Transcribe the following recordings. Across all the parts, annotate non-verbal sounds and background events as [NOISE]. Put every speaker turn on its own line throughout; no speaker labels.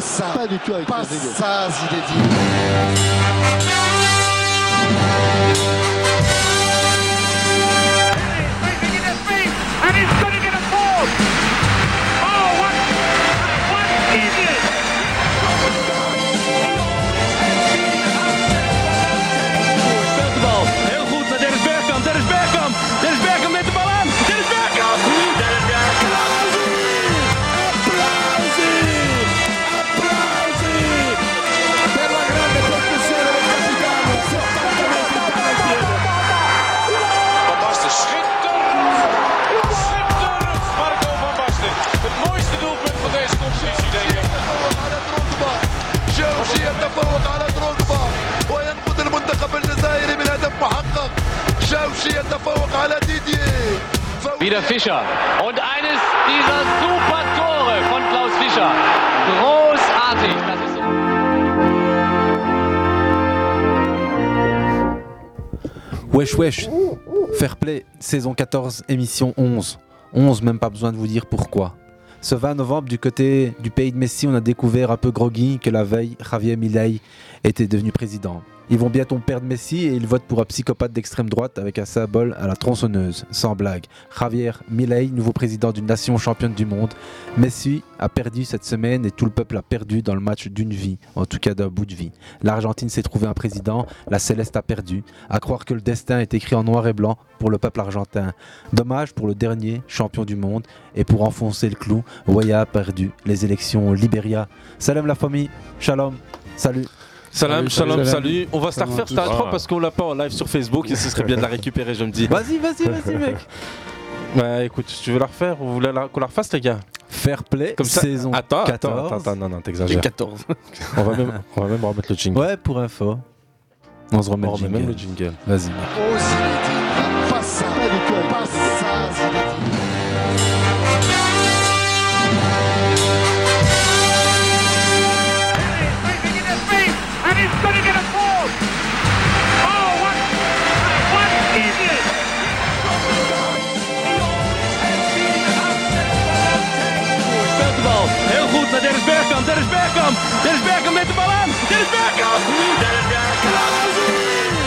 que avec
Pas
le rideau.
ça, Zinedine.
Racing in his feet, and he's going to get a foul. Oh, what, what is it?
Buitenbal. Heel goed naar Dennis Bergkamp. Dennis Bergkamp. Dennis Bergkamp neemt de bal aan. Dennis Bergkamp. Dennis Bergkamp.
Van Basten schitterend. Schitterend Marco van Basten. Het mooiste doelpunt van deze competitie, denk ik.
شيء التفوق على دروكبا وينقذ المنتخب الجزائري من هدف محقق شاوشي التفوق على ديدييه فوق
Wieder Fischer. Und eines dieser super Tore von Klaus Fischer. Großartig. Das ist so
Wesh wesh, Fair Play, saison 14, émission 11. 11, même pas besoin de vous dire pourquoi. Ce 20 novembre, du côté du pays de Messi, on a découvert un peu groggy que la veille, Javier Milei était devenu président. Ils vont bientôt perdre Messi et ils votent pour un psychopathe d'extrême droite avec un symbole à la tronçonneuse, sans blague. Javier Milei, nouveau président d'une nation championne du monde. Messi a perdu cette semaine et tout le peuple a perdu dans le match d'une vie, en tout cas d'un bout de vie. L'Argentine s'est trouvé un président, la Céleste a perdu à croire que le destin est écrit en noir et blanc pour le peuple argentin. Dommage pour le dernier champion du monde et pour enfoncer le clou, Roya a perdu les élections au Liberia. Salam la famille, shalom, salut.
Salam, shalom,
salam.
salut. On va se la
Salam à
refaire cette
tous.
intro parce qu'on l'a pas en live sur Facebook et ce serait bien de la récupérer, je me dis.
Vas-y, vas-y,
[LAUGHS]
vas-y mec.
Bah écoute, tu veux la refaire ou vous voulez la- qu'on la refasse, les gars
Fair play,
Comme ça.
saison
Attends, attends,
14.
attends, attends, non, non, t'exagères.
14.
[LAUGHS] On va même, on va même remettre le jingle.
Ouais, pour info. On se remet
on
le
remet même
jingle.
le jingle.
Vas-y.
Oh, Zinedine. Pas ça. Pas ça, Zinedine.
Racing in his feet, and he's going to get a foul. Oh, what, what is it?
Buitenbal. Heel goed naar Dennis Bergkamp. Dennis Bergkamp. Dennis Bergkamp neemt de bal aan. Dennis Bergkamp. Dennis Bergkamp.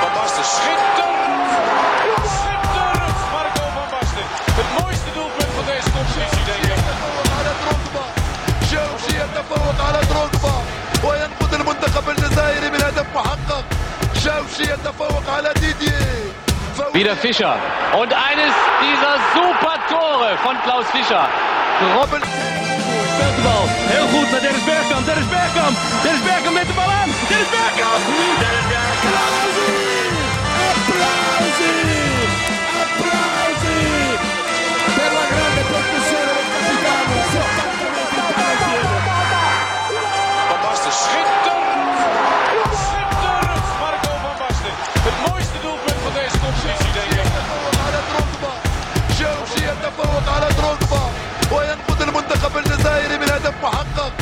Van Basten schitterend. Schitterend Marco van Basten. Het mooiste doelpunt van deze competitie, denk ik.
على دروكبا شاوشي التفوق على دروكبا وينقذ المنتخب الجزائري من هدف محقق شاوشي التفوق على ديدييه فوق
Wieder Fischer. Und eines dieser super Tore von Klaus Fischer.
قبل
Buitenbal. Heel goed naar Dennis Bergkamp. Dennis Bergkamp. Dennis Bergkamp neemt de bal aan. Dennis Bergkamp. Dennis Bergkamp.
Van Basten schitterend. Schitterend Marco van Basten. Het mooiste doelpunt van deze competitie, denk ik.
على دروكبا شاوشي التفوق على دروكبا وينقذ المنتخب الجزائري من هدف محقق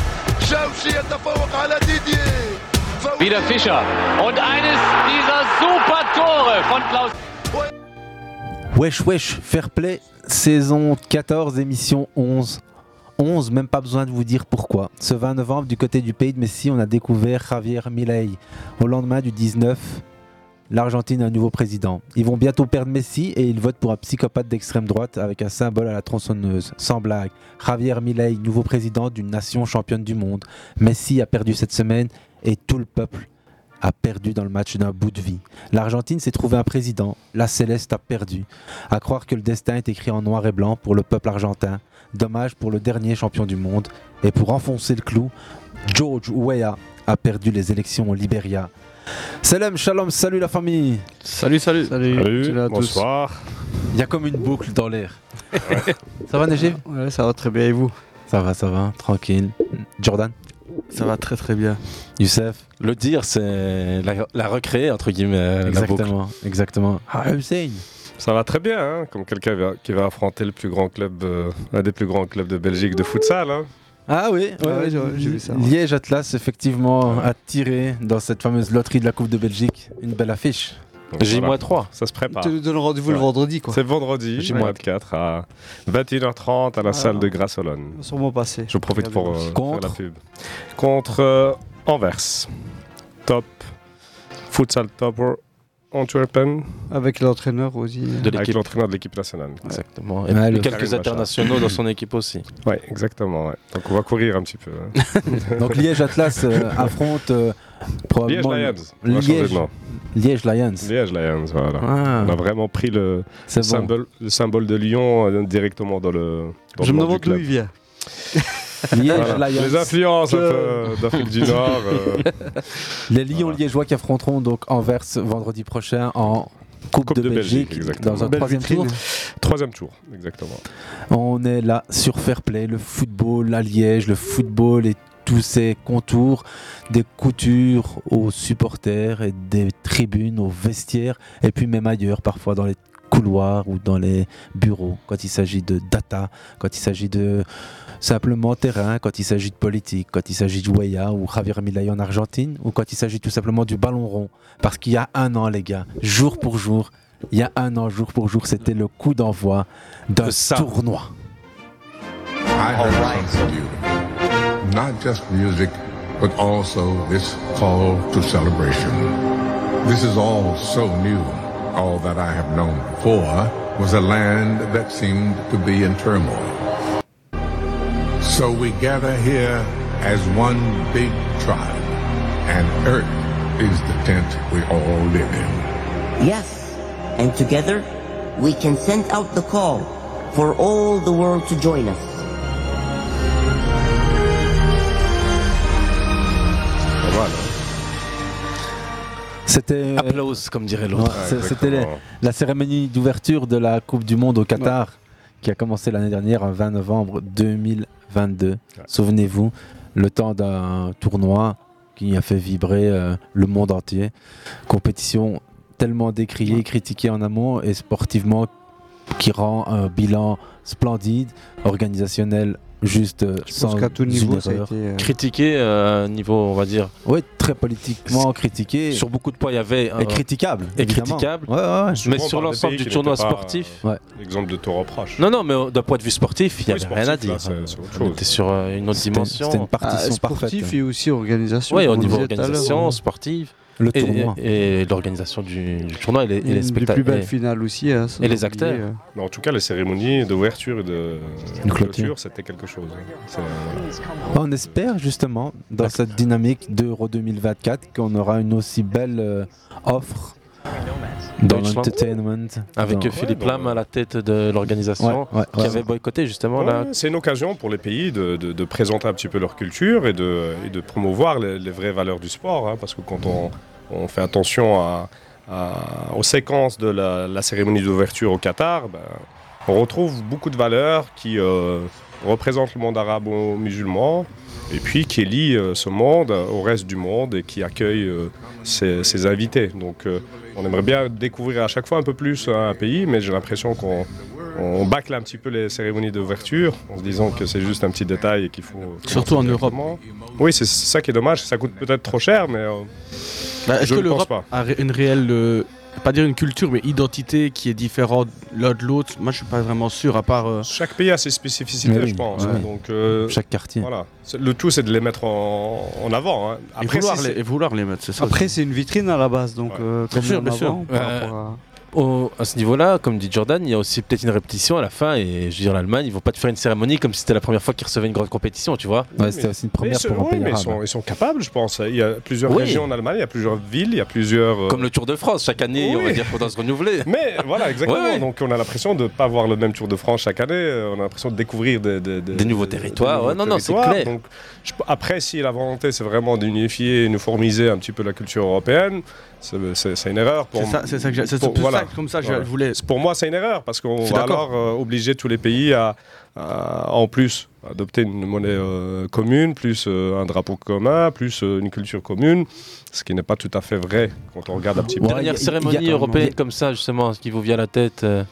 شاوشي التفوق على ديدييه فوق
Wieder Fischer. Und eines dieser super Tore von Klaus
Wesh wesh, fair play, saison 14, émission 11. 11, même pas besoin de vous dire pourquoi. Ce 20 novembre, du côté du pays de Messi, on a découvert Javier Milei. Au lendemain du 19, l'Argentine a un nouveau président. Ils vont bientôt perdre Messi et ils votent pour un psychopathe d'extrême droite avec un symbole à la tronçonneuse. Sans blague. Javier Milei, nouveau président d'une nation championne du monde. Messi a perdu cette semaine et tout le peuple a perdu dans le match d'un bout de vie. L'Argentine s'est trouvé un président, la Céleste a perdu. À croire que le destin est écrit en noir et blanc pour le peuple argentin. Dommage pour le dernier champion du monde. Et pour enfoncer le clou, George Weah a perdu les élections au Liberia. Salam, shalom, salut la famille.
Salut, salut. Salut. à tous.
Ah.
bonsoir.
Il y a comme une boucle dans l'air. ça va Najib
Ouais, ça va très bien et vous
Ça va, ça va, tranquille. Jordan
Ça va très très bien.
Youssef
Le dire, c'est la, la recréer, entre guillemets. euh, la boucle.
Exactement, exactement. Ah, Hussein
Ça va très bien, hein, comme quelqu'un va- qui va affronter le plus grand club, euh, un des plus grands clubs de Belgique de futsal. hein.
Ah oui,
Ah ouais, j'ai- j'ai vu ça, ouais.
Liège Atlas, effectivement, a tiré dans cette fameuse loterie de la Coupe de Belgique. Une belle affiche.
Donc, voilà,
J-3.
Ça se prépare.
te donne rendez-vous le
Ouais.
vendredi, quoi.
C'est vendredi,
J-
J-4 à 21h30 à la
Ah.
salle de Grassolone.
Sûrement passé.
Je profite pour euh,
Contre
faire la pub. Contre euh, Anvers. Top. Futsal Topper Antwerpen.
Avec l'entraîneur aussi.
De
Avec
l'équipe.
l'entraîneur de l'équipe nationale.
Exactement. Et
Ouais,
puis
le-
quelques
Karim
internationaux dans son équipe aussi.
Ouais, exactement. ouais. Donc on va courir un petit peu. hein. [LAUGHS]
[LAUGHS]
Donc Liège Atlas euh, [LAUGHS] affronte euh,
Liège
probablement
Lions. On va changer de nom.
Liège Lions.
Liège Lions, voilà. On a vraiment pris le
C'est bon.
symbole, le symbole de Lyon euh, directement dans le. dans
Je
le
me
nom du
demande d'où
club.
il vient.
Liège
Voilà.
Lions.
Les influences un
Que-
peu, euh,
[LAUGHS]
d'Afrique du Nord. euh,
Les Lions
Voilà.
liégeois qui affronteront donc Anvers vendredi prochain en Coupe, de, Belgique,
exactement.
dans un
Belle
troisième
vitrine.
tour.
troisième tour, exactement.
On est là sur Fair Play, le football à Liège, le football et tous ses contours, des coutures aux supporters et des tribunes aux vestiaires et puis même ailleurs parfois dans les couloirs ou dans les bureaux quand il s'agit de data, quand il s'agit de simplement terrain, quand il s'agit de politique, quand il s'agit de Weya ou Javier Milei en Argentine ou quand il s'agit tout simplement du ballon rond parce qu'il y a un an les gars, jour pour jour, il y a un an jour pour jour, c'était le coup d'envoi d'un
De ça.
tournoi.
I have come to you. Not just music, but also this call to celebration. This is all so new. All that I have known before was a land that seemed to be in turmoil. So we gather here as one big tribe, and Earth is the tent we all live in.
Yes, and together we can send out the call for all the world to join us.
C'était euh,
Applause, comme dirait
ouais,
l'autre.
c'est- c'était les-
Exactement.
la cérémonie d'ouverture de la Coupe du Monde au Qatar qui a commencé l'année dernière, un 20 novembre 2022. Souvenez-vous, le temps d'un tournoi qui a fait vibrer euh, le monde entier. Compétition tellement décriée, critiquée en amont et sportivement qui rend un bilan splendide, organisationnel juste euh,
Je
sans
pense qu'à tout
une
niveau, ça a
erreur.
été. euh,
Critiqué euh, niveau, on va dire.
Oui, très politiquement critiqué
Sur beaucoup de points, il y avait. un-
et critiquable.
et
évidemment.
critiquable.
Ouais, ouais, ouais.
Souvent
mais sur
par des
l'ensemble
pays
du
qui
tournoi
n'étaient pas,
sportif.
euh,
Ouais.
Exemple de ton reproche.
Non, non, mais euh, d'un point de vue sportif, il n'y
Oui,
avait rien à
sportif,
dire.
là, c'est- c'est autre
on
chose.
était sur euh, une autre
C'était-
dimension.
C'était une
ah,
partition
sportif
parfaite.
et aussi organisation.
Oui, au
comme on
niveau
disait tout à l'heure. hein.
organisation, sportive.
Le
Et,
tournoi.
et l'organisation du, du tournoi et les,
Une
et les
des plus
spectacles.
belles
et-
finales aussi. hein, sans
et les
oublier,
acteurs.
euh,
Mais en tout cas, les cérémonies d'ouverture et de
Une
de
clôture.
c'était quelque chose. hein. C'est, euh,
On espère justement dans cette dynamique d'Euro 2024 qu'on aura une aussi belle euh, offre dans
Deutschland.
l'entertainment.
Avec
Dans-
Philippe
dans le-
Lam à la tête de l'organisation.
Ouais, ouais,
qui
ouais.
avait boycotté justement
ouais,
là.
C'est une occasion pour les pays de, de- de présenter un petit peu leur culture et de, et de promouvoir les, les vraies valeurs du sport. hein, parce que quand on, on fait attention à, à- aux séquences de la, la cérémonie d'ouverture au Qatar, ben, on retrouve beaucoup de valeurs qui euh, représentent le monde arabo-musulman et puis qui lie euh, ce monde au reste du monde et qui accueille euh, ses, ses invités. Donc euh, on aimerait bien découvrir à chaque fois un peu plus hein, un pays, mais j'ai l'impression qu'on on bâcle un petit peu les cérémonies d'ouverture en se disant que c'est juste un petit détail et qu'il faut...
Surtout en
commencer
Europe.
directement. Oui, c'est c'est ça qui est dommage, ça coûte peut-être trop cher, mais... euh,
Bah,
Je
Est-ce que
ne pense
l'Europe
pas.
a ré- une réelle, euh, pas dire une culture, mais identité qui est différente l'un de l'autre Moi, je suis pas vraiment sûr, à part. euh,
Chaque pays a ses spécificités,
Mais oui,
je pense.
ouais.
hein, Donc, euh,
Chaque quartier.
voilà. C'est- Le tout, c'est de les mettre en, en avant. hein.
et,
Après,
vouloir
si
les, et vouloir les mettre, c'est ça
Après, c'est une vitrine à la base, donc
Ouais.
euh,
Bien
comme
sûr,
en
bien sûr.
avant, par
Euh,
rapport à-
Au- à ce niveau-là, comme dit Jordan, il y a aussi peut-être une répétition à la fin. Et je veux dire, l'Allemagne, ils vont pas te faire une cérémonie comme si c'était la première fois qu'ils recevaient une grande compétition, tu vois.
Ouais, C'était aussi une
Mais
première
ce-
pour un
oui,
pays
mais ils,
arabe.
sont, ils sont capables, je pense. Il y a plusieurs
Oui.
régions en Allemagne, il y a plusieurs villes, il y a plusieurs. euh,
Comme le Tour de France, chaque année, on va
Oui.
dire, faudra se renouveler.
[LAUGHS] Mais voilà, exactement.
Ouais, ouais.
Donc, on a l'impression de ne pas voir le même Tour de France chaque année. euh, On a l'impression de découvrir des, des- des-
Des nouveaux territoires. Ouais, non, non, c'est
territoires.
clair.
Donc, je- après, si la volonté, c'est vraiment d'unifier et uniformiser un petit peu la culture européenne, c'est c'est- c'est une erreur pour
C'est ça, c'est ça que j'ai- c'est
pour-
plus
voilà.
ça, comme ça, je
Voilà.
voulais.
C'est- Pour moi, c'est une erreur parce qu'on
Je suis
va
d'accord.
alors euh, obliger tous les pays à, à- en plus, adopter une monnaie euh, commune, plus euh, un drapeau commun, plus euh, une culture commune, ce qui n'est pas tout à fait vrai quand on regarde un petit peu.
Ouais,
Dernière
y a- y a-
cérémonie
y a-
européenne
y a-
comme ça, justement, ce qui vous vient à la tête. euh,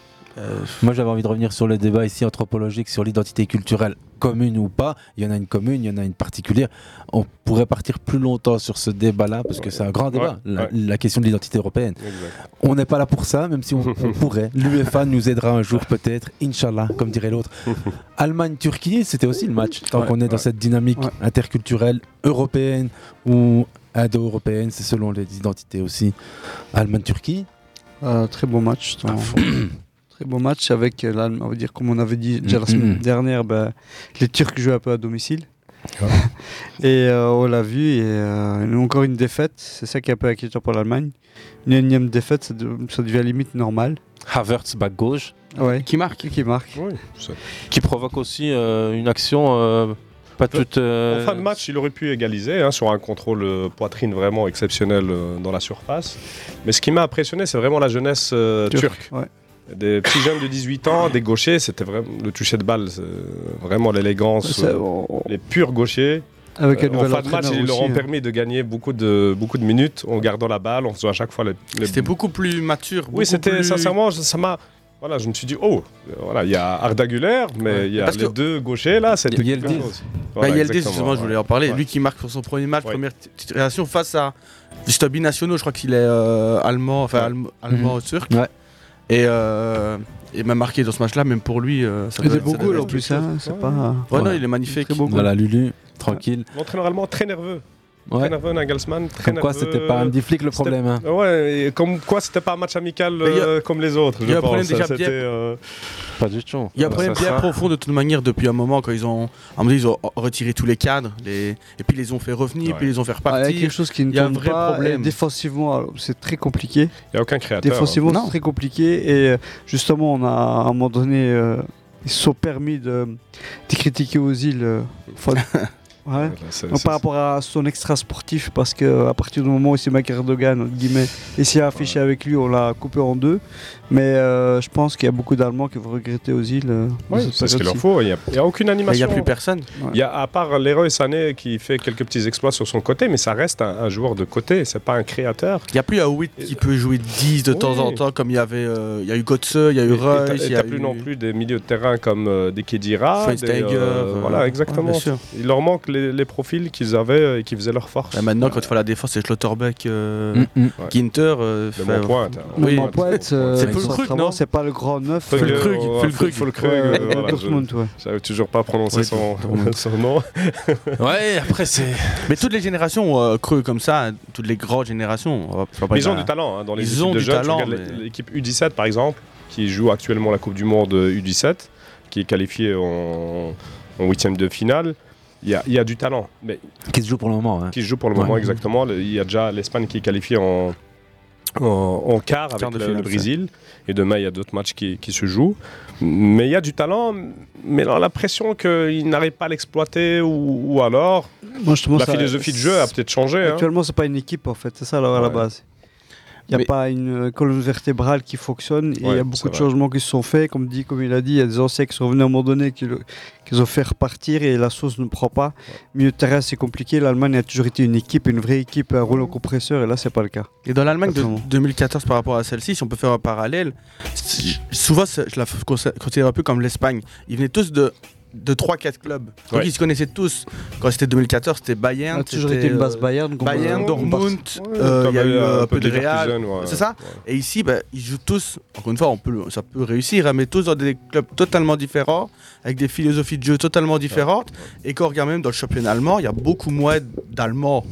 Moi, j'avais envie de revenir sur le débat ici anthropologique sur l'identité culturelle commune ou pas. Il y en a une commune, il y en a une particulière. On pourrait partir plus longtemps sur ce débat-là parce que c'est un grand débat,
Ouais,
la,
ouais.
la question de l'identité européenne. On n'est pas là pour ça, même si on, on pourrait. L'UEFA nous aidera un jour peut-être, Inch'Allah, comme dirait l'autre. Allemagne-Turquie, c'était aussi le match. Tant
Ouais,
qu'on est dans
ouais.
cette dynamique interculturelle européenne ou indo-européenne, c'est selon les identités aussi. Allemagne-Turquie.
Euh, très beau match.
[CLEARS THROAT]
ton- Très beau match avec euh, l'Allemagne. On va dire, comme on avait dit déjà la
Mm-hmm.
Mhm.
semaine dernière, ben, les Turcs jouaient un peu à domicile. [LAUGHS] et euh, on l'a vu, et euh, encore une défaite. C'est ça qui est un peu inquiétant pour l'Allemagne. Une énième défaite, ça, de- ça devient limite normal.
Havertz, back gauche.
Ouais.
Qui marque
Qui marque.
Qui provoque aussi euh, une action euh, pas toute. euh,
En fin de match, il aurait pu égaliser hein, sur un contrôle euh, poitrine vraiment exceptionnel euh, dans la surface. Mais ce qui m'a impressionné, c'est vraiment la jeunesse euh, turque. Des petits jeunes de 18 ans, des gauchers, c'était vraiment le toucher de balle, c'est vraiment l'élégance,
Ça,
euh, les purs gauchers. Euh,
Avec un
en
nouvel
fin de match,
entraîneur
ils leur ont
aussi, hein.
permis de gagner beaucoup de, beaucoup de minutes en gardant la balle, en faisant à chaque fois les, les
C'était beaucoup plus mature.
oui, c'était sincèrement,
sincèrement
je- ça m'a. Voilà, je me suis dit, oh, euh, voilà, il y a Arda Güler, mais il y a
Parce
les
que-
deux gauchers là, c'était
Il y a
quelque chose.
Bah,
Voilà,
Yildiz,
exactement,
justement, je voulais en
ouais.
parler.
Ouais.
Lui qui marque sur son premier match, première t- titularisation face à Stubby Nationaux, je crois qu'il est euh, allemand, enfin allem-
Mhm.
allemand turc. Et, euh, il m'a marqué dans ce match-là, même pour lui. euh, ça
Il
doit-
est
ça
beau
doit
goal,
être
en plus,
quelque
hein,
chose.
c'est
Ouais.
pas-
Ouais, non,
Voilà.
il est magnifique.
Très beau goal.
Voilà, Lulu, tranquille.
L'entraîneur allemand très nerveux.
Ouais.
Très nerveux, Nagelsmann. Très
Comme quoi,
nerveux.
c'était pas un petit flic, le
C'était-
problème, hein.
Ouais, et comme quoi, c'était pas un match amical
Mais il y a-
euh, comme les autres.
il
je
y a un
pense.
problème déjà
C'était,
bien-
euh,
Pas du tout.
Il y a un
Ouais,
problème
ça
bien
sera-
profond de toute manière depuis un moment quand ils ont, à un moment, ils ont retiré tous les cadres les, et puis ils les ont fait revenir, puis ils les ont fait
Ah,
repartir.
Il y a quelque chose qui ne
Il y a un
tourne
vrai
pas. et
problème.
défensivement, alors, c'est très compliqué.
Il n'y euh, a aucun créateur.
Défensivement,
Non.
c'est très compliqué. Et euh, justement, on a à un moment donné, euh, ils se sont permis de, de critiquer Ozil. euh,
[LAUGHS]
enfin, ouais.
c'est-
Donc,
c'est-
par rapport à son extra sportif, parce que à partir du moment où c'est Mike Erdogan, entre guillemets, et s'est affiché avec lui, on l'a coupé en deux. Mais euh, je pense qu'il y a beaucoup d'Allemands qui vont regretter Ozil. euh, dans
Ouais,
cette
c'est ce qu'il
période-ci.
leur faut. Il n'y a, aucune animation.
plus personne.
Il y a, à part Leroy Sané qui fait quelques petits exploits sur son côté, mais ça reste un, un joueur de côté. C'est pas un créateur.
Il n'y a plus un 8 qui peut jouer 10 de temps en temps, comme il y avait. euh, Il y a eu Götze, il y a eu
Et t'as-
Reus.
et
il y a
t'as plus
eu-
non plus des milieux de terrain comme euh, des Kedira, des,
Schweinsteiger, euh,
voilà
ouais,
exactement.
bien sûr.
Il leur manque les, les profils qu'ils avaient euh, et qui faisaient leur force.
Bah, maintenant, quand tu fais la défense, c'est Schlotterbeck, euh,
Mm, mm.
Ginter. euh,
Le
fait-
Montpointe, hein.
Le
Oui.
Montpointe, euh,
c'est Fulkrug,
sincèrement,
non
c'est pas le grand neuf.
Fulkrug,
euh,
Fulkrug,
ouais,
Fulkrug,
ouais,
euh,
ouais,
voilà,
Dortmund,
je-
ouais.
J'avais toujours pas prononcé
Ouais,
son, [LAUGHS]
Dortmund.
son nom.
Ouais, après c'est.
Mais toutes les générations ont euh, creux comme ça, hein, toutes les grandes générations. on va- on va pas
Mais ils
dire,
ont
hein.
du talent hein, dans les
Ils
équipes
ont
de
du
jeunes.
talent,
Tu regardes
mais-
l'é- L'équipe U17 par exemple, qui joue actuellement la Coupe du Monde euh, U17, qui est qualifiée en, en huitième de finale. Il y, a, il y a du talent, mais
Qui se joue pour le moment. hein.
qui se joue pour le moment
Ouais.
exactement. Le- Il y a déjà l'Espagne qui est qualifiée en, en, en quart avec
Quart de
le, le
finale,
Brésil. Et demain, il y a d'autres matchs qui, qui se jouent. Mais il y a du talent, mais on a l'impression qu'ils n'arrivent pas à l'exploiter ou, ou alors
Moi, je trouve
la
ça-
philosophie de jeu a peut-être changé. hein.
Actuellement, c'est pas une équipe en fait, c'est ça là, à la base. Il n'y a pas une euh, colonne vertébrale qui fonctionne. et Il y
Ouais,
a beaucoup
c'est
de
vrai.
changements qui se sont faits. Comme, dit, comme il a dit, il y a des anciens qui sont venus à un moment donné, qui, le- qui les ont fait repartir et la sauce ne prend pas. Milieu de terrain, c'est compliqué. L'Allemagne a toujours été une équipe, une vraie équipe, un rouleau compresseur. Et là, c'est pas le cas.
Et dans l'Allemagne de
Absolument.
2014 par rapport à celle-ci, si on peut faire un parallèle, si- souvent c'est- je la f- conse- considère un peu comme l'Espagne. Ils venaient tous de de 3-4 clubs. Donc
Ouais.
ils se connaissaient tous. Quand c'était 2014, c'était Bayern.
On a toujours
c'était,
été une base
euh,
Bayern, qu'on-
Bayern,
qu'on
Dortmund,
parte.
euh, il
Ouais,
y a
comme,
eu
euh,
un
un
peu
peu
de Real.
Leverkusen, ouais.
C'est ça Et ici, bah, ils jouent tous, encore une fois, on peut, ça peut réussir, hein, mais tous dans des clubs totalement différents, avec des philosophies de jeu totalement différentes. Et quand on regarde même dans le championnat allemand, il y a beaucoup moins d'Allemands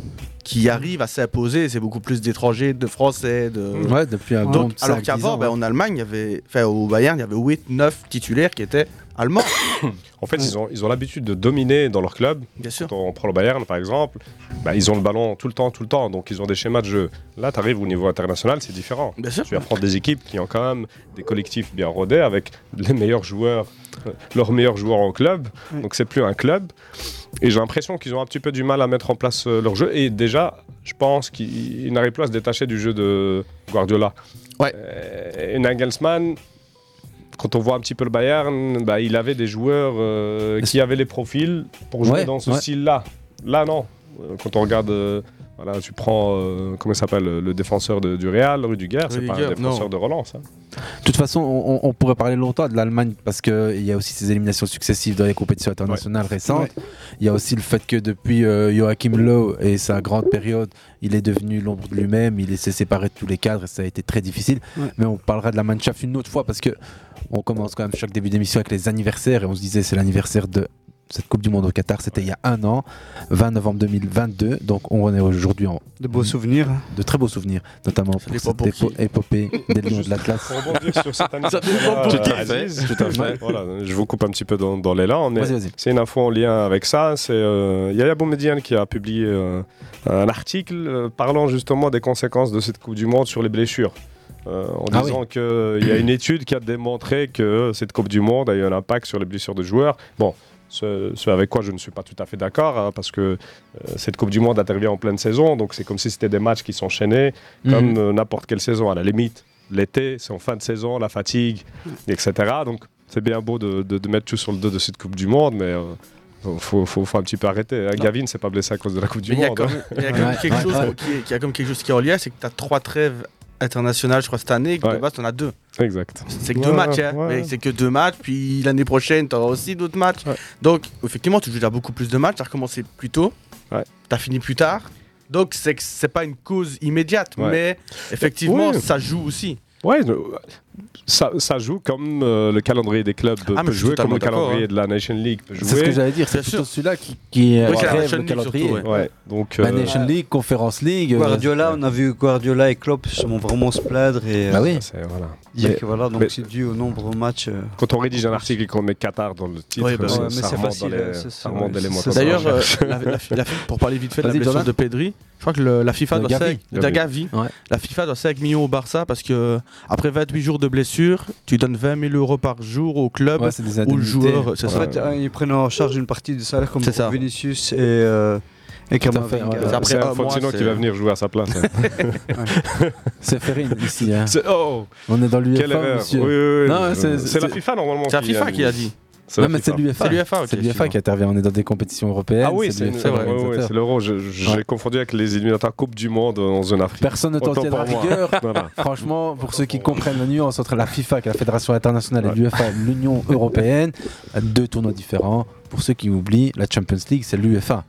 qui arrivent à s'imposer. C'est beaucoup plus d'étrangers, de Français. De...
Ouais, depuis un bon
Donc,
cinq,
Alors
dix
qu'avant,
ans,
bah,
ouais.
en Allemagne, il y avait, enfin, au Bayern, il y avait 8, 9 titulaires qui étaient allemands.
[COUGHS] En fait, ils ont ils ont l'habitude de dominer dans leur club. Quand on prend le Bayern, par exemple, bah, ils ont le ballon tout le temps, tout le temps. Donc, ils ont des schémas de jeu. Là, tu arrives au niveau international, c'est différent. Tu affrontes des équipes qui ont quand même des collectifs bien rodés avec les meilleurs joueurs, [LAUGHS] euh, leurs meilleurs joueurs en club. Donc, c'est plus un club. Et j'ai l'impression qu'ils ont un petit peu du mal à mettre en place euh, leur jeu. Et déjà, je pense qu'ils ils n'arrivent plus à se détacher du jeu de Guardiola. Euh,
Ouais.
Et Nagelsmann, quand on voit un petit peu le Bayern, bah, il avait des joueurs euh, qui avaient les profils pour jouer
Ouais,
dans ce
ouais.
style-là. Là, non. Euh, Quand on regarde, euh, voilà, tu prends, euh, comment il s'appelle, euh, le défenseur de- du Real, Rudiger, c'est pas un
Rudiger,
défenseur
non.
de relance. hein.
De toute façon, on, on- on pourrait parler longtemps de l'Allemagne parce qu'il y a aussi ces éliminations successives dans les compétitions internationales récentes.
Ouais.
Il y a aussi le fait que depuis euh, Joachim Löw et sa grande période, il est devenu l'ombre de lui-même, il s'est séparé de tous les cadres et ça a été très difficile.
Ouais.
Mais on parlera de la Mannschaft une autre fois parce que on commence quand même chaque début d'émission avec les anniversaires et on se disait c'est l'anniversaire de cette Coupe du Monde au Qatar, c'était il y a un an, 20 novembre 2022. Donc on est aujourd'hui en.
De beaux souvenirs.
De très beaux souvenirs, notamment pour cette épo- épopée des Lions
[LAUGHS]
de l'Atlas.
Pour [LAUGHS] rebondir sur cette anecdote,
dépend
euh,
pour qui.
Aziz,
Tout à fait.
Voilà, je vous coupe un petit peu dans, dans l'élan. mais
Vas-y, vas-y.
C'est une info en lien avec ça. C'est euh, Yaya Boumediene qui a publié euh, un article euh, parlant justement des conséquences de cette Coupe du Monde sur les blessures. Euh, en
Ah
disant
oui.
qu'il
[CLEARS THROAT]
y a une étude qui a démontré que cette Coupe du Monde a eu un impact sur les blessures de joueurs. Bon, ce, ce avec quoi je ne suis pas tout à fait d'accord, hein, parce que euh, cette Coupe du Monde intervient en pleine saison, donc c'est comme si c'était des matchs qui s'enchaînaient,
Mm.
Mhm.
comme euh, n'importe quelle saison, à la limite. L'été, c'est en fin de saison, la fatigue, etc. Donc c'est bien beau de, de- de mettre tout sur le dos de cette Coupe du Monde, mais il faut, faut- faut un petit peu arrêter. hein. Gavin s'est pas blessé à cause de la Coupe du
Mais il y a
Monde. hein.
quand même- il y a quand même quelque chose qui est- qui a comme quelque chose qui est en lien, c'est que tu as trois trêves internationales, je crois, cette année, et que de base, tu en as deux.
Exact.
C'est que
Ouais,
deux matchs, hein.
ouais.
Mais c'est que deux matchs, puis l'année prochaine, tu auras aussi d'autres matchs. Donc, effectivement, tu joues déjà beaucoup plus de matchs, tu as recommencé plus tôt, tu as fini plus tard. Donc, c'est que c'est pas une cause immédiate,
Ouais.
mais effectivement,
Oui.
ça joue aussi.
Ouais, euh, ça, ça joue comme euh, le calendrier des clubs
Ah, mais
peut
je suis
jouer, comme
totalement
le
d'accord,
calendrier
hein.
de la Nation League peut jouer.
C'est ce que j'allais dire, c'est plutôt celui-là qui, qui euh,
Oui, c'est la
rêve
Nation
le
League surtout, ouais.
calendrier.
Ouais, donc,
La
euh,
Bah, Nation League, Conference League. euh,
Guardiola, on a vu Guardiola et Klopp sûrement vraiment se plaindre et
Bah oui.
C'est- voilà.
dire
Mais-
que voilà, donc
mais-
c'est dû au nombre de matchs. euh,
Quand on rédige un article et qu'on met Qatar dans le titre,
Ouais, bah
ça-
ouais, mais
ça
c'est
remonte
facile,
dans les-
euh, c'est-
ça
c'est-
remonte
ouais,
d'éléments
c'est-
comme ça.
D'ailleurs, euh, la- la- la- pour parler vite fait de la
Vas-y,
blessure
Jordan.
de Pedri, je crois que le- la FIFA
De
doit
Gavi.
5 de
Gavi.
Gavi.
Ouais.
La FIFA doit 5 millions au Barça parce que euh, après 28 jours de blessure, tu donnes 20 000 euros par jour au club ou le joueur. C'est
en
ça.
fait, euh, ils prennent en charge une partie du salaire comme
C'est ça.
Vinicius et euh, et
Tout à
Camavinga.
fait, ouais.
C'est après un Fontino qui va venir jouer à sa place. hein.
[LAUGHS]
C'est Ferrine ici. hein.
C'est- oh
On est dans l'UEFA.
Quelle erreur.
monsieur.
Oui, oui, oui.
Non,
Euh,
c'est-
c'est la FIFA, normalement,
C'est la FIFA qui l'a dit. C'est
Non,
la
mais c'est
FIFA.
l'UEFA.
C'est l'UEFA, ok,
C'est l'UEFA qui
excuse-moi.
intervient. On est dans des compétitions européennes.
Ah oui, c'est
l'UEFA,
c'est vrai, ouais, ouais,
l'organisateur.
c'est l'euro. Je- je- J'ai
Ouais.
confondu avec les éliminatoires Coupe du Monde en zone Afrique.
Personne ne t'en
Autant
tient la
pour moi.
rigueur.
[LAUGHS] Voilà.
Franchement, pour ceux qui comprennent la nuance entre la FIFA, qui est la Fédération internationale, et l'UEFA, l'Union européenne, deux tournois différents. Pour ceux qui oublient, la Champions League, c'est l'UEFA.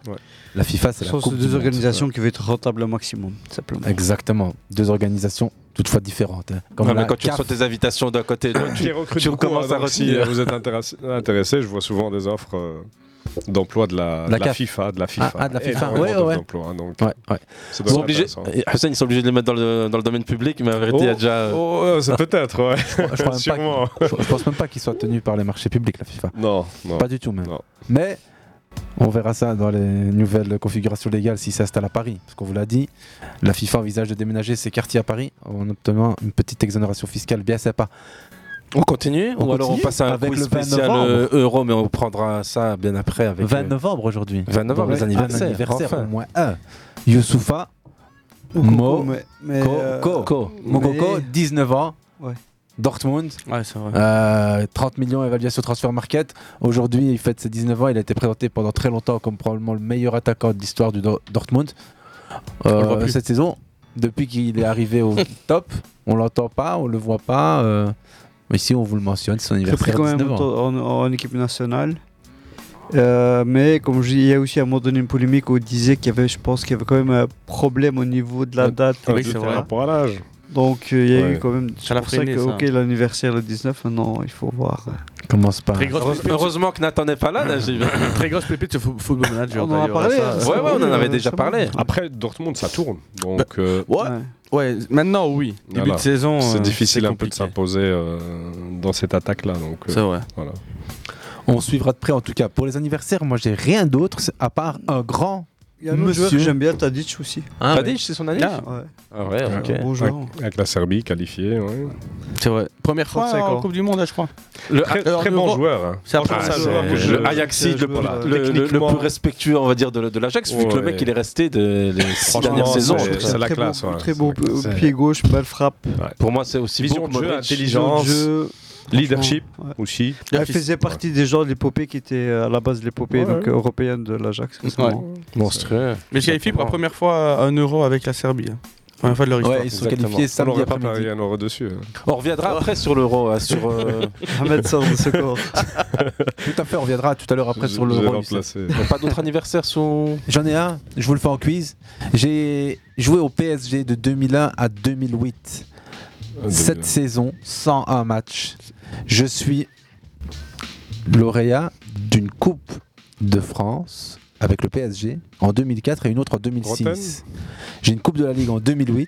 La FIFA, c'est la
Ce sont
Coupe du
deux
Monde.
organisations qui veulent être rentables au maximum, simplement.
Exactement. Deux organisations toutefois différentes. hein. Comme
Ouais, mais
la
quand tu
CAF.
reçois tes invitations d'un
[COUGHS]
côté et de l'autre,
Qui est
tu,
recrute
tu
beaucoup,
commences
hein,
à
donc si
retirer.
euh, vous êtes intéressé, intéressé, je vois souvent des offres euh, d'emploi de la,
De la
de la
CAF.
FIFA, de la FIFA.
Ah, ah, de la FIFA.
Énormément
Ouais, ouais,
d'offres
ouais.
d'emploi, hein, donc,
Ouais, ouais.
ça
Ils
doit
sont
être
obligés,
intéressant.
et Hussein, ils sont obligés de les mettre dans le, dans le domaine public, mais en vérité, il y a
Oh,
déjà.
oh, euh,
[LAUGHS]
ça peut être, ouais.
Je, crois même
Sûrement.
pas que- je- je pense même pas qu'ils soient tenus par les marchés publics, la FIFA.
Non, non.
Pas du tout, même.
Non.
Mais on verra ça dans les nouvelles configurations légales si ça installe à Paris. Parce qu'on vous l'a dit, la FIFA envisage de déménager ses quartiers à Paris en obtenant une petite exonération fiscale bien sympa.
On continue
On
Ou alors euh, on
continue
passe à un
avec
quiz
le 20
spécial
novembre.
euh, euro, mais on prendra ça bien après. Avec,
20
euh,
novembre aujourd'hui.
20 novembre,
Dans
les anniversaires,
anniversaires,
enfin.
au moins un. Youssoufa
Mokoko,
Mo-
mais- mais,
Ko-
euh,
Ko- Ko.
mais-
Mokoko, 19 ans.
Ouais.
Dortmund,
c'est vrai.
Euh, 30 millions évaluation transfer market. Aujourd'hui, il fête ses 19 ans. Il a été présenté pendant très longtemps comme probablement le meilleur attaquant de l'histoire du Do- Dortmund. Euh,
On le voit plus.
cette saison, depuis qu'il est
[LAUGHS]
arrivé au top, on l'entend pas, on le voit pas. euh, mais ici, on vous le mentionne, c'est son
Très pris
anniversaire.
quand même
19 ans.
en, en- en équipe nationale. Euh, mais comme je dis, il y a aussi à un moment donné une polémique où il disait qu'il y avait, je pense qu'il y avait quand même un problème au niveau de la date.
Oui,
etc.
c'est vrai. Par rapport à l'âge.
Donc euh, il y a
Ouais.
eu quand même.
Ça
C'est
l'a
pour ça
freiné,
que,
ça.
ok, l'anniversaire le 19, maintenant il faut voir. euh,
Commence pas.
Très grosse
Heureuse-
pépite.
Heureusement que Nathan n'est pas là, Najib.
Très grosse pépite sur Fo- Football Manager.
On en a
d'ailleurs,
parlé,
ça,
hein,
euh,
c'est Ouais, ouais, on en vrai, avait déjà c'est parlé. bon.
Après, Dortmund, ça tourne. Donc,
Bah,
euh,
ouais. ouais, maintenant oui. Début
voilà.
de saison.
C'est
euh,
difficile
c'est
un peu de s'imposer euh, dans cette attaque-là. donc, euh,
C'est vrai.
Voilà.
On suivra de près, en tout cas. Pour les anniversaires, moi, j'ai rien d'autre c'est- à part un grand.
Il y a un autre joueur que
monsieur.
j'aime bien, Tadic aussi.
Hein,
Tadic, ouais. c'est son année
Ouais.
Ah ouais, ok.
Un bon joueur.
Avec, avec la Serbie qualifiée. ouais.
C'est vrai. Première fois
35
en
ans.
Coupe du Monde, là, je crois.
Le- très-
euh, en
très bon
Euro-
joueur, hein.
C'est
Ah,
après
c'est-
joueur que
le
je-
Euh, Le Ajaxi, le,
joueur,
le- le- le
techniquement.
plus respectueux, on va dire, de, de l'Ajax, vu que le mec,
Ouais.
il est resté de, les six
Franchement,
dernières
c'est-
saisons.
c'est la Très classe, beau- ouais.
Très beau
C'est-
euh, pied gauche, belle frappe.
Pour moi, c'est aussi
Vision
beau
de
que
jeu,
Modric.
intelligence,
Vision de jeu,
leadership
franchement, ouais.
aussi.
Elle faisait partie des gens de l'épopée qui étaient à la base de l'épopée
Ouais.
donc, européenne de l'Ajax. récemment.
Monstrueux.
Mais je qualifie pour la première fois à un euro euh, avec la Serbie. hein. première fois de leur histoire.
Ouais, ils sont qualifiés
On
samedi
n'aurait pas
après-midi.
parié un euro dessus. hein.
On reviendra après sur l'euro, hein, sur. euh,
Ahmed sort de ce corps.
tout à fait, on reviendra tout à l'heure après
Je-
sur
je
le
vais
rôle.
remplacer. Il y a pas d'autres anniversaires sous.
J'en ai un, je vous le fais en quiz. J'ai joué au PSG de 2001 à 2008.
Ah, 2001.
Cette saison, 101 matchs. Je suis lauréat d'une Coupe de France avec le PSG en 2004 et une autre en 2006.
Bretagne
J'ai une Coupe de la Ligue en 2008.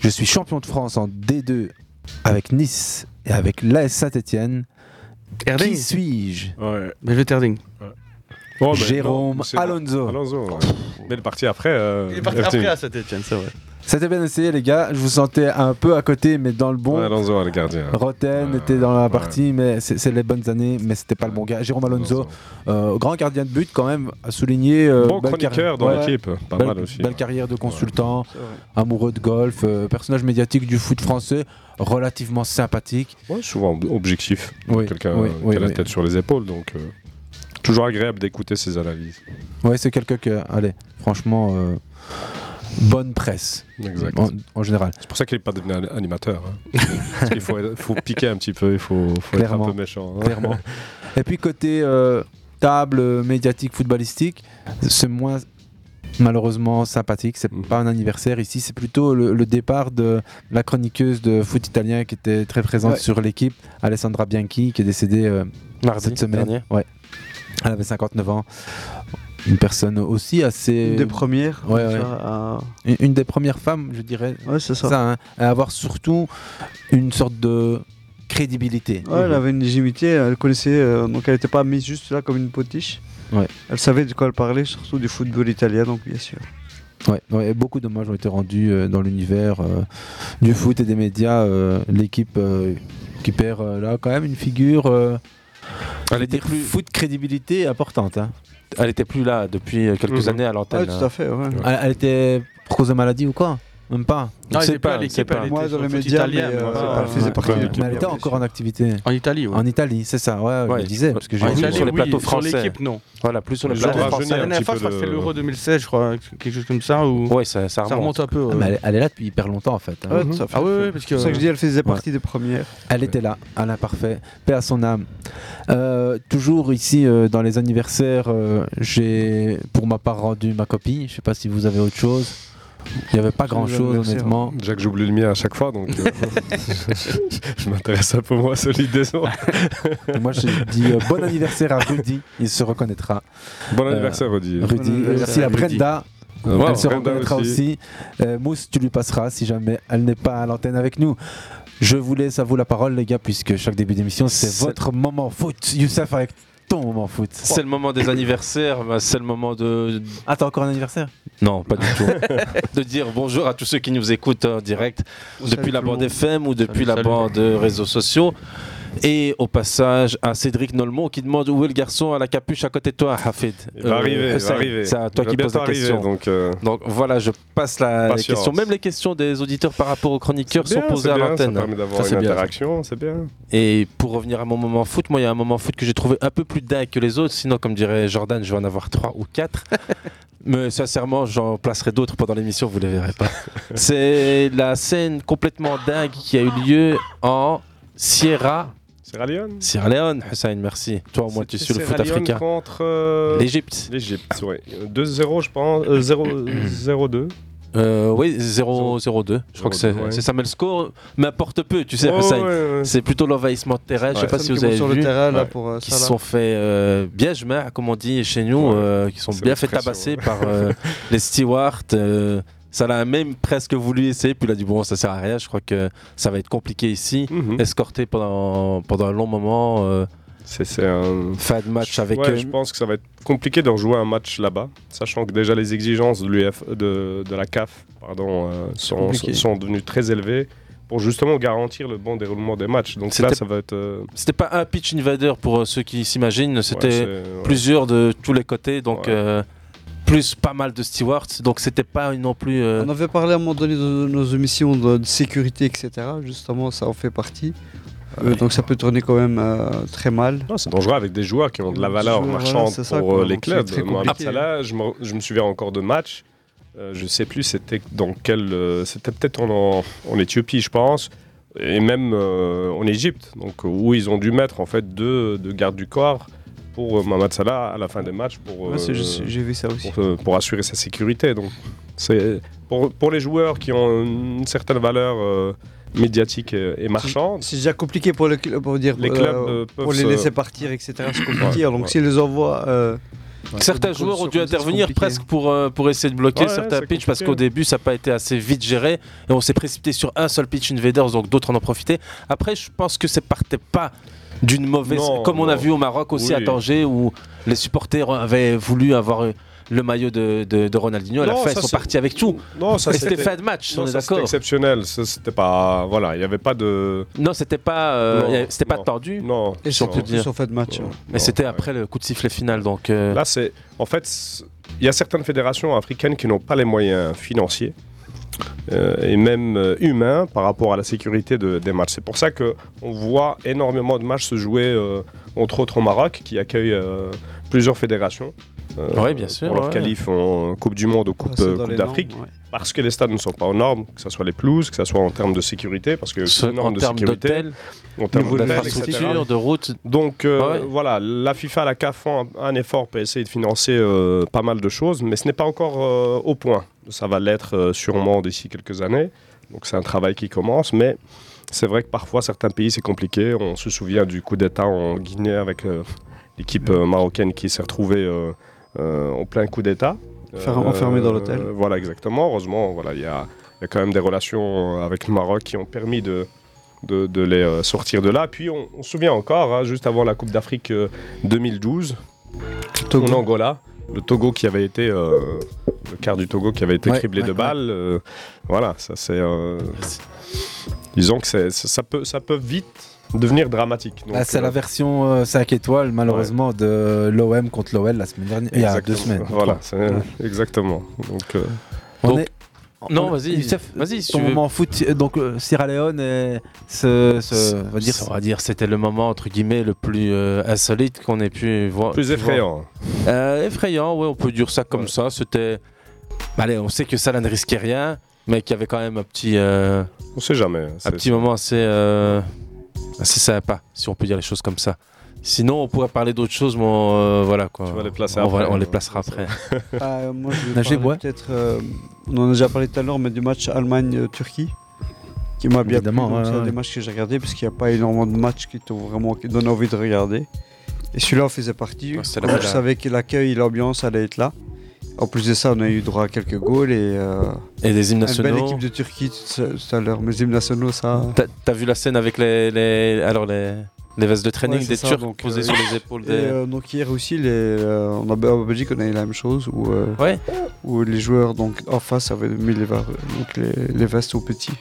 Je suis champion de France en D2 avec Nice et avec l'AS Saint-Etienne. Qui suis-je
Mais le Terding.
Oh, bah,
Jérôme
non, c'est-
Alonso.
Alonso, ouais. Mais le parti après. euh,
Il est parti
Everton.
après à cette Etienne, c'est vrai.
C'était bien essayé, les gars. Je vous sentais un peu à côté, mais dans le bon.
Ouais, Alonso, le gardien.
Roten était dans la partie, mais c'est c'est les bonnes années, mais c'était pas le bon gars. Jérôme Alonso, euh, grand gardien de but quand même, à souligner. euh,
Bon
belle
chroniqueur
carri-
dans
ouais,
l'équipe, pas
belle-
mal aussi.
Belle carrière de consultant, amoureux de golf, euh, personnage médiatique du foot français, relativement sympathique.
Ouais, souvent ob- objectif.
Oui,
Quelqu'un
oui,
euh, qui
oui,
a la
oui.
tête sur les épaules, donc euh, toujours agréable d'écouter ses analyses.
Ouais, c'est quelqu'un que, allez, franchement, euh, bonne presse.
Exact.
En, en général.
C'est pour ça qu'il n'est pas devenu an- animateur. hein. Parce qu'il faut, être- faut piquer un petit peu, il faut, faut être un
Clairement.
peu méchant. hein. [LAUGHS]
Clairement. Et puis côté euh, table euh, médiatique footballistique, c'est moins malheureusement sympathique. C'est
Mm.
pas un anniversaire ici, c'est plutôt le, le départ de la chroniqueuse de foot italien qui était très présente
Ouais.
sur l'équipe, Alessandra Bianchi, qui est décédée euh,
Mardi
cette semaine.
dernier.
Ouais. Elle avait 59 ans. Une personne aussi assez.
Une des premières,
Ouais,
comme
ouais.
ça, à-
Une, une des premières femmes, je dirais.
Euh, Ouais, c'est ça.
hein, à avoir surtout une sorte de crédibilité.
Ouais, elle avait une légitimité, elle connaissait, euh, donc elle n'était pas mise juste là comme une potiche.
Ouais.
Elle savait de quoi elle parlait, surtout du football italien, donc bien sûr.
Ouais, ouais, et beaucoup d'hommages ont été rendus euh, dans l'univers euh, du foot et des médias. euh, L'équipe euh, qui perd euh, là quand même une figure. euh, je veux dire, foot crédibilité importante. hein.
Elle était plus là depuis euh, quelques
Mhm.
années à l'antenne.
Ouais, tout
hein.
à fait, euh, Elle, elle était pour cause de maladie ou quoi Même pas.
Non, elle était pas à l'équipe,
c'est
elle était Moi, dans sur les le foot
médias,
médias, italien, mais, mais, euh, euh, elle faisait partie de l'équipe.
Mais elle était encore en activité.
En Italie,
En Italie, c'est ça, ouais, je
Ouais.
le disais. Parce que j'ai
En
vu
Italie, sur les oui, plateaux sur français. l'équipe, non. Voilà, plus sur les plateaux français,
La
un
dernière
petit
fois,
peu
ça fait
de-
l'Euro 2016, je crois, hein, quelque chose comme ça. Ou...
Ouais, ça, ça
Ça remonte un peu.
Ah, mais elle, elle est là depuis hyper longtemps en fait. hein.
Ouais, Mhm. ça fait- Ah ouais, ouais, parce que-
C'est pour ça que je dis, elle faisait partie
Ouais.
des premières.
Elle était là, Alain Parfait, paix à son âme. Euh, toujours ici euh, dans les anniversaires, euh, j'ai pour ma part rendu ma copie. Je sais pas si vous avez autre chose. Il n'y avait pas grand chose honnêtement.
Jacques, j'oublie le mien à chaque fois, donc euh,
[LAUGHS]
je m'intéresse un peu moins à celui des autres.
Et Moi je dis euh, bon anniversaire à Rudy, il se reconnaîtra.
Bon anniversaire, Rudy. Bon
Rudy, Euh,
anniversaire,
aussi à
Rudy.
Brenda.
Euh,
elle
wow,
se
Brenda
reconnaîtra aussi.
aussi.
Euh, Mousse, tu lui passeras si jamais elle n'est pas à l'antenne avec nous. Je vous laisse à vous la parole, les gars, puisque chaque début d'émission, c'est
C'est-
votre moment foot. Youssef avec ton moment foot.
C'est le moment des anniversaires, bah, c'est le moment de.
Ah, t'as encore un anniversaire
Non, pas du tout. [LAUGHS] de dire bonjour à tous ceux qui nous écoutent en direct depuis la bande FM ou depuis la bande euh, réseaux sociaux. Et au passage à Cédric Nolmont qui demande où est le garçon à la capuche à côté de toi, Hafid.
Il va arriver, il va
c'est-
arriver.
C'est à
Il
toi
va
qui poses la
bientôt arriver,
question.
donc, euh,
Donc voilà, je passe la les
Patience.
questions. Même les questions des auditeurs par rapport aux chroniqueurs
C'est
sont
bien,
posées
c'est
à
bien,
l'antenne.
Ça permet d'avoir
Ça,
une
c'est bien.
interaction, c'est bien.
Et pour revenir à mon moment foot, moi il y a un moment foot que j'ai trouvé un peu plus dingue que les autres. Sinon, comme dirait Jordan, je vais en avoir trois ou
[LAUGHS]
quatre. Mais sincèrement, j'en placerai d'autres pendant l'émission, vous ne les verrez pas. [LAUGHS] C'est la scène complètement dingue qui a eu lieu en Sierra.
Sierra Leone
Sierra Leone, Hussein, merci. Toi, au moins, tu suis le foot
Sierra Leone
africain.
contre euh,
L'Égypte.
L'Égypte, ouais. 2-0, je pense. Euh, 0 0-2.
Euh, oui, 0-0-2. Je crois que c'est
0-2, ouais.
c'est ça, mais le score m'importe peu, tu sais,
Ouais,
Hussein.
ouais, ouais.
C'est plutôt l'envahissement de terrain. Je sais
Ouais.
pas si
Personne
vous
qui
avez
monte sur le
vu.
terrain, là, pour, euh,
qui
Salah.
se sont fait euh, bien jemar, comme on dit chez nous, euh, qui sont
C'est
bien
notre
fait
pression,
tabasser
ouais.
par
[LAUGHS]
euh, les stewards. euh, ça l'a même presque voulu essayer, puis il a dit bon, ça sert à rien. Je crois que ça va être compliqué ici,
Mhm.
escorté pendant pendant un long moment. euh,
c'est un
fin de match avec.
Ouais,
euh,
je pense que ça va être compliqué de rejouer un match là-bas, sachant que déjà les exigences de, l'UF, de, de la CAF pardon, euh, sont,
Compliqué.
sont devenues très élevées pour justement garantir le bon déroulement des matchs. Donc là,
C'était-
ça va être. euh,
C'était pas un pitch invader pour euh, ceux qui s'imaginent, c'était
c'est- ouais.
plusieurs de tous les côtés, donc euh, plus pas mal de stewards, donc c'était pas non plus.
Ah
euh,
On avait parlé à un moment donné de nos émissions de, de sécurité, etc. Justement, ça en fait partie. Euh, donc ça peut tourner quand même euh, très mal.
Non, c'est dangereux avec des joueurs qui ont de la
Des
valeur
joueurs,
marchande
voilà, c'est ça,
pour
quoi.
euh, les
Donc, c'est
clubs.
très
Moi,
compliqué.
Salah, je me, je me souviens encore de matchs Euh, je sais plus, c'était dans quel, euh, c'était peut-être en, en Éthiopie, je pense, et même euh, en Égypte, donc où ils ont dû mettre en fait deux, deux gardes du corps pour euh, Mohamed Salah à la fin des matchs pour euh,
Ouais, Ah, c'est- je- j'ai vu ça aussi.
pour, euh, pour assurer sa sécurité. Donc c'est pour, pour les joueurs qui ont une certaine valeur euh, médiatique et, et marchande.
C'est déjà compliqué pour le club, pour dire
Les clubs,
euh,
euh, peuvent
pour les
se-
laisser partir, etc. C'est compliqué.
Ouais,
Donc
ouais.
s'ils les envoient, euh,
certains
dans des
joueurs ont dû
conditions
intervenir
compliquées.
presque pour, euh, pour essayer de bloquer
Ouais,
certains
c'est
pitchs parce
compliqué.
qu'au début ça n'a pas été assez vite géré et on s'est précipité sur un seul pitch Invaders donc d'autres en ont profité. Après je pense que ça partait pas d'une mauvaise
Non,
comme on a
non.
vu au Maroc
Oui.
aussi à Tanger où les supporters avaient voulu avoir euh, le maillot de, de- de Ronaldinho à la
Non,
fin
ça,
ils sont
c'est-
partis avec tout.
Non, ça
Et c'était fin de match,
non,
on est
ça, c'était
d'accord.
exceptionnel. Ça, C'était pas voilà, il n'y avait pas de.
Non, c'était pas, euh, y avait- c'était pas
tendu. Non.
Et surtout
Non.
plus en fin de match,
Non.
hein.
Non.
Et c'était après le coup de sifflet final donc. euh,
Là, c'est. En fait, c'est- il y a certaines fédérations africaines qui n'ont pas les moyens financiers euh, et même euh, humains par rapport à la sécurité de- des matchs. C'est pour ça que on voit énormément de matchs se jouer, euh, entre autres au Maroc, qui accueille euh, plusieurs fédérations. euh,
Ouais, bien sûr,
Pour leur
ouais.
qualif en Coupe du Monde ou Coupe,
c'est
euh,
dans
Coupe
les normes,
d'Afrique.
ouais.
Parce que les stades ne sont pas aux normes, que ce soit les pelouses, que ce soit en termes de sécurité, parce que
Ce-
les normes
en
de
termes
sécurité,
d'hôtels,
en termes
niveau
d'hôtels,
d'infrastructure,
etc.
de routes.
Donc euh,
Ouais.
voilà, la FIFA, la CAF font un, un effort pour essayer de financer euh, pas mal de choses, mais ce n'est pas encore euh, au point. Ça va l'être euh, sûrement d'ici quelques années. Donc c'est un travail qui commence, mais c'est vrai que parfois certains pays c'est compliqué. On se souvient du coup d'État en Guinée avec euh, l'équipe euh, marocaine qui s'est retrouvée euh, euh, en plein coup d'État. Euh,
Ferm- enfermée dans l'hôtel.
Voilà, exactement. Heureusement, voilà, il y a, il y a quand même des relations euh, avec le Maroc qui ont permis de, de, de les euh, sortir de là. Puis on, on se souvient encore, hein, juste avant la Coupe d'Afrique euh, 2012, en Angola, le Togo qui avait été euh, le quart du Togo qui avait été
Ouais,
criblé
ouais,
de
ouais.
balles. euh, voilà, ça c'est. euh, disons que c'est- ça, ça peut, ça peut vite devenir dramatique. Donc,
Ah, c'est
euh,
la version 5 étoiles, malheureusement, de l'OM contre l'OL la semaine dernière. Il y a deux
exactement.
semaines.
Voilà,
trois.
c'est- exactement. Donc, euh,
On
donc,
est-
Non,
on-
vas-y,
Youssef,
vas-y, si
ton
tu veux.
moment foot, euh, donc euh, Sierra Leone, et ce, ce- on va dire,
Ça, on va dire c'était le moment entre guillemets le plus euh, insolite qu'on ait pu voir.
Plus
pu
effrayant.
voir. Euh, effrayant, ouais, on peut dire ça comme ça. C'était. bah, Allez, on sait que ça là, ne risquait rien, mais qu'il y avait quand même un petit. euh,
on sait jamais. hein,
un
c'est-
petit moment assez, euh, assez sympa, si on peut dire les choses comme ça. Sinon, on pourrait parler d'autres choses, mais on, euh, voilà quoi.
vas les placer
on, va-
après,
on les
euh,
placera après.
[LAUGHS]
Ah, moi, je vais
Najib,
parler peut-être. euh, on en a déjà parlé tout à l'heure, mais du match Allemagne-Turquie, qui m'a bien plu.
Évidemment,
donc
ouais,
C'est un
ouais.
des matchs que j'ai regardé, parce qu'il n'y a pas énormément de matchs qui t'ont vraiment qui donnent envie de regarder. Et celui-là en faisait partie.
Ouais, c'était la
Donc, je
belle-
savais que l'accueil, l'ambiance allait être là. En plus de ça, on a eu droit à quelques goals et. euh,
Et des hymnes
Une belle
nationaux.
équipe de Turquie tout tout à l'heure, mais hymnes nationaux, ça.
T'as- T'as vu la scène avec les, les- alors les, les vestes de training
Ouais, c'est
des
ça,
Turcs
donc,
posées
euh,
sur les épaules
et,
des.
euh, donc hier aussi, les, euh, on a, en Belgique, on a eu la même chose où, euh, où les joueurs donc, en face avaient mis les, var- donc les, les vestes aux petits.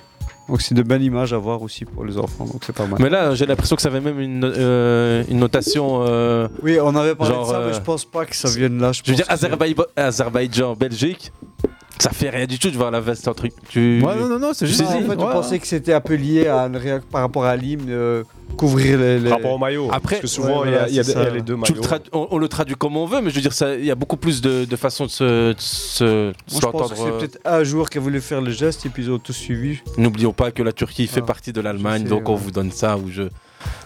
Donc c'est de belles images à voir aussi pour les enfants, donc c'est pas mal.
Mais là, j'ai l'impression que ça avait même une, no- euh, une notation. euh,
oui, on avait parlé
genre,
de ça, mais
euh,
je pense pas que ça vienne là. Je,
Je veux
pense
dire,
que-
Azerbaï- Azerbaïdjan, Belgique, ça fait rien du tout de voir la veste en truc. Tu...
Ouais, non, non, non, c'est
Tu
juste-
sais-
en fait, on
Ouais.
pensait que c'était un peu lié à une réac- par rapport à l'hymne, euh, couvrir les, les-
Par rapport au maillot.
Après,
parce que souvent,
Ouais,
il y a-
voilà,
il y, a
c'est
des- il y a
ça.
les deux
Tu
maillots.
le tradu- on, on le traduit comme on veut, mais je veux dire, ça- il y a beaucoup plus de, de façons de se, de se, de
Moi,
se
je pense que
l'entendre,
c'est
euh,
peut-être un joueur qui a voulu faire le geste et puis ils ont tous suivi.
N'oublions pas que la Turquie fait
Ah,
partie de l'Allemagne,
je sais,
donc on
ouais.
vous donne ça. Ou je...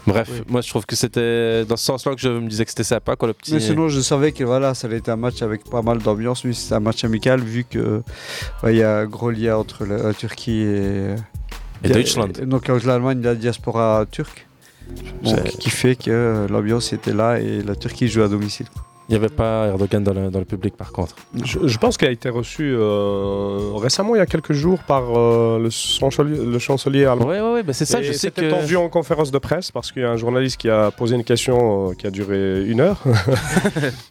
Bref,
Oui.
moi je trouve que c'était dans ce sens-là que je me disais que c'était sympa quand le petit.
Mais sinon, je savais que voilà, ça allait être un match avec pas mal d'ambiance, mais c'est un match amical vu que bah, il y a un gros lien entre la, la Turquie et,
Et Deutschland.
et donc avec l'Allemagne, la diaspora turque, donc,
C'est-
qui fait que euh, l'ambiance était là et la Turquie joue à domicile.
Il n'y avait pas Erdogan dans le, dans le public par contre.
Je, je pense qu'il a été reçu euh, récemment, il y a quelques jours, par euh, le, chancelier, le chancelier allemand.
Ouais, ouais, ouais, bah c'est ça,
Et
je sais
c'était
que-
tendu en conférence de presse parce qu'il y a un journaliste qui a posé une question euh, qui a duré une
[LAUGHS]
heure.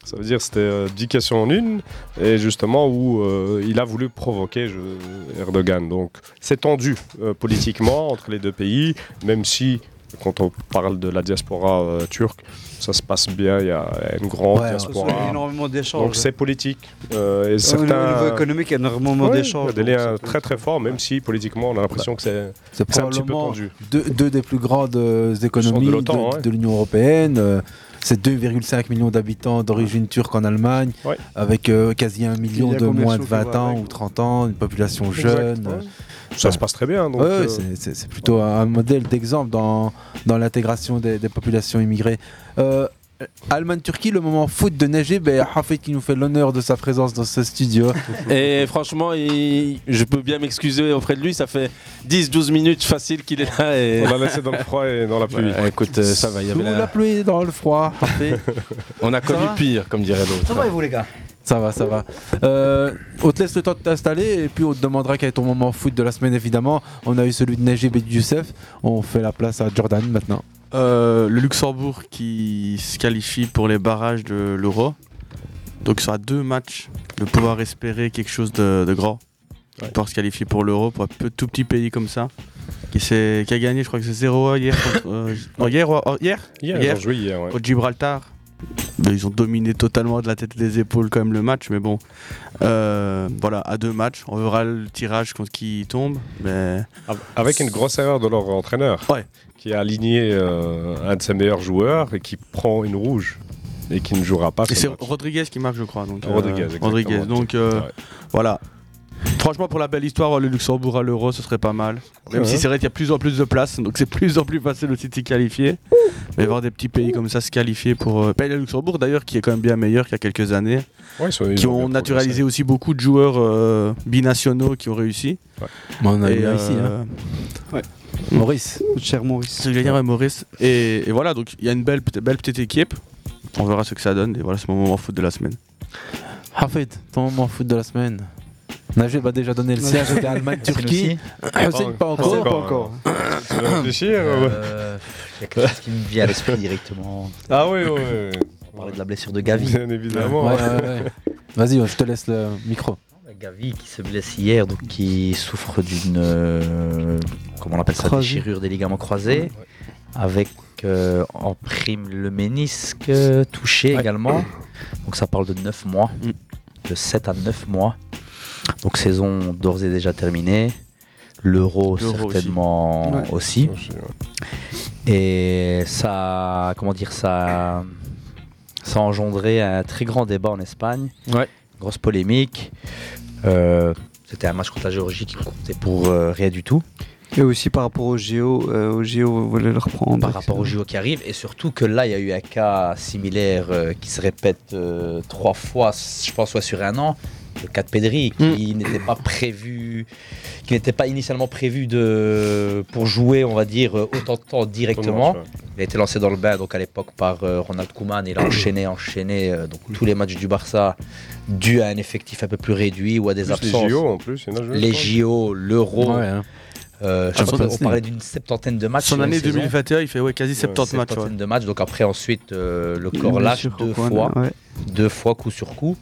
ça veut dire que c'était euh, dix questions en une. Et justement, où euh, il a voulu provoquer je- Erdogan. Donc c'est tendu euh, politiquement entre les deux pays, même si. Quand on parle de la diaspora euh, turque, ça se passe bien, il y a il y a une grande
Ouais,
diaspora.
il y a énormément d'échanges.
Donc c'est politique. euh, et
Au
certains...
niveau économique, il y a énormément
Ouais,
d'échanges,
Il y a des
donc ça
liens
peut-
très très forts, même si politiquement on a l'impression que c'est
C'est
que c'est un petit peu
probablement
tendu.
deux, deux des plus grandes euh, économies de,
l'OTAN, ouais.
de l'Union européenne. euh, c'est 2,5 millions d'habitants d'origine turque en Allemagne, avec euh, quasi un million
la
de
conversion
moins de
qui va
20 ans
avec.
ou 30 ans, une population
Exact,
jeune.
ouais.
euh,
Ça se passe très bien, donc,
Ouais,
euh,
c'est- c'est c'est plutôt un un modèle d'exemple dans, dans l'intégration des, des populations immigrées. Euh, Allemagne-Turquie, le moment foot de Najib, ben, Hafid qui nous fait l'honneur de sa présence dans
[LAUGHS]
ce studio.
Et franchement, il- je peux bien m'excuser auprès de lui. Ça fait 10-12 minutes facile qu'il est là. Et...
On l'a laissé dans le froid et dans la pluie.
Ouais, écoute, euh, ça va. Il y avait
Sous
la-
la pluie, dans le froid.
[LAUGHS]
On a
Ça
connu
va
pire, comme dirait l'autre.
vous les gars Ça va, ça va. Euh, on te laisse le temps de t'installer et puis on te demandera quel est ton moment foot de la semaine évidemment. On a eu celui de Najib et de Youssef. On fait la place à Jordan maintenant.
Euh, le Luxembourg qui se qualifie pour les barrages de l'Euro. Donc ça a deux matchs de pouvoir espérer quelque chose de, de grand. De Pouvoir se qualifier pour l'Euro, pour un peu- tout petit pays comme ça. Qui, s'est- qui a gagné, je crois que c'est 0-1 hier. contre,
[LAUGHS]
euh, non, hier, ou- oh, hier,
Hier, ils ont joué hier, ouais.
Au Gibraltar. Ben, Ils ont dominé totalement de la tête et des épaules quand même le match, mais bon. Euh, voilà, à deux matchs, on verra le tirage contre qui tombe. Mais...
Avec une grosse erreur de leur entraîneur, qui a aligné euh, un de ses meilleurs joueurs et qui prend une rouge et qui ne jouera pas.
Et
ce
c'est
match.
Rodriguez qui marque, je crois. Donc, euh,
Rodriguez, exactement.
Rodriguez. Donc euh,
Ouais.
voilà. Franchement, pour la belle histoire, le Luxembourg à l'Euro, ce serait pas mal. Même
Ouais.
si c'est vrai qu'il y a plus en plus de places, donc c'est plus en plus facile aussi de s'y qualifier. Mais voir des petits pays comme ça se qualifier pour. Euh, ben, le Luxembourg d'ailleurs, qui est quand même bien meilleur qu'il y a quelques années.
Ouais, ils sont- ils
qui
ont bien
ont
progressé.
naturalisé aussi beaucoup de joueurs euh, binationaux qui ont réussi.
Mais on a
Et,
eu un ici,
euh,
hein.
Maurice.
Cher Maurice.
C'est ce que j'allais
euh,
dire, ouais, Maurice. Et, et voilà, donc il y a une belle, petite- belle petite équipe. On verra ce que ça donne. Et voilà, c'est mon moment foot de la semaine.
Hafid, ton moment foot de la semaine Najib a déjà donné le sien, c'était Allemagne-Turquie.
C'est le
Euh, Hussein,
sien
pas
Ah, c'est
encore.
pas encore. hein.
[COUGHS] Tu veux réfléchir
Euh, Il y a quelque chose qui me vient à l'esprit directement.
Ah oui, oui.
On parlait de la blessure de Gavi.
Bien évidemment.
Ouais,
[LAUGHS]
ouais, ouais. Vas-y, je te laisse le micro.
Oh, Gavi qui se blesse hier, donc qui souffre d'une. euh, comment on appelle ça
Croisée.
Déchirure des ligaments croisés. Avec euh, en prime le ménisque euh, touché également. Donc ça parle de 9 mois. De 7 à 9 mois. Donc saison d'ores et déjà terminée. L'euro
L'Euro aussi.
certainement
Ouais.
aussi. Et ça. Comment dire ça ça a engendré un très grand débat en Espagne. Grosse polémique. Euh, C'était un match contre la Géorgie qui comptait pour euh, rien du tout.
Et aussi par rapport au JO, euh, au JO, vous voulez le reprendre.
Par rapport au JO qui arrive, et surtout que là, il y a eu un cas similaire euh, qui se répète euh, trois fois, je pense, soit sur un an. Le cas de Pedri, qui
Mm.
n'était pas prévu, qui n'était pas initialement prévu de, pour jouer, on va dire, euh, autant de temps directement.
ouais.
Il a été lancé dans le bain donc à l'époque par euh, Ronald Koeman. Il a enchaîné, enchaîné euh, donc, tous les matchs du Barça dû à un effectif un peu plus réduit ou à des
Plus les
absences.
JO, en plus, il y en a, je
Les
crois.
JO, l'Euro.
Ouais, hein.
Euh, je
Ah,
pense
ça,
qu'on
c'est-
parlait d'une septantaine de matchs.
Son
sur une
année
saison.
2021, il fait ouais, quasi 70 matchs.
Septantaine
ouais.
de matchs. Donc après, ensuite, euh, le
Une
corps lâche
blessure
deux
au coin,
fois,
ouais.
deux fois coup sur coup.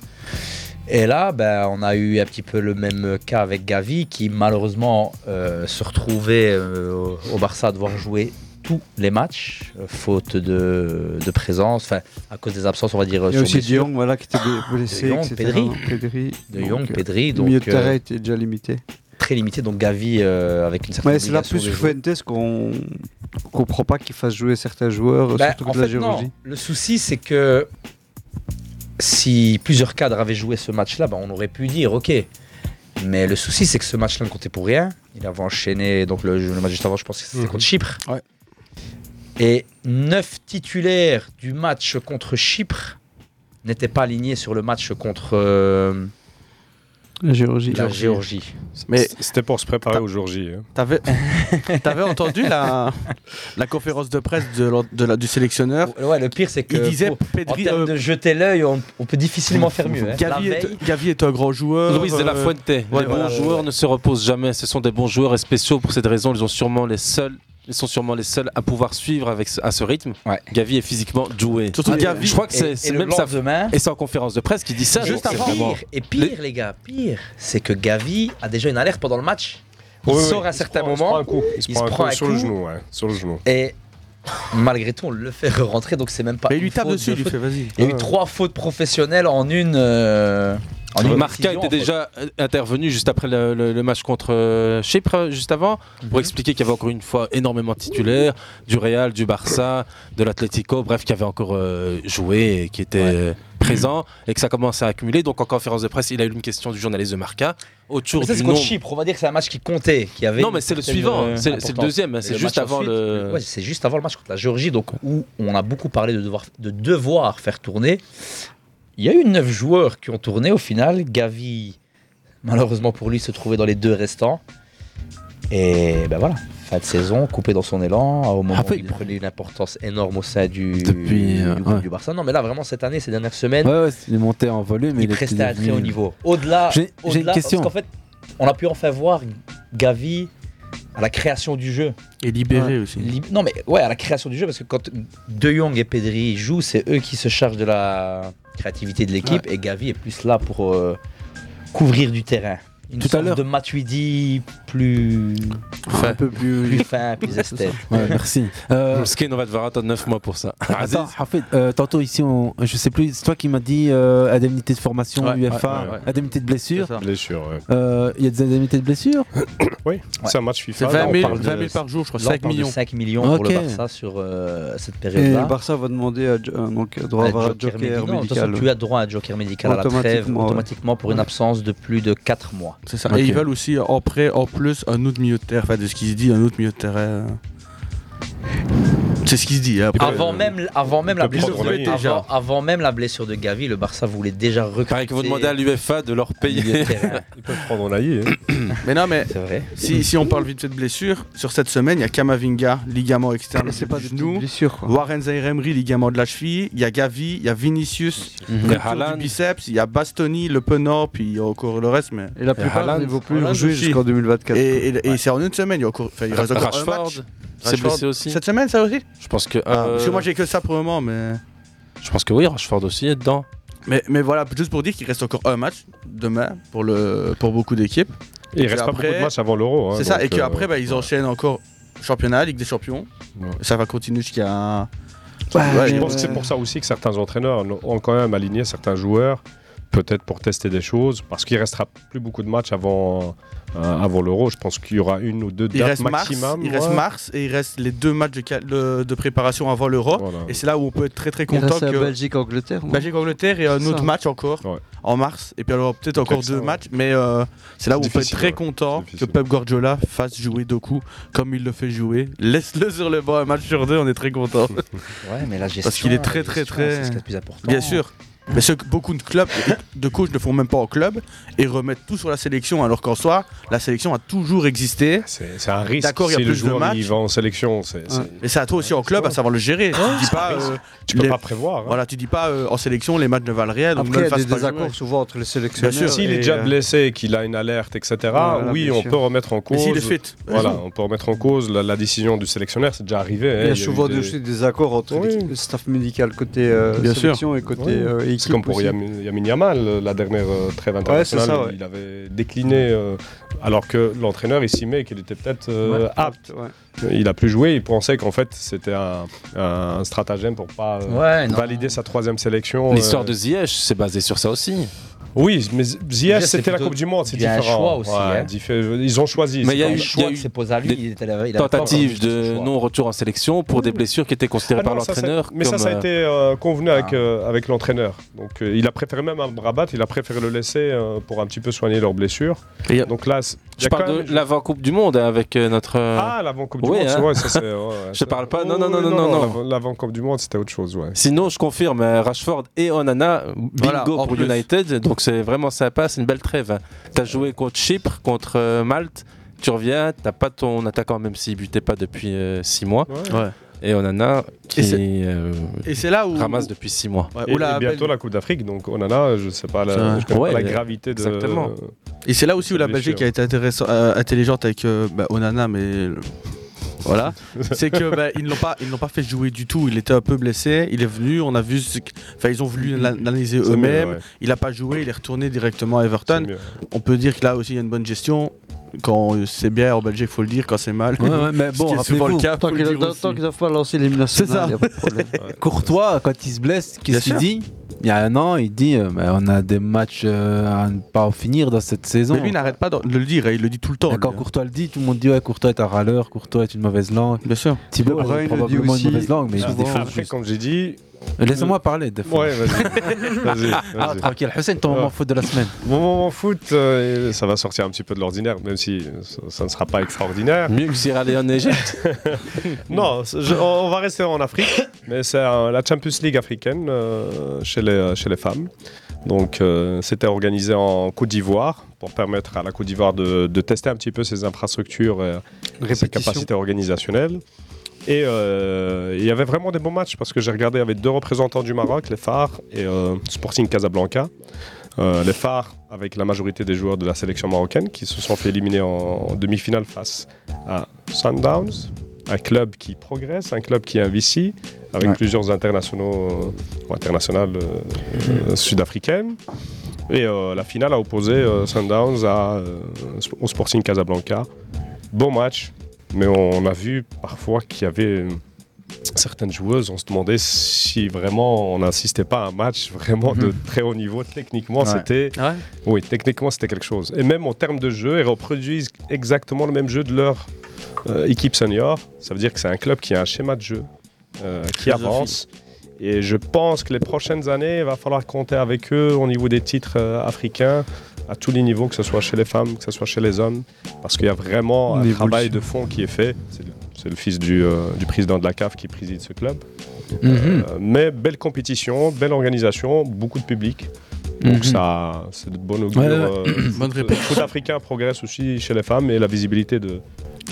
Et là, ben, on a eu un petit peu le même cas avec Gavi, qui malheureusement euh, se retrouvait euh, au Barça à devoir jouer tous les matchs, euh, faute de, de présence, enfin à cause des absences, on va dire. euh,
Il y a
sur
aussi De
blessure.
Jong, voilà, qui était blessé.
De Jong,
etc.
Pedri.
Pedri.
De Jong, Pedri,
Le milieu de
donc,
terrain
euh,
était déjà limité.
Très limité, donc Gavi euh, avec une certaine
Ouais, c'est là
obligation
plus
de jouer.
Fuentes qu'on comprend pas qu'il fasse jouer certains joueurs,
Ben,
surtout
en
de la
fait, non.
Géorgie.
Le souci, c'est que si plusieurs cadres avaient joué ce match-là, ben, on aurait pu dire OK. Mais le souci, c'est que ce match-là ne comptait pour rien. Il avait enchaîné, donc le, le match juste avant, je pense que c'était
Mhm.
contre Chypre. Et neuf titulaires du match contre Chypre n'étaient pas alignés sur le match contre euh,
La Géorgie.
la Géorgie.
Mais c'était pour se préparer au jour J. hein.
T'avais, [LAUGHS] t'avais entendu la, la conférence de presse de l'en- de la- du sélectionneur
Ouais, le pire, c'est que
Il disait
pour-
Pedri,
en termes
euh,
de jeter l'œil, on, on peut difficilement faire mieux. hein.
Gavi,
La
est,
veille-
Gavi est un grand joueur.
Luis
de la
euh,
Fuente. les
ouais,
bons
voilà.
joueurs ne se reposent jamais. Ce sont des bons joueurs et spéciaux pour cette raison. Ils ont sûrement les seuls. Ils sont sûrement les seuls à pouvoir suivre avec ce- à ce rythme. Gavi est physiquement doué. Ah,
Surtout Gavi.
Je crois que
Et-
c'est
et
c'est
le
même ça.
lendemain-
Et c'est en conférence de presse qu'il dit ça.
Juste
donc c'est
avant.
vraiment-
Et pire, les gars, pire, c'est que Gavi a déjà une alerte pendant le match. Il
Ouais, ouais,
sort
ouais,
à
il se
certains
prend- il se
moments.
prend un coup. Il se prend un coup sur le genou, ouais, sur le genou.
Et malgré tout, on le fait rentrer, donc c'est même pas.
Mais il
une
lui tape
faute, deux
dessus, il lui
fautes.
fait, vas-y.
Il y a eu
Ouais.
trois fautes professionnelles en une. euh, une
Marca
décision,
était
en fait.
déjà euh, intervenu juste après le, le- le match contre euh, Chypre, euh, juste avant, pour expliquer qu'il y avait encore une fois énormément de titulaires, du Real, du Barça, de l'Atlético, bref, qui avait encore euh, joué et qui était euh, présent, et que ça commençait à accumuler. Donc en conférence de presse, il a eu une question du journaliste de Marca autour
Mais ça,
du
c'est contre
nombre-
Chypre, on va dire que c'est un match qui comptait, qui avait.
Non, mais
une
c'est le
certaine,
suivant,
euh,
c'est- c'est le
importance.
deuxième,
Et
c'est
le
juste
match
avant
ensuite,
le-
ouais, c'est juste avant le match contre la Géorgie, donc où on a beaucoup parlé de devoir, de devoir faire tourner. Il y a eu neuf joueurs qui ont tourné au final. Gavi, malheureusement pour lui, se trouvait dans les deux restants. Et ben voilà, fin de saison, coupé dans son élan, au moment où il prenait une importance énorme au sein du, du groupe du Barça. Non, mais là, vraiment, cette année, ces dernières semaines,
Ouais, ouais, il est monté en volume.
il restait à un très haut niveau. Au-delà,
J'ai- j'ai
au-delà-
une question.
Parce qu'en fait, on a pu enfin voir Gavi à la création du jeu.
Et libéré
Ouais.
aussi.
Lib- non, mais ouais, à la création du jeu, parce que quand De Jong et Pedri jouent, c'est eux qui se chargent de la créativité de l'équipe, et Gavi est plus là pour euh, couvrir du terrain. Une Tout sorte de Matuidi plus.
Fin.
Un peu plus.
[LAUGHS]
Plus fin, plus esthète.
Ouais, merci.
Skin, on va devoir attendre 9 mois pour ça.
Attends, en fait, euh, tantôt ici, on, je sais plus, c'est toi qui m'as dit euh, indemnité de formation,
Ouais,
UFA,
ouais, ouais, ouais.
indemnité de blessure.
C'est ça. Blessure, ouais.
Euh, Il y a des indemnités de blessure
[COUGHS] Oui, c'est un match FIFA.
C'est
là,
20
on
000,
parle de-
20 000 par jour, je crois.
Là, on
5
parle de
millions.
5 millions pour le
Ok.
Barça sur euh, cette
Et
période-là.
le Barça va demander à, Jo- euh, donc, droit à
Un
avoir un
joker
joker
médical. Non, de toute façon,
médical.
tu as droit à un joker médical à la trêve
Automatiquement, ouais.
automatiquement pour une absence de plus de 4 mois.
C'est ça. Et ils veulent aussi en prêt, en plus, un autre milieu de terrain. Enfin, de ce qui se dit, un autre milieu de terrain. euh. C'est ce qui se dit. hein. Après,
Avant
euh,
même, avant, même la
Ils le
blessure
faisaient
de,
déjà.
avant, avant même la blessure de Gavi, le Barça voulait déjà recruter.
Pareil que vous demandez à l'UFA de leur payer.
[LAUGHS]
Ils
peuvent prendre l'AI.
[COUGHS]
Mais non, mais
C'est vrai.
Si, si on parle vite de cette blessure, sur cette semaine, il y a Kamavinga, ligament externe
C'est
c'est
pas
pas
des
du
petites
genou.
blessures, quoi.
Warren Zaïre-Emery, ligament de la cheville. Il y a Gavi, il y a Vinicius,
Mhm.
rupture
Il y a Haaland.
du biceps, il y a Bastoni, le Penor, puis il y a encore le reste. Mais...
Et la plupart Haaland. ne vont plus jouer jusqu'en 2024.
Et, et- et c'est en une semaine, il, y a encore,
[LAUGHS]
enfin, il reste encore un
Rashford
match.
s'est
Rashford.
blessé aussi.
Cette semaine, ça
Euh,
aussi
Je pense que.
Ah, Parce que
euh,
moi, j'ai que ça pour le moment, mais.
Je pense que oui, Rochefort aussi est dedans.
Mais, mais voilà, juste pour dire qu'il reste encore un match demain pour, le, pour beaucoup d'équipes.
Et il
Et
reste
puis
pas beaucoup de matchs avant l'Euro, hein,
c'est ça,
donc,
et qu'après,
euh,
bah, ils enchaînent encore championnat, Ligue des Champions.
Ouais.
Ça va continuer jusqu'à.
je pense que c'est pour ça aussi que certains entraîneurs ont quand même aligné certains joueurs, peut-être pour tester des choses, parce qu'il restera plus beaucoup de matchs avant, euh, avant l'Euro. Je pense qu'il y aura une ou deux
Il
dates
reste, mars,
maximum.
il reste
ouais.
mars et il reste les deux matchs de, qual- de- de préparation avant l'Euro. Et c'est là où on peut être très très content.
reste à
que
Belgique-Angleterre, non
Belgique-Angleterre et un
C'est
autre
ça.
match encore en mars. Et puis alors peut-être encore
Peut-être ça,
deux
ouais.
matchs. Mais euh, c'est là où
C'est
on peut être
difficile,
très
ouais.
content que Pep Guardiola fasse jouer Doku comme il le fait jouer. Laisse-le sur le banc un match sur deux, on est très content.
[LAUGHS] Ouais, mais la gestion, euh,
Parce qu'il est très
la
très
gestion,
très.
c'est ce qui est le plus important.
Bien sûr. Mais ce que beaucoup de clubs, de coachs ne font même pas en club et remettent tout sur la sélection, alors qu'en soi, la sélection a toujours existé.
C'est un risque.
D'accord, il y a
si le
plus de
joueur,
matchs.
il va en sélection. c'est- c'est- Ah,
Mais c'est à toi aussi en club à savoir le gérer. tu dis pas, euh,
Tu peux
les-
pas prévoir, hein.
Voilà, tu dis pas euh, en sélection les matchs ne valent rien. donc
Après, il
ne le
y a
fasse
des
pas jouer.
désaccords souvent entre les sélectionneurs.
Bien sûr.
S'il est
Et,
déjà
euh,
blessé, qu'il a une alerte, etc.,
Voilà,
oui,
bien
on
sûr.
peut remettre en
Mais
cause.
s'il est fit.
Voilà,
Bien sûr.
on peut remettre en cause la, la décision du sélectionneur, c'est déjà arrivé. hein,
Il y a
eu
souvent
des-
des... aussi des accords entre le staff médical côté euh,
Bien sûr.
sélection et côté
Ouais.
euh, équipe.
C'est comme pour
aussi.
Yamin Yamin Yamal, euh, la dernière euh, trêve
c'est
internationale,
ça, ouais.
il avait décliné euh, alors que l'entraîneur il s'y met et qu'il était peut-être euh,
Ouais,
apte.
ouais.
Il a plus joué, il pensait qu'en fait c'était un, un stratagème pour pas euh,
Ouais, non.
valider sa troisième sélection.
L'histoire
euh.
de Ziyech, c'est basé sur ça aussi.
Oui, mais Z- Ziyech
c'est
c'était la
plutôt-
Coupe du Monde, c'est
il y a
différent.
un choix aussi,
Ouais,
hein.
diffé- Ils ont choisi.
Mais il y a
c'est
eu,
pas-
il y a eu des tentatives de non-retour en sélection pour des blessures qui étaient considérées
Ah non,
par
ça, ça-
l'entraîneur.
Mais ça,
comme,
ça a
euh, Ah.
été euh, convenu avec, euh, avec l'entraîneur. Donc euh, il a préféré même un Rabat, il a préféré le laisser euh, pour un petit peu soigner leurs blessures. Donc là, c'est- il y
Je
a quand
parle
même-
de l'avant-coupe du monde hein, avec euh, notre. euh,
Ah, l'avant-Coupe du
Oui,
Monde,
hein.
c'est vrai, ça c'est. ouais, ouais,
[LAUGHS] Je
ça-
parle pas- non,
Oh,
non, non,
oui,
non, non, non.
l'avant- L'avant-Coupe du Monde, c'était autre chose, ouais.
Sinon, je confirme, euh, Rashford et Onana, bingo
Voilà, en
pour
plus.
United. Donc c'est vraiment sympa, c'est une belle trêve. hein. T'as joué contre Chypre, contre euh, Malte, tu reviens, t'as pas ton attaquant, même s'il butait pas depuis 6 mois.
Ouais. Ouais.
Et Onana qui
c'est-
euh,
et c'est là où-
ramasse depuis 6 mois.
Ouais,
Et,
où la
et bientôt
Bel-
la Coupe d'Afrique, donc on en a, je sais pas, la, je connais pas la gravité de.
Exactement.
Et c'est là aussi où la Belgique a été intéressant- euh, intelligente avec euh, bah, Onana, mais le-
[LAUGHS]
voilà. c'est que bah, ils l'ont pas, ils l'ont pas fait jouer du tout. Il était un peu blessé. Il est venu. On a vu. ce que- Enfin, ils ont voulu l'an- l'analyser
C'est
eux-mêmes.
mieux, ouais.
Il a pas joué. Il est retourné directement à Everton. On peut dire que là aussi il y a une bonne gestion. Quand euh, c'est bien en Belgique, faut le dire. Quand c'est mal,
Ouais, ouais,
[LAUGHS]
mais
[LAUGHS] ce
bon,
qui est souvent le
rappelez-vous,
cas.
Tant
faut le
qu'ils
dire
tant
aussi.
qu'ils doivent pas lancer l'hymne national,
[LAUGHS]
C'est ça.
il y a pas de problème.
Courtois, quand il se blesse, qu'est-ce qu'il
Bien
dit il y a un an, il dit euh, Mais on a des matchs euh, à ne pas en finir dans cette saison.
Mais lui, il n'arrête pas de le dire, et il le dit tout le temps.
Et quand Courtois le dit, tout le monde dit Ouais, Courtois est un râleur, Courtois est une mauvaise langue.
Bien sûr.
Thibaut
De Bruyne
est
le dit
probablement
aussi
une mauvaise langue, mais il se
souvent.
défend.
Après, comme j'ai dit. euh,
Laisse-moi parler, des fois.
Ouais,
[LAUGHS]
vas-y. Vas-y,
Ah,
vas-y.
tranquille. Hussein, ton moment foot de la semaine.
Mon moment foot, euh, ça va sortir un petit peu de l'ordinaire, même si ça, ça ne sera pas extraordinaire.
Mieux que Sierra Leone en Égypte.
non, c'est- je- on on va rester en Afrique, [COUGHS] mais c'est euh, la Champions League africaine euh, chez, les, chez les femmes. Donc, euh, c'était organisé en Côte d'Ivoire pour permettre à la Côte d'Ivoire de, de tester un petit peu ses infrastructures, et ses
Répétition.
capacités organisationnelles. Et euh, il y avait vraiment des bons matchs parce que j'ai regardé avec deux représentants du Maroc, les Phares et euh, Sporting Casablanca. Euh, les Phares avec la majorité des joueurs de la sélection marocaine qui se sont fait éliminer en, en demi-finale face à Sundowns, un club qui progresse, un club qui investit avec plusieurs internationaux euh, ou internationales euh, euh, sud-africaines. Et euh, la finale a opposé euh, Sundowns à, euh, au Sporting Casablanca. Bon match, mais on a vu parfois qu'il y avait euh, certaines joueuses, on se demandait si vraiment on n'assistait pas à un match vraiment de
Mhm.
très haut niveau. Techniquement,
Ouais.
c'était.
Ah ouais
Oui, techniquement, c'était quelque chose. Et même en termes de jeu, ils reproduisent exactement le même jeu de leur euh, équipe senior. Ça veut dire que c'est un club qui a un schéma de jeu euh, qui
Philosophie.
avance. Et je pense que les prochaines années, il va falloir compter avec eux au niveau des titres euh, africains, à tous les niveaux, que ce soit chez les femmes, que ce soit chez les hommes, parce qu'il y a vraiment un
Une évolution.
travail de fond qui est fait. C'est le, c'est le fils du, euh, du président de la CAF qui préside ce club.
Mhm.
Euh, mais belle compétition, belle organisation, beaucoup de public. Donc
Mhm.
ça, c'est de bon augure.
Ouais, ouais.
euh, le foot africain progresse aussi chez les femmes et la visibilité de, de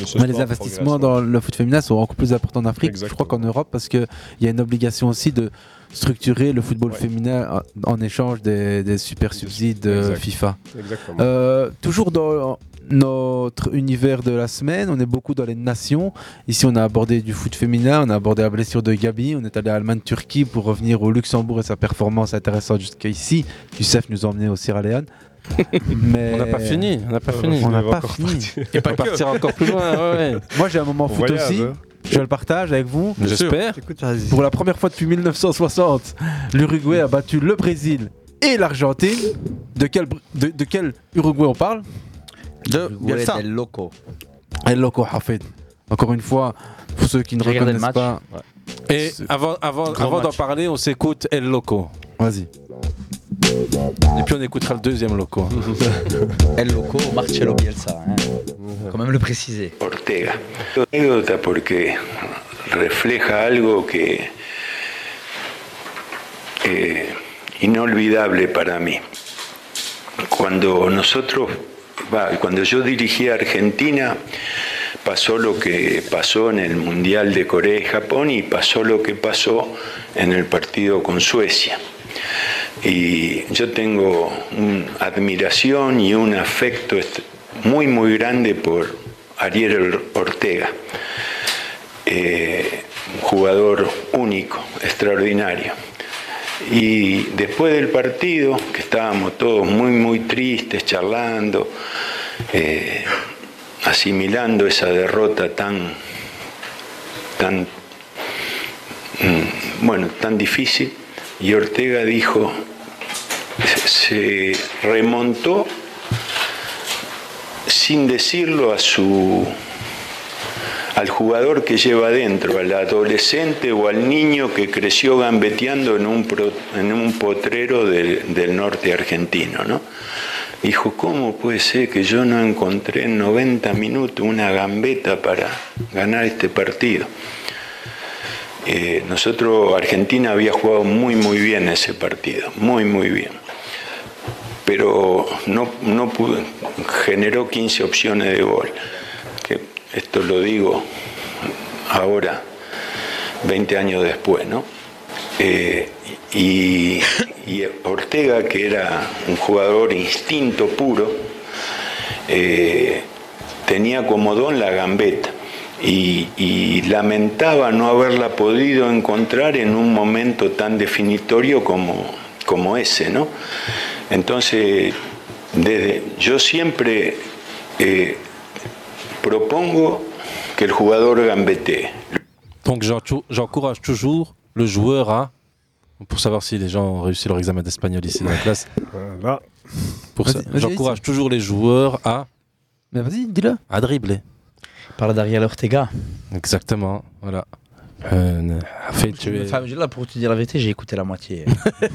ce
Mais
sport
les investissements
progresse.
dans le foot féminin sont encore plus importants en Afrique, je
Exactement.
crois qu'en Europe, parce qu'il y a une obligation aussi de structurer le football féminin en, en échange des, des super subsides euh,
Exact.
FIFA.
Exactement.
Euh, toujours dans notre univers de la semaine, on est beaucoup dans les nations. Ici, on a abordé du foot féminin, on a abordé la blessure de Gabi, on est allé à Allemagne-Turquie pour revenir au Luxembourg et sa performance intéressante jusqu'à ici. Youssef nous a emmené au
[LAUGHS]
Sierra Leone. Mais
On n'a pas fini, on n'a
Euh,
pas fini.
On
On
n'a
va
pas
encore
fini.
partir. Et pas On va que. partir encore plus loin, ouais, ouais.
Moi, j'ai un moment
On
foot
voyage,
aussi.
hein.
Je le partage avec vous.
Bien sûr. J'espère.
Écoute, vas-y. Pour la première fois depuis 1960, l'Uruguay a battu le Brésil et l'Argentine. De quel, Br- de, de quel Uruguay on parle De
Bielsa. del Loco.
El Loco Hafed. Encore une fois, pour ceux qui ne
J'ai regardé le
reconnaissent
match.
pas.
Et avant, avant,
Grand
avant d'en
match.
parler, on s'écoute El Loco.
Vas-y.
Et puis on écoutera le deuxième Loco. hein.
[LAUGHS] El Loco, Marcelo Bielsa. hein. Quand même le préciser.
Ortega. Anécdota porque refleja algo que eh, inolvidable para mí. Cuando nosotros, va, cuando yo dirigía Argentina, pasó lo que pasó en el Mundial de Corea y Japón y pasó lo que pasó en el partido con Suecia. Y yo tengo una admiración y un afecto est- muy, muy grande por Ariel Ortega, Eh, un jugador único, extraordinario. Y después del partido, que estábamos todos muy, muy tristes, charlando, eh, asimilando esa derrota tan, tan, mm, bueno, tan difícil, y Ortega dijo, se remontó sin decirlo a su al jugador que lleva adentro, al adolescente o al niño que creció gambeteando en un, pro- en un potrero del, del norte argentino. ¿no? Dijo, ¿cómo puede ser que yo no encontré en 90 minutos una gambeta para ganar este partido? Eh, nosotros, Argentina había jugado muy, muy bien ese partido, muy, muy bien. Pero no, no pudo, generó 15 opciones de gol. Que esto lo digo ahora, 20 años después, ¿no? Eh, y, y Ortega, que era un jugador instinto puro, eh, tenía como don la gambeta y, y lamentaba no haberla podido encontrar en un momento tan definitorio como, como ese, ¿no? Entonces, desde, yo siempre eh, propongo que el jugador gambetee.
Donc j'entou- j'encourage toujours le joueur à Pour savoir si les gens ont réussi leur examen d'espagnol ici dans la classe.
Voilà.
Pour ça,
Vas-y, vas-y,
j'encourage
vas-y.
toujours les joueurs à.
Mais vas-y, dis-le.
À dribbler.
Par la Dariel Ortega.
Exactement, voilà. Euh, ne- a fait, tu es-
Enfin, là, pour te dire la vérité, j'ai écouté la moitié.
[LAUGHS]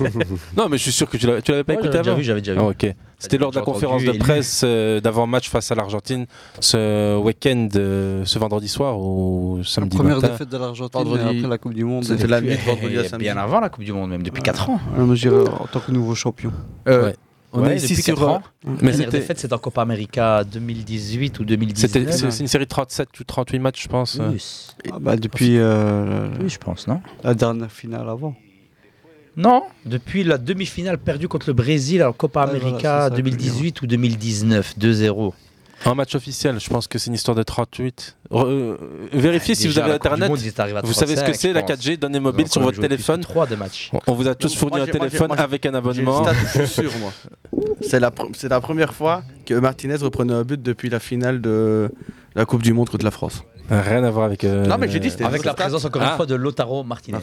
Non, mais je suis sûr que tu l'avais, tu l'avais pas
Ouais,
écouté
j'avais déjà
avant.
vu, j'avais déjà vu.
Bah, Ah, ok. C'était lors de la
J'ai entendu
conférence de
et lu.
presse euh, d'avant-match face à l'Argentine ce week-end, euh, ce vendredi soir ou samedi
première
matin.
défaite de l'Argentine Vendredi. après la Coupe du Monde.
C'était la nuit de
Et
vendredi à
bien
samedi. Bien avant la Coupe du Monde, même depuis 4 ans.
Je me dirais, euh, en tant que nouveau champion.
Euh,
On est ici sur ans.
Mais
Mais la
c'était-
défaite, c'est en Copa América 2018 ou 2019.
C'était c'est c'est une série de 37 ou 38 matchs, je pense.
Oui.
Ah bah, depuis. euh,
Oui, je pense, non
La dernière finale avant.
Non, depuis la demi-finale perdue contre le Brésil en
Ah,
Copa
voilà,
América
c'est ça que je veux dire.
2018 ou 2019, 2-0.
Un match officiel, je pense que c'est une histoire de 38. Re- euh, vérifiez si
Déjà,
vous avez
la Coupe du
internet.
Monde, ils étaient arrivés à
vous savez ce que
35,
c'est la
je pense.
4G, donnez
Ils
mobile
ont [LAUGHS]
sur
encore
votre
joué plus de
téléphone.
trois de matchs.
On vous a tous
Donc,
fourni
moi,
un
j'ai- moi, j'ai-
téléphone
moi, j'ai-
avec un
j'ai le
abonnement.
stade, je suis sûr, moi. [LAUGHS] C'est la, pr- c'est la première fois que Martinez reprenait un but depuis la finale de la Coupe du Monde contre la France.
Rien à voir avec. euh,
Non, mais j'ai dit, c'était
Avec la présence encore
Ah.
une fois de Lotaro Martinez.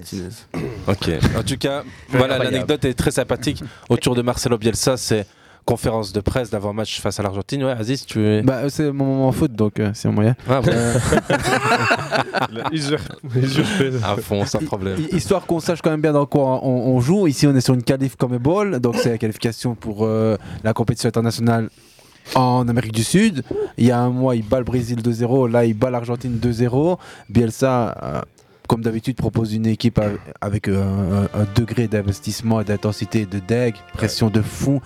Ok. En tout cas, voilà,
Incroyable.
l'anecdote est très sympathique. Autour de Marcelo Bielsa, c'est conférence de presse d'avant-match face à l'Argentine. Ouais, Aziz, tu es.
Bah, euh, c'est mon moment foot, donc euh, c'est un moyen.
[LAUGHS]
Ah, [LAUGHS] bon.
Euh,
À fond, sans problème.
hi- Histoire qu'on sache quand même bien dans quoi on, on joue. Ici, on est sur une qualif comme ball, donc c'est la qualification pour euh, la compétition internationale en Amérique du Sud. Il y a un mois, il bat le Brésil 2-0, là, il bat l'Argentine 2-0. Bielsa, euh, comme d'habitude, propose une équipe av- avec euh, un, un degré d'investissement, et d'intensité, de deg, pression de fou,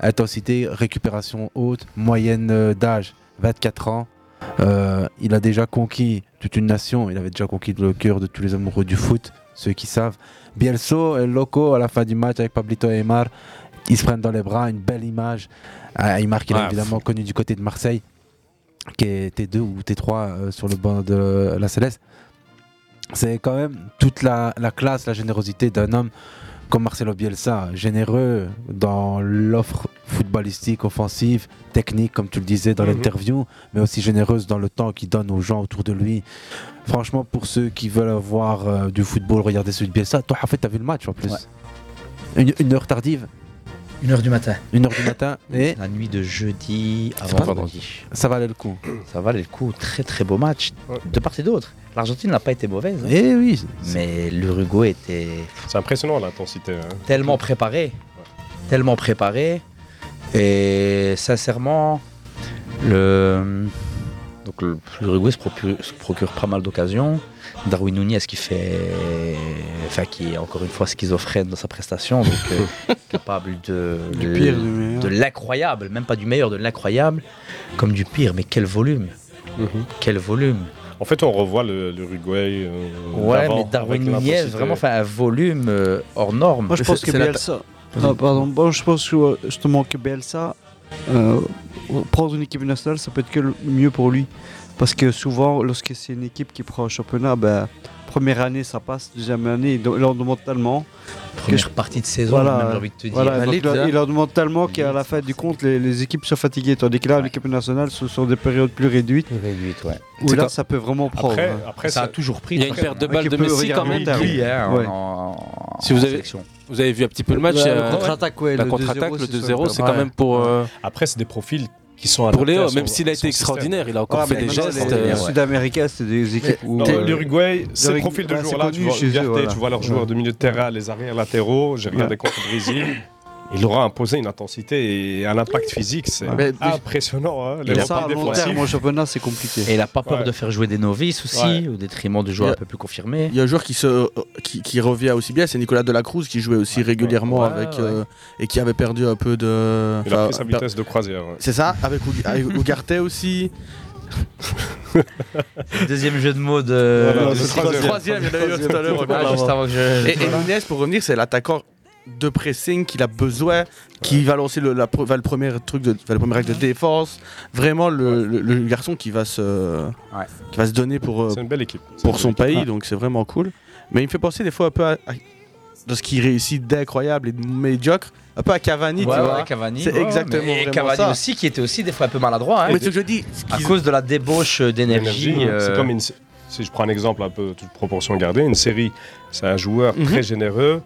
intensité, récupération haute, moyenne euh, d'âge, 24 ans. Euh, il a déjà conquis toute une nation, il avait déjà conquis le cœur de tous les amoureux du foot, ceux qui savent. Bielso et Loco à la fin du match avec Pablito et Aymar, ils se prennent dans les bras, une belle image. Euh, Aymar qu'il a
Ouais,
évidemment connu du côté de Marseille, qui est T2 ou T3 euh, sur le banc de la Céleste. C'est quand même toute la, la classe, la générosité d'un homme comme Marcelo Bielsa, généreux dans l'offre footballistique, offensive, technique, comme tu le disais dans
Mhm.
l'interview, mais aussi généreuse dans le temps qu'il donne aux gens autour de lui. Franchement, pour ceux qui veulent avoir euh, du football, regardez celui de Bielsa. Toi, en fait, t'as vu le match en plus. Une, une heure tardive,
Une heure du matin.
une heure du matin, et
La nuit de jeudi
pas
avant vendredi.
ça valait le coup.
Ça valait le coup. Très très beau match de part et d'autre. L'Argentine n'a pas été mauvaise. hein.
Eh oui.
Mais l'Uruguay était
C'est impressionnant l'intensité. hein.
tellement préparé. Tellement préparé. Et sincèrement, le... Donc le- l'Uruguay se procure, se procure pas mal d'occasions. Darwin Nunez qui fait, enfin qui est encore une fois schizophrène dans sa prestation, donc euh, capable de
Du pire, du meilleur.
de l'incroyable, même pas du meilleur, de l'incroyable, comme du pire. Mais quel volume, quel volume.
En fait, on revoit le- l'Uruguay. euh,
Ouais,
d'avant,
mais Darwin
avec
Nunez
l'intensité.
vraiment fait un volume euh, hors norme.
Moi, je pense que Bielsa. Ah, pardon. Bon, je pense que euh, justement que Bielsa, euh, prendre une équipe nationale, ça peut être que le mieux pour lui. Parce que souvent, lorsque c'est une équipe qui prend un championnat, ben, première année ça passe, deuxième année, il do- il leur demande tellement.
Première partie de saison, même, j'ai envie de te dire.
voilà,
La
donc
Ligue,
leur-
là.
il leur demande tellement qu'à la fin du compte, les, les équipes sont fatiguées. Tandis que là, l'équipe nationale, ce sont des périodes plus réduites. Où
C'est
là,
un-
ça peut vraiment prendre.
Après-
hein.
après, Ça a ça- toujours pris,
Il y a une
Ouais,
perte de
ouais,
balle
qui
de
peut
Messi quand même.
regarder un Oui, hein,
Ouais.
en-
Si vous avez,
sélection.
vous avez vu un petit peu le match,
Ouais,
il y a-
le contre-attaque, ouais,
la
le
contre-attaque,
2-0,
le
c'est bah, ça.
2-0, c'est
Ouais.
quand même pour. euh,
Après, c'est des profils qui sont
Pour
adaptés
Léo,
à son-
même s'il a
à
été
son
extraordinaire,
système.
il a encore
Ouais,
fait
mais
des
non,
gestes.
les- les
euh,
Sud-Américains, c'était des équipes où.
Non,
euh,
L'Uruguay, ces
l'Uruguay-
profils de
ouais, c'est
joueurs-là, tu
connu
vois,
chez eux,
Ugarte,
voilà.
tu vois leurs
Ouais.
joueurs de milieu de terrain, les arrières latéraux. J'ai regardé
Ouais.
contre le Brésil. Il leur a imposé une intensité et un impact physique, c'est
Ouais.
ah, impressionnant. hein, les
Et ça,
repas
à long
défensifs.
terme, au championnat, c'est compliqué.
Et il n'a pas peur
Ouais.
de faire jouer des novices aussi,
Ouais.
au détriment de joueurs
Il
un
y a-
peu plus confirmés.
Il y a un joueur qui, se, qui, qui revient aussi bien, c'est Nicolas Delacruz qui jouait aussi régulièrement
ouais,
avec
ouais.
euh, et qui avait perdu un peu de.
Il a
enfin,
pris sa
per-
vitesse de croisière. ouais.
C'est ça, avec, Oug- avec Ugarte aussi.
Deuxième jeu de mots de.
Voilà,
de-
c'est le troisième.
troisième,
il y en a eu un tout à l'heure.
Ah,
encore
juste
avant.
avant que je.
Et, et Nunez, pour revenir, c'est l'attaquant de pressing qu'il a besoin, qui va lancer le, la, pro- va le premier truc, de, va le premier acte de défense. Vraiment le, le- le garçon qui va se, qui va se donner pour, euh,
C'est une belle équipe. C'est une
pour
belle
son
équipe.
pays,
Ouais.
donc c'est vraiment cool. Mais il me fait penser des fois un peu à, à- de ce qu'il réussit d'incroyable et de médiocre, un peu à Cavani,
Ouais,
tu
ouais,
vois.
Cavani.
C'est
ouais,
exactement
mais- Et
vraiment
Cavani
ça.
aussi, qui était aussi des fois un peu maladroit. hein.
Mais ce que je dis,
à cause de la débauche d'énergie.
L'énergie, hein. C'est
euh,
comme une- Si je prends un exemple un peu toute proportion gardée, une série, c'est un joueur
Mhm.
très généreux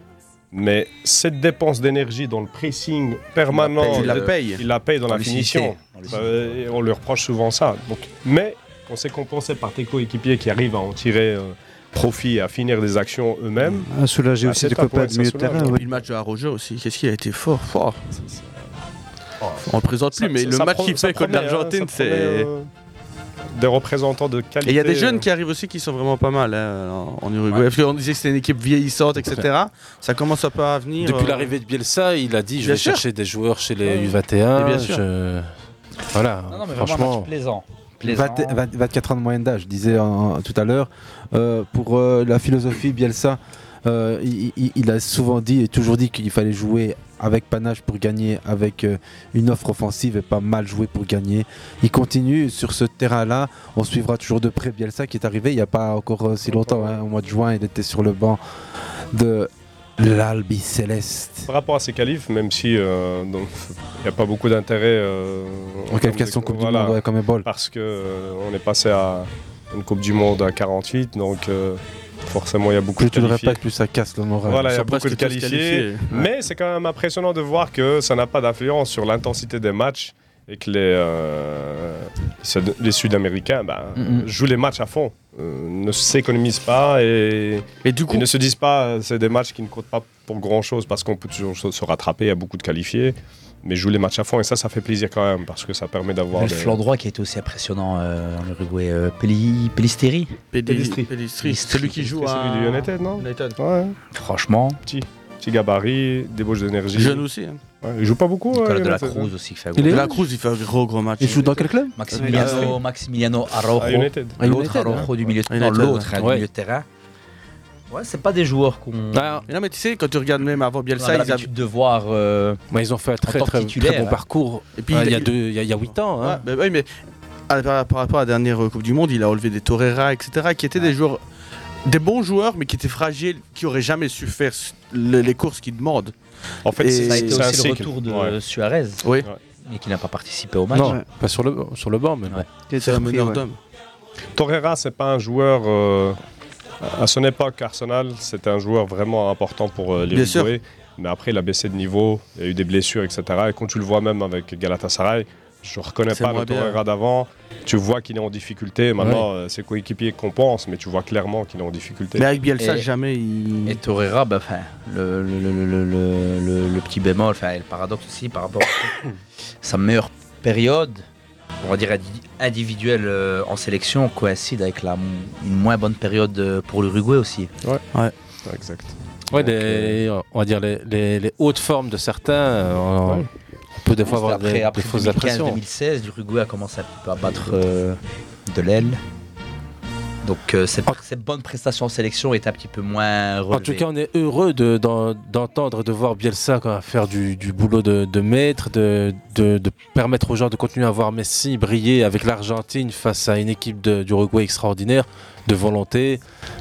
Mais cette dépense d'énergie dans le pressing permanent,
Il la
euh,
paye.
il la paye dans
Dans
la
l'unicité.
finition.
Dans
Bah, et on lui reproche souvent ça. Donc, mais on s'est compensé par tes coéquipiers qui arrivent à en tirer euh, profit et à finir des actions eux-mêmes.
À soulager
Ah,
aussi
c'est
des
un point,
copains
ça
de milieu de
soulage.
terrain.
Et
oui.
puis le match de Arroger aussi, qu'est-ce qu'il a été fort, fort. On le présente plus,
Ça-
mais
ça-
le
ça
match
pro-
qu'il
ça
fait contre
promet, hein,
l'Argentine,
ça promet,
c'est.
euh, Des représentants de
Et
qualité.
il y a des jeunes
euh,
qui arrivent aussi qui sont vraiment pas mal hein, en- en Uruguay. Parce qu'on disait que c'était une équipe vieillissante, etc. Ça commence un peu à venir.
Depuis
euh,
l'arrivée de Bielsa, il a dit je
Bien
vais
sûr.
chercher des joueurs chez
Ouais.
les
Et
U21.
bien sûr.
je- Voilà,
Non, non, mais vraiment un
franchement.
match plaisant. Plaisant.
20 20 24 ans de moyenne d'âge, je disais en- en- tout à l'heure. Euh, pour euh, la philosophie, Bielsa, euh, il, il- il a souvent dit et toujours dit qu'il fallait jouer avec panache pour gagner, avec euh, une offre offensive et pas mal jouer pour gagner. Il continue sur ce terrain-là. On suivra toujours de près Bielsa qui est arrivé il n'y a pas encore euh, si longtemps. hein. Au mois de juin, il était sur le banc de l'Albi Céleste.
euh, Par rapport à ces qualifs, même si euh, donc, il n'y a pas beaucoup d'intérêt. euh,
En
termes
qualification
de-
Coupe du Monde, ouais, comme un bol.
Parce que euh, on est passé à une Coupe du Monde à 48, donc euh, forcément il y a beaucoup
Plus
de
tu le
qualifiés.
répètes, plus ça casse le moral.
Voilà, il
Ils
y
sont
a beaucoup de
presque tous
qualifiés, mais c'est quand même impressionnant de voir que ça n'a pas d'influence sur l'intensité des matchs et que les, euh, Sud- les Sud-Américains bah,
Mm,
Mhm.
jouent les matchs à fond, euh, ne s'économisent pas et, ils ne se disent pas euh, c'est des matchs qui ne comptent pas pour grand-chose parce qu'on peut toujours se se rattraper, il y a beaucoup de qualifiés, mais jouent les matchs à fond et ça, ça fait plaisir quand même parce que ça permet d'avoir
Le
des-
flanc droit qui a été aussi impressionnant euh, en Uruguay. euh, Peli- Pelisteri
Pelistri. Pelistri. Celui qui joue
C'est
à.
celui du United, non Ouais.
Franchement.
Petit, petit gabarit, débauche d'énergie.
Jeune aussi, hein.
Ouais, il joue pas beaucoup.
Nicolas
euh,
de la
United,
Cruz
hein.
aussi qui fait un gros- Il est
De
où
la Cruz, il fait un gros gros match. Euh,
Il joue dans quel club
Maximiliano, Maximiliano Araujo.
Ah, United.
L'autre
United,
Araujo
hein.
du milieu de terrain.
United,
L'autre
ouais.
hein, du
Ouais.
milieu de terrain. Ouais, c'est pas des joueurs qu'on.
Mais Non, mais tu sais, quand tu regardes même avant
on
Bielsa,
avait
ils avaient.
l'habitude de voir. euh,
ils ont fait un
en
très
tant que
très,
titulaire,
très bon
hein.
parcours.
Et puis,
Ah,
il-
il y a deux- il y a- il y a 8 ans. hein.
Ouais, bah oui, mais à- par, par rapport à la dernière euh, Coupe du Monde, il a enlevé des Torreira, etc., qui étaient des joueurs, des bons joueurs, mais qui étaient fragiles, qui auraient jamais su faire s- le- les courses qu'ils demandent.
En fait,
ça a été aussi le retour de
Ouais.
Suarez.
Oui.
Mais qui n'a pas participé au match.
Non, pas sur le, sur le banc, mais.
C'est un meneur d'hommes.
Torreira, c'est pas un joueur. euh, à son époque, Arsenal, c'était un joueur vraiment important pour euh, les
Bien sûr.
Uruguayens. Mais après, il a baissé de niveau, il y a eu des blessures, etc. Et quand tu le vois même avec Galatasaray, je reconnais
C'est
pas
moins
le
bien.
Torreira d'avant. Tu vois qu'il est en difficulté. Maintenant, euh, ses coéquipiers compensent, mais tu vois clairement qu'il est en difficulté.
Mais avec Bielsa,
Et-
jamais il.
Et Torreira, bah, enfin, le, le- le- le- le- le- le petit bémol, enfin, et le paradoxe aussi par rapport à [COUGHS] sa meilleure période, on va dire indi- individuelle euh, en sélection, coïncide avec la, m- une moins bonne période euh, pour l'Uruguay aussi.
Ouais.
ouais.
Exact.
Ouais, les- on va dire les, les- les hautes formes de certains, euh, on,
Ouais.
on peut des fois avoir
après,
des,
après
des fausses
2015,
impressions.
2016, l'Uruguay a commencé un petit peu à battre euh, de l'aile. Donc, euh, cette, cette bonne prestation en sélection est un petit peu moins relevée.
En tout cas, on est heureux de- d'en- d'entendre, de voir Bielsa quoi, faire du, du boulot de, de maître, de, de- de permettre aux gens de continuer à voir Messi briller avec l'Argentine face à une équipe de- d'Uruguay extraordinaire, de volonté.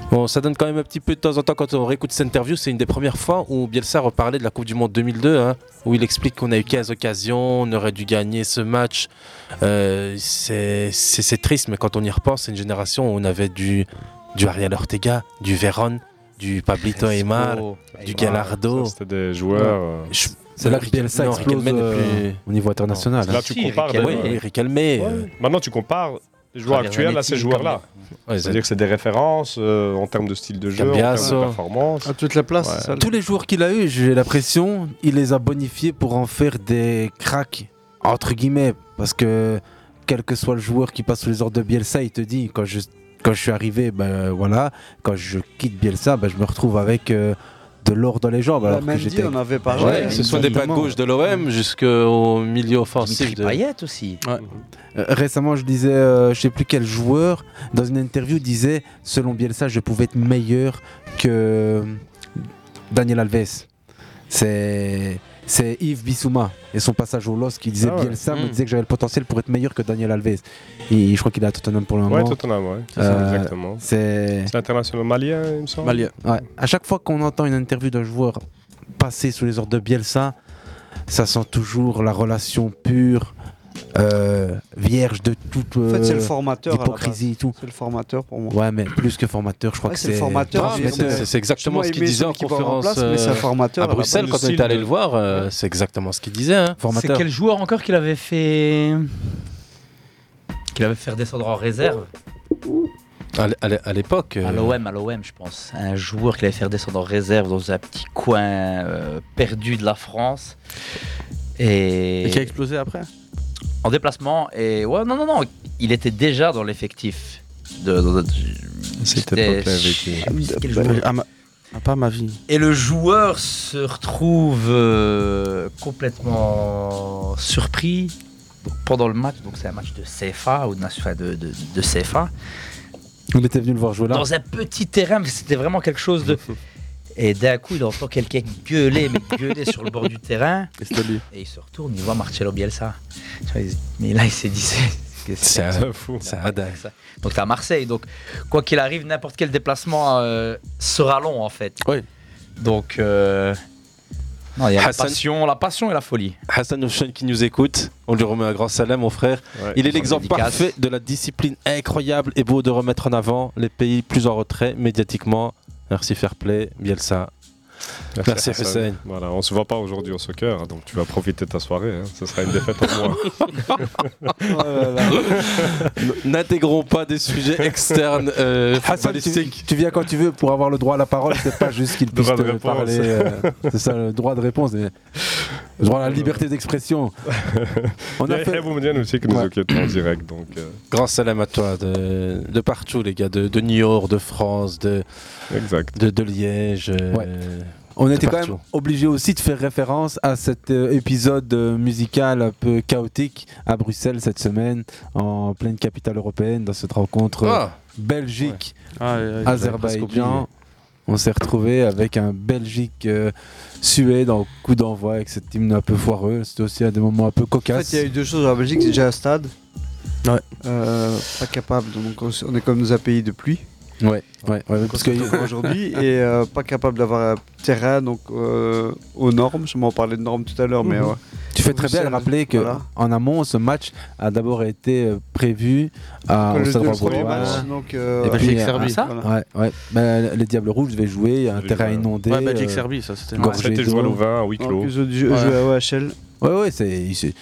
Bon, ça donne quand même un petit peu de temps en temps quand on réécoute cette interview. C'est une des premières fois où Bielsa reparlait de la Coupe du Monde 2002, hein, où il explique qu'on a eu 15 occasions, on aurait dû gagner ce match. Euh, c'est c'est- c'est triste, mais quand on y repense, c'est une génération où on avait du, du Ariel Ortega, du Véron, du Pablito Aymar, du Gallardo.
Ça, C'était des joueurs. euh,
Je-
C'est là que
Riquelme-
Bielsa
non,
explose
Riquelme n'est
euh,
plus-
au niveau international.
hein.
Là, tu compares.
Riquelme,
des-
oui, Riquelme, euh,
Maintenant, tu compares les joueurs
Javier
actuels à
Zanetti,
ces joueurs-là.
Ouais,
C'est-à-dire que c'est des références euh, en termes de style de jeu, en
Cambiasso.
termes de performance.
Ah,
À toute la place, c'est ça, le-
Tous les joueurs qu'il a eu, j'ai l'impression, il les a bonifiés pour en faire des cracks, entre guillemets, parce que quel que soit le joueur qui passe sous les ordres de Bielsa, il te dit quand je, quand je suis arrivé, ben voilà, quand je quitte Bielsa, ben, je me retrouve avec euh, de l'or dans les jambes. Alors que
Bah, Mendy,
j'étais.
on avait parlé.
Bah, Ouais, que ce soit des pas de gauche de l'OM jusqu'au milieu offensif de
Payet aussi.
Euh, Récemment, je disais, euh, je sais plus quel joueur, dans une interview, disait selon Bielsa, je pouvais être meilleur que Daniel Alves. C'est c'est Yves Bissouma et son passage au LOS qui disait
Ah ouais.
Bielsa me
Mm.
disait que j'avais le potentiel pour être meilleur que Daniel Alves. Et je crois qu'il est à Tottenham pour le moment.
Ouais, Tottenham, ouais. C'est ça,
Euh,
exactement.
C'est
C'est international malien, il me semble.
Ouais. À chaque fois qu'on entend une interview d'un joueur passer sous les ordres de Bielsa, ça sent toujours la relation pure, euh, vierge de toute
En fait, c'est le
euh,
formateur. à la
hypocrisie
base.
et tout.
C'est le formateur pour moi.
Ouais, mais plus que formateur, je crois
Ouais,
que
c'est
c'est.
le formateur,
Non,
c'est-
mais
c'est- c'est exactement
ce
Moi,
qu'il
il met
disait en
celui qui va en
conférence
remplace, mais
euh,
c'est un formateur,
à
là-bas.
Bruxelles
Le
quand on
style
est allé
de-
le voir, euh, c'est exactement ce qu'il disait. Hein.
C'est quel joueur encore qu'il avait fait. qu'il avait fait redescendre en réserve
À l- à l- à l'époque. euh,
À l'OM, à l'OM, je pense. Un joueur qu'il avait fait redescendre en réserve dans un petit coin euh, perdu de la France. Et.
Et qui a explosé après
En déplacement, et. Ouais, non, non, non, il était déjà dans l'effectif. De, de- de- C'était- Quel joueur
Ah, ma- ah, pas ma vie.
Et le joueur se retrouve euh, complètement surpris pendant le match. Donc c'est un match de CFA ou de, enfin, de, de- de CFA.
Il était venu le voir jouer là.
Dans un petit terrain, mais c'était vraiment quelque chose
[LAUGHS]
de. Et d'un coup, il entend quelqu'un gueuler, mais gueuler sur le bord du terrain. Et il se retourne, il voit Marcelo Bielsa. Tu vois, il- Mais là, Ah, il s'est dit, c'est- qu'est-ce que
C'est un
ça
fou.
C'est un dingue. ça. Donc t'es à Marseille, donc quoi qu'il arrive, n'importe quel déplacement euh, sera long en fait.
Oui.
Donc euh, non, il y a la
Hassan-
passion, la passion et la folie.
Hassan Oushen qui nous écoute, on lui remet un grand salam, mon frère.
Ouais,
il est
grande
l'exemple
dédicace.
parfait de la discipline incroyable et beau de remettre en avant les pays plus en retrait médiatiquement. Merci Fairplay, Bielsa. Merci,
Hassan.
Hussein.
Voilà, on se voit pas aujourd'hui au soccer, hein, donc tu vas profiter de ta soirée. hein. Ce sera une défaite pour
[LAUGHS]
moi.
[LAUGHS] N'intégrons pas des sujets externes euh,
Hassan, tu,
footballistiques.
tu viens quand tu veux pour avoir le droit à la parole, c'est pas juste qu'il puisse
Droit de
te
réponse.
parler. euh, c'est ça, le droit de réponse. mais- le droit à la liberté d'expression.
Il y a Yahya Boumediene aussi qui nous occupe en direct. Donc, euh,
Grand salam à toi de, de partout, les gars, de, de Niort, de France, de, de, de Liège. euh,
Ouais. On
de
était quand
partout.
même obligé aussi de faire référence à cet euh, épisode euh, musical un peu chaotique à Bruxelles cette semaine, en pleine capitale européenne, dans cette rencontre euh,
Ah.
Belgique,
Ouais. Ah, ouais, ouais, j'avais presque oublié.
Azerbaïdjan. On s'est retrouvé avec un Belgique euh, Suède en coup d'envoi avec cette hymne un peu foireux. C'était aussi à des moments un peu
En
cocasses.
fait, il y a eu deux choses en Belgique. Déjà, un stade. Euh, pas capable. Donc, on s- on est comme dans un pays de pluie.
Ouais, ouais, ouais, parce que
[LAUGHS]
[LAUGHS]
aujourd'hui et euh, pas capable d'avoir un terrain donc euh, aux normes. Je m'en parlais de normes tout à l'heure, mais
Mhm.
ouais.
Tu fais très bien de
Bruxelles,
rappeler que
voilà.
en amont, ce match a d'abord été euh, prévu à
Que le-
Ostravogor.
le premier
Voilà.
match, donc, euh,
Et puis,
Belgique-Serbie.
euh, ah,
Voilà.
Ouais, ouais. Ben, les Diables Rouges devaient jouer, il y a un
Oui,
terrain
euh,
voilà.
inondé. euh,
Ouais, Belgique-Serbie, ça, c'était-
gorgé
C'était
d'eau.
joué à Louvain, à huis clos. En plus, ils ont joué à
OHL.
Ouais, ouais, c'est c'est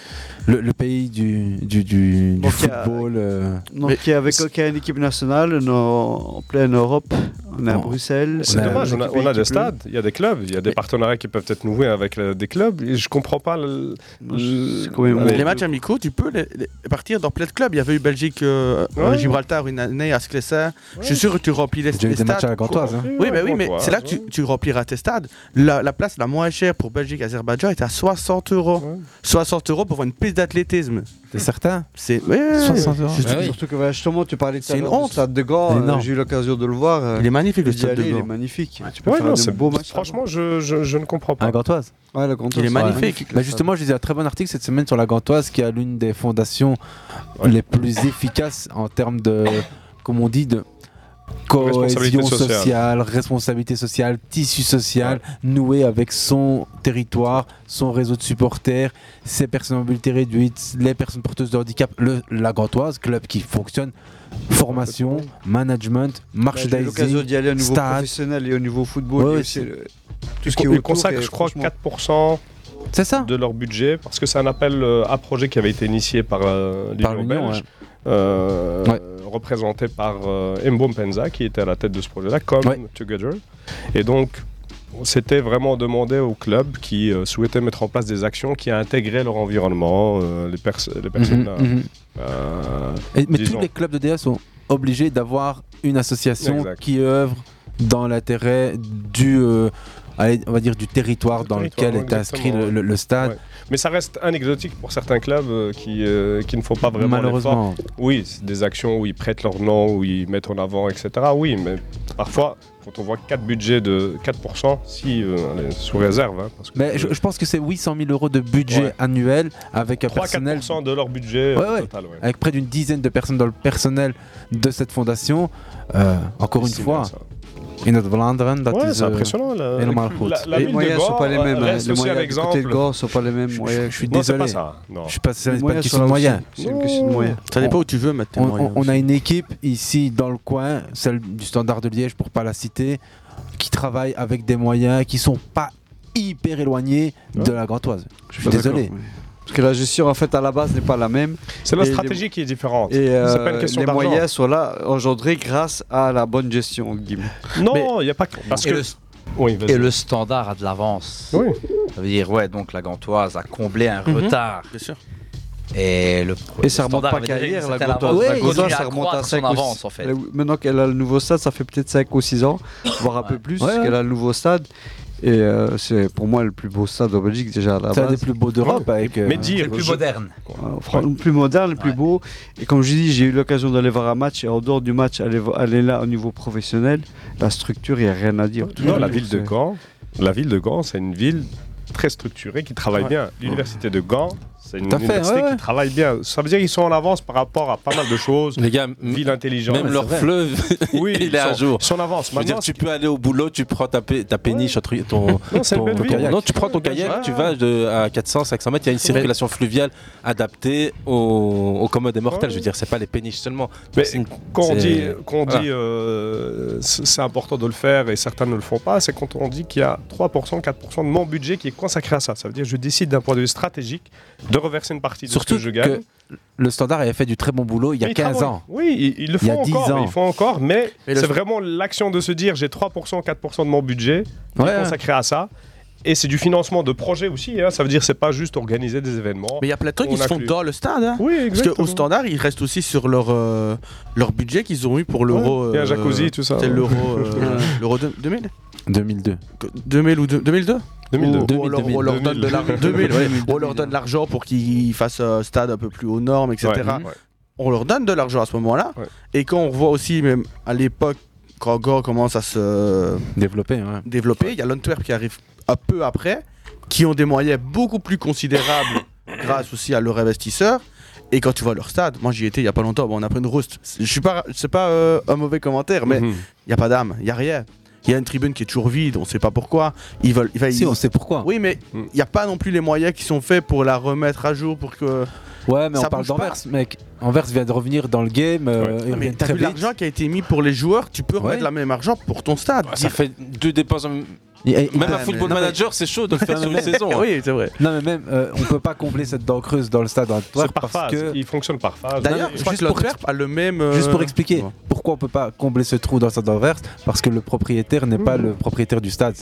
le, le pays du, du, du, du
Donc, il y a-
football. euh,
Donc, il y avait aucune équipe nationale on est en en pleine Europe. On est à Bruxelles. Euh,
C'est dommage, on a, on a des
le
stades, il y a des clubs, il y a des partenariats qui peuvent être noués avec euh, des clubs. Et je comprends pas le. le-
les matchs amicaux, tu peux les, les- partir dans plein de clubs. Il y avait eu Belgique, euh, euh,
Ouais.
Gibraltar une année à Sclessin. Je suis sûr que tu remplis les,
J'ai eu
les
des
stades.
matchs à la Gantoise, hein.
Oui, mais, oui, mais
Gantoise,
c'est là que tu, tu rempliras tes stades. La, la place la moins chère pour Belgique-Azerbaïdjan était à 60 euros. 60 euros pour voir une piste d'athlétisme.
T'es certain
C'est. Ouais, ouais, ouais. Je-
Surtout, surtout que voilà, justement, tu parlais de
C'est
ça.
une
alors, du
honte.
Stade de Gand,
Mais
euh,
non.
j'ai eu l'occasion de le voir. euh,
Il est magnifique, le
d'y
Stade de
aller, Il est
Gand.
magnifique. Tu peux
Ouais,
faire
non,
de
c'est
beaux matchs.
Franchement, je, je- je ne comprends pas.
À Gantoise
Ouais, la Gantoise,
Il
ouais.
est magnifique. Bah,
le
justement, je lisais un très bon article cette semaine sur la Gantoise qui a l'une des fondations les plus efficaces en termes de, comme on dit, de
Responsabilité
cohésion
sociale.
sociale, responsabilité sociale, tissu social, noué avec son territoire, son réseau de supporters, ses personnes à mobilité réduite, les personnes porteuses de handicap, le, la Gantoise, club qui fonctionne, formation, management,
Bah, J'ai eu l'occasion d'y aller au
merchandising,
niveau
stade.
professionnel et au niveau football.
Ouais,
et
ouais,
aussi,
c'est-
le- tout
Ils
ce qui est
co- ils
autour
consacrent,
est
je crois,
franchement-
4%
ça
de leur budget, parce que c'est un appel euh, à projet qui avait été initié par euh, l'Union
l'Union,
belge,
ouais.
euh,
Ouais.
représenté par euh, Mbom Penza, qui était à la tête de ce projet-là, comme Together. Et donc, c'était vraiment demandé aux clubs qui euh, souhaitaient mettre en place des actions qui intégraient leur environnement, euh, les, pers- les personnes.
Mhm, mhm.
euh,
Et- mais
disons,
tous les clubs de DA sont obligés d'avoir une association
Exact.
qui œuvre dans l'intérêt du, euh, allez, on va dire, du territoire dans
territoire,
lequel est inscrit
exactement,
le, le- le stade.
Ouais. Mais ça reste anecdotique pour certains clubs euh, qui, euh, qui ne font pas vraiment
Malheureusement.
l'effort. Oui, c'est des actions où ils prêtent leur nom, où ils mettent en avant, etc. Oui, mais parfois, quand on voit 4 budgets de 4%, si, euh, allez, sous réserve, hein, parce que
Mais je, je pense que c'est 800 000 euros de budget
Ouais.
annuel avec un personnel
3-4% de leur budget euh,
Ouais, ouais.
total. ouais.
avec près d'une dizaine de personnes dans le personnel de cette fondation. Euh, encore une fois, In het Vlaanderen, dat
Ouais,
is
c'est
eh,
impressionnant, la-
helemaal
la-
goed.
la- la Les ville de moyens Gand, sont pas les mêmes, euh, hein. laisse Les aussi moyens un du côté de exemple. Gand
sont pas les mêmes.
Je suis
Non, c'est
désolé.
pas ça, non.
Je suis pas, c'est
Les
pas une
moyens
question
sont
de
là
moyens.
aussi. C'est une question de moyens.
Ça dépend où tu veux mettre tes
on,
moyens
on- on a une équipe ici dans le coin, celle du Standard de Liège pour pas la citer, qui travaille avec des moyens qui sont pas hyper éloignés de la Gantoise. Je
Ah,
suis
pas d'accord,
désolé.
oui. Parce que la gestion en fait à la base n'est pas la même.
C'est la
Et les-
stratégie qui est différente.
Et
C'est
euh,
pas une question
les
d'argent.
moyens sont là engendrés grâce à la bonne gestion. entre guillemets.
Non, il n'y a pas que. Parce
et,
que.
le,
vas-y.
et le standard a de l'avance. Ça veut dire, ouais, donc la Gantoise a comblé un
Mhm.
retard.
Bien sûr.
Et le.
Et ça
le
remonte
standard
pas
veut dire
qu'à
une
hier, la
certaine
Gantoise.
avance.
La
Il
Gantoise,
continue
ça
à
remonte à
croître son
5
avance, en fait.
Maintenant qu'elle a le nouveau stade, ça fait peut-être 5 ou 6 ans, voire un peu plus,
Ouais, ouais.
qu'elle a le nouveau stade. Et euh, c'est pour moi le plus beau stade en Belgique déjà à la
C'est un
base.
des plus beaux d'Europe avec. euh, je-
Euh, fran- le plus moderne, le plus beau. Et comme je dis, j'ai eu l'occasion d'aller voir un match. Et en dehors du match, aller, vo- aller là au niveau professionnel, la structure, il n'y a rien à dire.
Non, la
Tout-
ville de
c'est-
Gand, la ville de Gand, c'est une ville très structurée qui travaille
Ouais.
bien. L'université de Gand, c'est une
Tout à fait,
université
ouais, ouais.
qui travaille bien. Ça veut dire qu'ils sont en avance par rapport à pas mal de choses.
Les gars, m-
ville intelligente.
Même leur fleuve,
[LAUGHS] Oui,
[LAUGHS] il est
son-
à jour.
son avance.
Je veux dire,
Maintenant,
tu peux aller au boulot, tu prends ta, pe- ta péniche, ton, truc- ton,
Non, c'est
ton-
une belle
ton
ville.
kayak. Non, tu prends ton kayak, tu vas de, à 400, 500 mètres. Il y a une circulation fluviale adaptée aux, aux commodes des mortels. Je veux dire, c'est pas les péniches seulement.
Mais
C'est une-
quand on
c'est-
dit, qu'on
Ah.
voilà.
dit euh, c'est c'est important de le faire et certains ne le font pas, c'est quand on dit qu'il y a 3%, 4% de mon budget qui est consacré à ça. Ça veut dire que je décide d'un point de vue stratégique de reverser une partie de
Surtout
ce que je gagne.
que le Standard avait fait du très bon boulot il y a
Mais ils
15
travaillent.
ans.
Oui, ils, ils le
Il y
font
a 10
encore.
ans.
Ils font encore, mais
Et le-
c'est vraiment l'action de se dire j'ai 3%, 4% de mon budget qui
Ouais,
est
ouais.
consacré à ça. Et c'est du financement de projets aussi. hein. Ça veut dire c'est pas juste organiser des événements.
Mais il y a plein de trucs qui
On
se font
inclut.
dans le stade. Hein.
Oui,
Parce qu'au
exactement.
standard, ils restent aussi sur leur, euh, leur budget qu'ils ont eu pour l'euro.
Ouais, il y a
euh,
jacuzzi, tout ça.
C'est l'euro euh, l'euro de- 2000
2002.
2000 ou deux- 2002
2002.
Ou- ou on leur- on leur
2000.
donne de l'argent- 2000, ouais. Ou on leur donne de l'argent pour qu'ils fassent un stade un peu plus aux normes, etc.
Ouais, ouais.
On leur donne de l'argent à ce moment-là. Et quand on voit aussi, même à l'époque, quand Gore commence à se
développer,
développer, il y a l'Antwerp qui arrive un peu après, qui ont des moyens beaucoup
[COUGHS]
plus considérables grâce aussi à leurs investisseurs. Et quand tu vois leur stade, moi j'y étais il y a pas longtemps, bon, on a pris une rouste. Je suis pas, c'est pas euh, un mauvais commentaire, mais il
Mmh.
y a pas d'âme, il y a rien. Il y a une tribune qui est toujours vide, on sait pas pourquoi. Ils veulent, ils veulent-
Si, on sait pourquoi.
Oui, mais
Mmh.
il y a pas non plus les moyens qui sont faits pour la remettre à jour, pour que.
Euh, Ouais, mais
ça
on parle
bouge pas.
d'Anvers, mec. Anvers vient de revenir dans le game. euh,
Ah,
il
mais
revient
t'as
très
vu
vite.
l'argent qui a été mis pour les joueurs, tu peux remettre
Ouais.
la même argent pour ton stade.
Ça fait deux dépenses. en-
Il- il-
Même
il-
un football
non, mais-
manager, c'est chaud de le
[LAUGHS]
[LAUGHS]
faire sur une saison. hein.
c'est vrai.
Non, mais même, euh, on peut pas combler cette dent creuse dans le stade Antoine
C'est par
parce
phase.
que.
Ils fonctionnent par phase. Non,
D'ailleurs, je
mais-
crois que
juste pour
l'Antwerp a le même. euh,
Juste pour expliquer pourquoi on peut pas combler ce trou dans le stade Anvers, parce que le propriétaire n'est
Mmh.
pas le propriétaire du stade.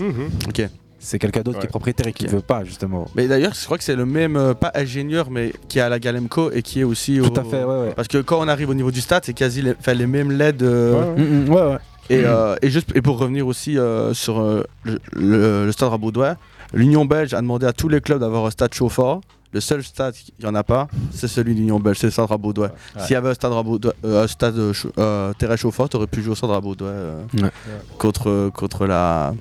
Ok.
C'est quelqu'un d'autre qui est propriétaire et qui ne veut pas justement.
Mais d'ailleurs, je crois que c'est le même, euh, pas ingénieur, mais qui est à la Galemco et qui est aussi au.
Tout à fait, ouais, ouais.
Parce que quand on arrive au niveau du stade, c'est quasi les, enfin, les mêmes LED. euh,
Ouais, ouais. Mm, mm, ouais, ouais.
Et, euh, et juste et pour revenir aussi euh, sur euh, le, le- le stade Raboudois, l'Union belge a demandé à tous les clubs d'avoir un stade chauffant. Le seul stade qu'il n'y en a pas, c'est celui de l'Union belge, c'est le stade Raboudois.
Ouais.
S'il y avait un stade, Rabaudois- euh, un stade euh, chau- euh, terrain chauffant, t'aurais pu jouer au stade Raboudois euh,
Ouais.
contre, contre la.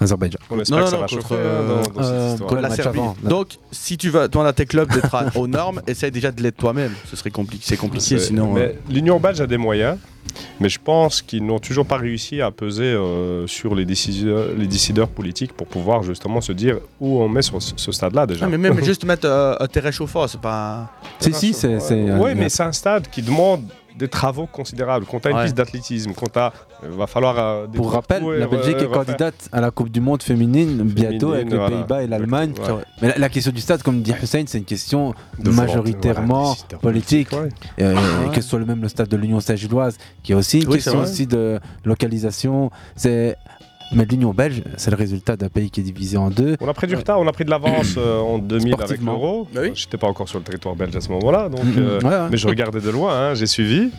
Azerbaïdjan.
On espère que ça va
contre,
chauffer, hein, dans- dans cette
euh,
histoire.
contre la
Match
Serbie.
avant.
Donc, si tu vas demander à tes clubs d'être à- aux normes, essaye déjà de l'être toi-même. Ce serait compliqué. C'est compliqué
C'est-
sinon.
mais
euh,
L'Union belge a des moyens, mais je pense qu'ils n'ont toujours pas réussi à peser euh, sur les décideurs, les décideurs politiques pour pouvoir justement se dire où on met sur ce, ce stade-là déjà.
Ah,
[LAUGHS]
mais même juste mettre euh, un terrain chauffant, c'est pas.
Si, si, c'est. c'est, euh,
oui, mais c'est un stade qui demande des travaux considérables. Quand tu une
Ouais.
piste d'athlétisme, quand tu va falloir. euh, des
Pour
trous
rappel,
et
la
re-
Belgique est
refaire.
candidate à la Coupe du Monde féminine bientôt avec les
voilà.
Pays-Bas et l'Allemagne.
Ouais. C'est vrai.
Mais la, la question du stade, comme dit Hussein, c'est une question
De volonté, voilà,
majoritairement
décideur
politique. Euh,
Ouais.
et Que ce soit le même le stade de l'Union Saint-Gilloise, qui est aussi une
Oui, c'est
question
vrai.
aussi de localisation. C'est mais l'Union belge, c'est le résultat d'un pays qui est divisé en deux.
On a pris du retard, on a pris de l'avance euh, en 2000 avec
Sportivement.
l'Euro.
Bah
J'étais pas encore sur le territoire belge à ce moment-là,
[LAUGHS]
donc,
Mhm.
euh,
Ouais, ouais.
mais je regardais de loin, hein, j'ai suivi.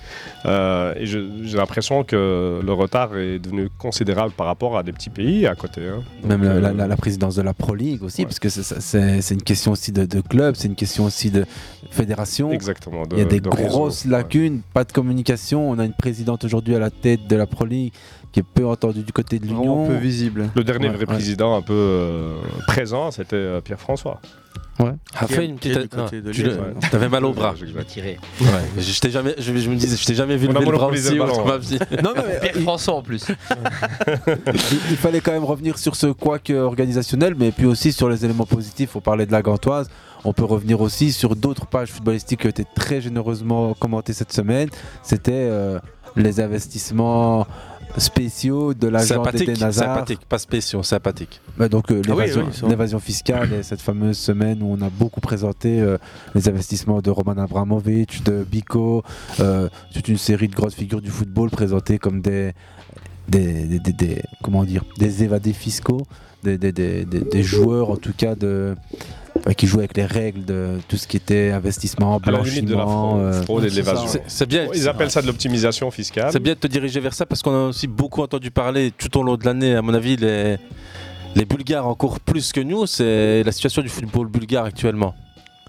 euh, et je- j'ai l'impression que le retard est devenu considérable par rapport à des petits pays à côté. hein. Donc,
Même la-
euh,
la, la- la présidence de la Pro League aussi, parce que c'est- c'est c'est une question aussi de, de club, c'est une question aussi de fédération.
Exactement, de-
Il y a des
Euh, de réseau,
grosses lacunes, pas de communication. On a une présidente aujourd'hui à la tête de la Pro League qui est peu entendue du côté de l'Union.
un peu visible.
Le dernier
Ouais,
vrai
ouais.
président un peu euh, présent, c'était euh, Pierre-François.
Ouais.
A fait une petite. ah, tu le- T'avais mal au bras.
Tiré.
Ouais. Je, je t'ai jamais, je, je me disais, je t'ai jamais vu
On a
lever le bras
monopolisé
aussi
le
haut
ballon,
dans ma
ouais.
vie.
Non,
[LAUGHS]
mais-
Pierre François
[LAUGHS]
en plus.
[LAUGHS] il, il fallait quand même revenir sur ce couac euh, organisationnel, mais puis aussi sur les éléments positifs. On parlait de la Gantoise. On peut revenir aussi sur d'autres pages footballistiques qui ont été très généreusement commentées cette semaine. C'était euh, les investissements spéciaux de l'agent
Sympathique,
des Nazar.
sympathique, pas spéciaux, sympathique.
Bah, donc euh,
Ah oui,
l'évasion
oui, ils sont-
l'évasion fiscale et cette fameuse semaine où on a beaucoup présenté euh, les investissements de Roman Abramovich, de Bico, euh, toute une série de grosses figures du football présentées comme des des, des- des- des- comment dire des évadés fiscaux, des, des- des- des- des joueurs en tout cas de enfin, qui jouent avec les règles de tout ce qui était investissement,
À la limite de la
blanchiment,
fraude,
euh,
fraude et de
c'est ça,
l'évasion.
ouais.
Ils appellent ça de l'optimisation fiscale.
C'est bien de te diriger vers ça parce qu'on a aussi beaucoup entendu parler tout au long de l'année, à mon avis, les, les Bulgares encore plus que nous, c'est la situation du football bulgare actuellement.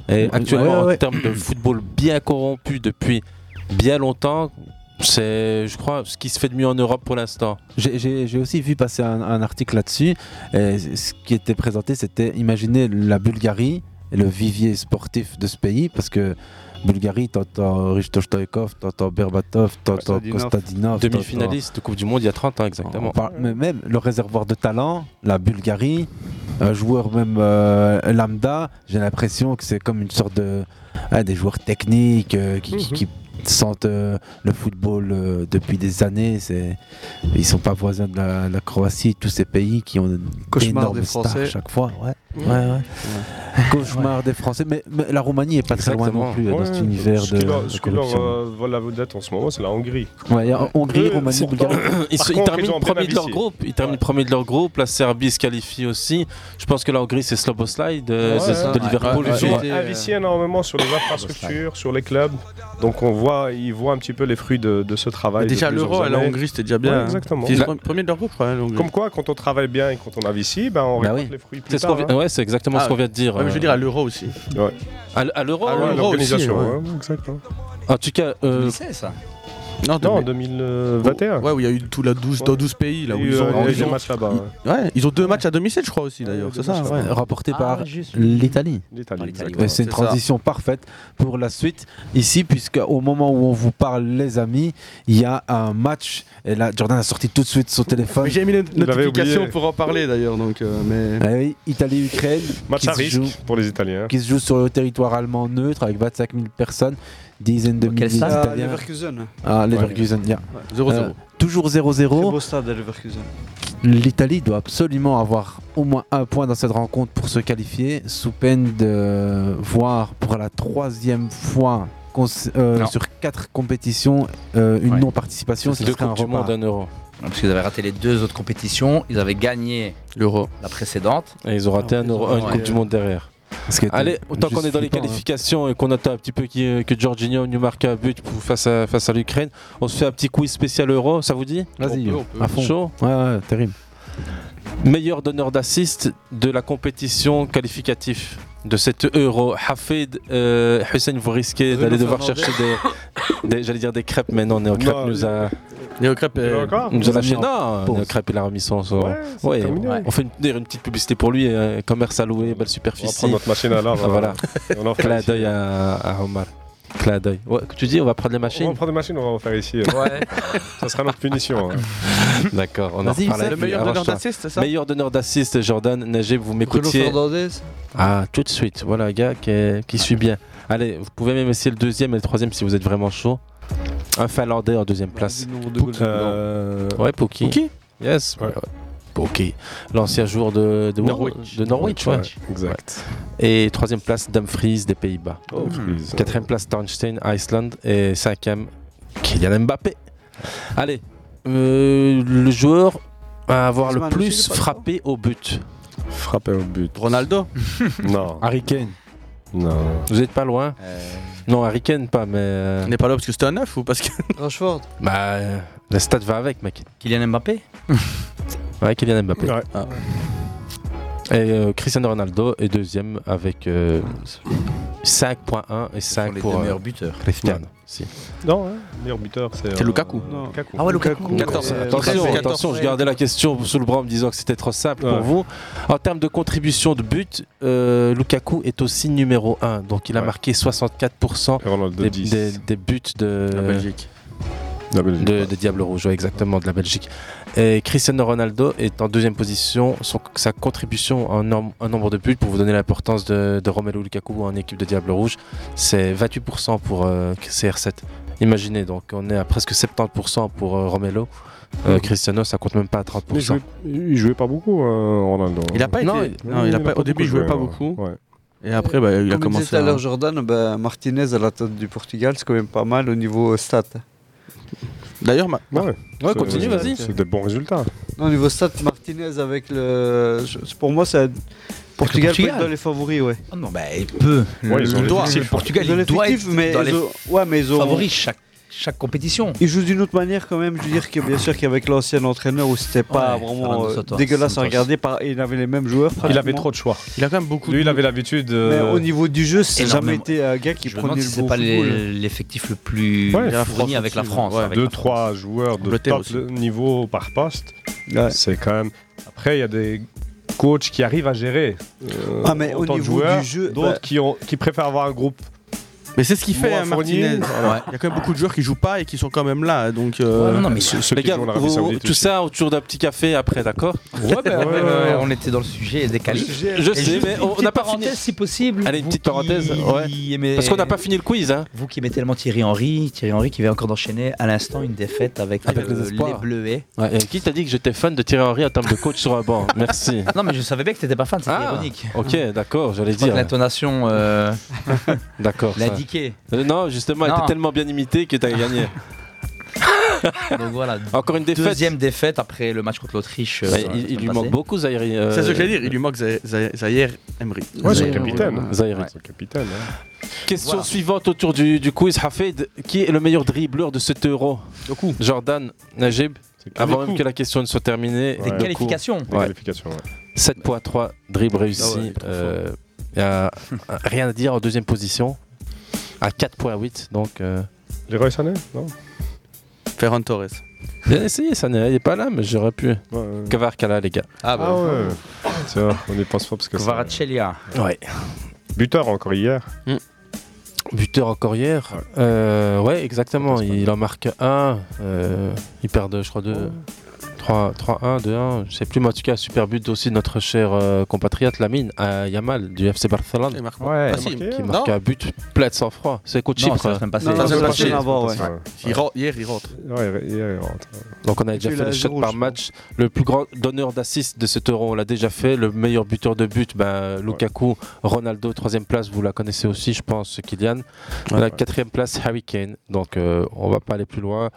Et
Ouais,
actuellement,
ouais, ouais.
en termes de football bien corrompu depuis bien longtemps, c'est, je crois, ce qui se fait de mieux en Europe pour l'instant.
J'ai- J'ai j'ai aussi vu passer un, un article là-dessus. et Ce qui était présenté, c'était imaginer la Bulgarie, et le vivier sportif de ce pays, parce que Bulgarie, t'entends Risto Stoikov, t'entends Berbatov, t'entends Kostadinov.
Demi-finaliste de Coupe du Monde il y a 30 ans exactement.
On parle- mais même le réservoir de talent, la Bulgarie, un joueur même euh, lambda, j'ai l'impression que c'est comme une sorte de ouais, des joueurs techniques euh,
Mhm.
qui, qui- qui sentent euh, le football euh, depuis des années. C'est ils sont pas voisins de la, la Croatie, tous ces pays qui ont
Cauchemar
d'énormes
des
stars
Français.
chaque fois. Ouais.
Ouais.
Mhm.
Ouais, ouais. Cauchemar des Français, mais, mais la Roumanie est pas très loin non plus euh, dans cet
Ouais,
univers
ce
de.
qui leur-
de
Ce qui leur
corruption.
euh, vole la vedette en ce moment, c'est la Hongrie.
Ouais, il y a Hongrie,
Eux,
Roumanie,
pourtant,
Bulgarie.
par
[CLEARS THROAT] Ils, sont- ils
contre,
terminent
ils ont bien
premier de leur
investi.
groupe. Ils terminent premier de leur groupe. La Serbie se qualifie aussi. Je pense que la Hongrie c'est Sloboslide euh,
Ouais,
c'est-
ouais. Ah,
de Liverpool.
Ils ont
aussi.
investi énormément sur les infrastructures, sur les clubs. Donc on voit, ils voient un petit peu les fruits de, de ce travail.
Mais déjà
de plusieurs
l'euro à la
années.
Hongrie, c'était déjà bien.
Ouais, exactement. Bah,
Ils sont premiers de leur groupe, ouais, l'Hongrie.
Comme quoi, quand on travaille bien et quand on investit, ben on
Bah
récolte
oui.
les fruits plus
C'est ce qu'on
tard,
vi-
hein.
ouais, c'est exactement ce qu'on vient de dire.
Ah, Ouais, mais je veux
euh.
dire à l'euro aussi.
Ouais.
À, l- à l'euro,
Ah,
ouais,
l'organisation,
aussi,
ouais, exactement.
En tout cas, euh,
2016, ça.
Non,
Non, en 2021.
Ouais, où il y a eu tout la 12 dans 12 pays là où
Il y a eu,
ils
euh,
ont
des
ils ont-
matchs là-bas,
ils- Ouais, ils ont deux matchs à domicile je crois aussi d'ailleurs, c'est ça, ouais. Ah,
Rapporté
Ah,
par l'Italie.
L'Italie,
Ouais, C'est une transition parfaite pour la suite ici, puisque au moment où on vous parle, les amis, il y a un match. Et là, Jordan a sorti tout de suite son téléphone.
Mais j'ai mis une
Il l'avait
notification
oublié.
pour en parler d'ailleurs donc euh, mais
Ah oui, Italie-Ukraine.
Match
qui
à
se
risque
joue-
pour les Italiens.
Qui se joue sur le territoire allemand neutre avec 25 000 personnes, dizaines de milliers
quel stade
d'Italiens.
Ah, Leverkusen.
Ah, euh, Leverkusen,
Ouais.
yeah.
Ouais. 0-0.
Euh, toujours 0-0.
Très beau stade à Leverkusen.
L'Italie doit absolument avoir au moins un point dans cette rencontre pour se qualifier, sous peine de voir pour la troisième fois cons- euh,
Non.
sur quatre compétitions euh, une
Ouais.
non-participation. ce
Deux
serait un
Coupes du
repas.
Monde, un
euro.
Parce qu'ils avaient raté les deux autres compétitions, ils avaient gagné
l'euro
la précédente.
Et ils ont raté un euro, une
Ouais.
Coupe du Monde derrière.
Parce que t'as-
Allez, autant
juste
qu'on est dans les
flippant, hein.
qualifications et qu'on attend un petit peu qui- que Jorginho nous marque un but pour- face à, face à l'Ukraine, on se fait un petit quiz spécial euro, ça vous dit
Vas-y, à fond.
Chaud
Ouais, ouais, terrible.
Meilleur donneur d'assist de la compétition qualificative de cet euro. Hafid euh, Hussein, vous risquez
Bruno
d'aller devoir
Fernandes.
chercher des, [LAUGHS] des- J'allais dire des crêpes, mais non, Néocrêpe
Non,
nous
euh,
a.
Néocrêpe, Il euh, est encore
nous
nous
a
a mis
lâché.
en
Non,
pause.
Néocrêpe, il a remis son. son-
Ouais, c'est
Ouais,
terminé.
on- on fait une, d'ailleurs, une petite publicité pour lui, euh, commerce à louer, belle
On va
superficie.
prendre notre machine à l'art.
Ah, voilà.
On en
Clin
fait
d'œil à, à Omar. Clin d'œil. Ouais, que tu dis, on va prendre les machines.
On va prendre des machines, on va en faire ici. euh.
Ouais.
[LAUGHS] ça sera notre punition. hein.
[LAUGHS] D'accord, on en
Vas-y,
reparle.
Youssef. Le meilleur
Arrange-toi.
donneur d'assist, c'est ça
Meilleur donneur d'assist, Jordan Najib, vous
Bruno
m'écoutiez.
Fernandez.
Ah, tout de suite, voilà, un gars qui, est- qui suit bien. Allez, vous pouvez même essayer le deuxième et le troisième si vous êtes vraiment chaud. Un Finlandais en deuxième
Bah,
place. Pukki.
Euh,
Ouais, Pukki.
Pukki
Yes. ouais, ouais. Pukki. L'ancien joueur de, de
Norwich.
De Norwich, ouais.
Ouais, exact. Oh,
Ouais. Et troisième place, Dumfries des Pays-Bas.
Dumfries,
Quatrième place, Tarnstein, Iceland. Et cinquième, Kylian Mbappé. Allez, euh, le joueur à avoir le
Griezmann aussi,
plus
il est pas
frappé au but.
Frappé au but.
Ronaldo
Non.
Harry Kane
Non.
Vous êtes pas loin Non, Harry Kane pas, mais. euh,
On n'est pas là parce que c'était un 9 ou parce que
Rashford
Bah, euh, la stat va avec, mec.
Kylian Mbappé
[LAUGHS] Ouais, Kylian Mbappé.
Ouais.
Ah. Et euh, Cristiano Ronaldo est deuxième avec euh, 5.1 et 5
les
pour.
deux meilleurs buteurs.
Rifkan, si.
Non, hein, meilleur buteur, c'est.
C'est Lukaku.
Non,
Ah ouais, Lukaku.
14,
Euh,
attention,
14,
attention,
ouais.
je gardais la question sous le bras en me disant que c'était trop simple
Ouais.
pour vous. En termes de contribution de but, euh, Lukaku est aussi numéro 1. Donc il a marqué 64% des,
10.
des- des buts de
La Belgique.
de, de Diable Rouge, ouais, exactement, de la Belgique. Et Cristiano Ronaldo est en deuxième position. Son- sa contribution en norm- en nombre de buts, pour vous donner l'importance de, de Romelu Lukaku en équipe de Diable Rouge, c'est 28% pour euh, CR7. Imaginez, donc on est à presque 70% pour euh, Romelu. Euh,
Mhm.
Cristiano, ça compte même pas à 30%.
Mais il jouait, il jouait pas beaucoup, euh, Ronaldo.
hein.
Il a pas
Non,
été-
il- non, il a pas- au début, il jouait pas
beaucoup.
beaucoup.
Ouais.
Et après, bah, il a
Comme
commencé.
disait tout à l'heure
à-
Jordan, ben, Martinez à la tête du Portugal, c'est quand même pas mal au niveau euh, stat.
D'ailleurs, ma...
ouais.
Ouais, continue,
C'est-
vas-y.
C'est des bons résultats.
Non, au niveau stat, Martinez avec le. je- Pour moi, ça. Portugal, peut être
Portugal
dans les favoris, ouais.
Ah non, bah, il peut.
Ouais, ils ont
le, doit.
l'effectif.
le Portugal,
Ils ont
il doit
l'effectif,
être
mais
dans les
ils ont- ouais, mais ils ont-
favoris chaque, chaque compétition.
Ils jouent d'une autre manière quand même. Je veux dire que bien sûr qu'avec l'ancien entraîneur où c'était pas
Ouais,
vraiment
Fernando
euh,
Santos.
dégueulasse à
Santos.
regarder, par... il avait les mêmes joueurs.
Il
pratiquement.
avait trop de choix.
Il a quand même beaucoup.
Lui, il avait l'habitude.
Mais
euh,
au niveau du jeu, c'est jamais
Énormément.
été un gars qui
Je me demande
prenait
si
le
c'est
bon
pas
football.
les- l'effectif le plus
Ouais,
fourni avec la France.
Ouais,
avec
deux,
la France.
trois joueurs de
Angleterre
top
aussi.
le- niveau par poste.
Ouais.
C'est quand même. Après, il y a des coachs qui arrivent à gérer. euh,
Ah, mais au
autant de
niveau
joueurs,
du jeu,
d'autres
bah-
qui, ont, qui préfèrent avoir un groupe.
Mais c'est ce qu'il fait,
moins
hein,
fourni.
Martinez.
Voilà.
Il y a quand même beaucoup de joueurs qui jouent pas et qui sont quand même là. hein, Donc, euh,
les gars, vous- tout ça autour d'un petit café après, d'accord
Ouais, bah, ouais, ouais, on était dans le sujet décalé.
Je
Et
sais,
juste
mais
une
on
petite
n'a pas fini.
parenthèse, si possible.
Allez, une petite parenthèse.
qui
ouais.
aimait-
Parce qu'on n'a pas fini le quiz. Hein.
Vous qui aimez tellement Thierry Henry, Thierry Henry qui vient encore d'enchaîner à l'instant une défaite avec,
Avec
euh,
les espoirs.
Bleuets.
Ouais, Ah, et qui t'a dit que j'étais fan de Thierry Henry en termes de coach sur
[LAUGHS]
un banc Merci.
Non, mais je savais bien que t'étais pas fan, c'était
Ah,
ironique.
Ok, d'accord, j'allais
Je crois
dire.
que L'intonation. euh,
[LAUGHS] D'accord. ça.
L'indiqué.
Euh, Non, justement, elle
Non.
était tellement bien imitée que t'as gagné.
[LAUGHS] Donc voilà.
Encore une défaite.
Deuxième défaite après le match contre l'Autriche. euh,
Bah,
la
il- il
semaine
lui
passée.
manque beaucoup, Zahiri. euh,
C'est ce que j'allais dire. Il lui manque Zay- Zay- Zaire Emery.
Ouais, c'est le capitaine.
Zahiri.
C'est le capitaine. hein.
Question suivante autour du, du quiz, Hafid. Qui est le meilleur dribbleur de cet euro Jordan, Najib. Avant même
Doku.
que la question ne soit terminée.
Des
Doku.
qualifications.
Des
Ouais.
qualifications, ouais.
7.3, dribble réussi.
Ah ouais, il est trop
euh, y a- rien à dire en deuxième position. À 4.8, donc. euh,
Leroy Sané Non
Ferran Torres.
Bien essayé, ça n'est il est pas là, mais j'aurais pu. Kvarkala, les gars.
Ah bah.
ouais. C'est vrai, on y pense pas parce que c'est.
Kvaratskhelia.
Ouais. Hmm.
Buteur encore hier.
Buteur encore hier. Euh, ouais, exactement. Il en marque un. euh, il perd, deux, je crois, 2. 3-1, 2-1. Je sais plus, mais en tout cas, super but aussi de notre cher euh, compatriote Lamine à Yamal du FC Barcelone.
Il marque
Ouais.
Ah,
il
si,
a marqué,
qui
hein.
marque
Non.
un but plein de hein sang-froid. C'est contre
Non,
Chypre.
c'est la semaine passée.
Non,
Ça,
non,
c'est
c'est
passé.
passé avant, ouais.
Ouais.
Il rentre- Hier, il rentre.
Ouais, hier, il rentre.
Donc on a déjà
tu
fait
l'as
le shot
zéro,
par
je
match. Le plus grand donneur d'assist de cet euro, on l'a déjà fait. Le meilleur buteur de but, ben, Lukaku, Ronaldo, troisième place, vous la connaissez aussi, je pense, Kylian. la quatrième place, Harry Kane. Donc euh, on va pas aller plus loin.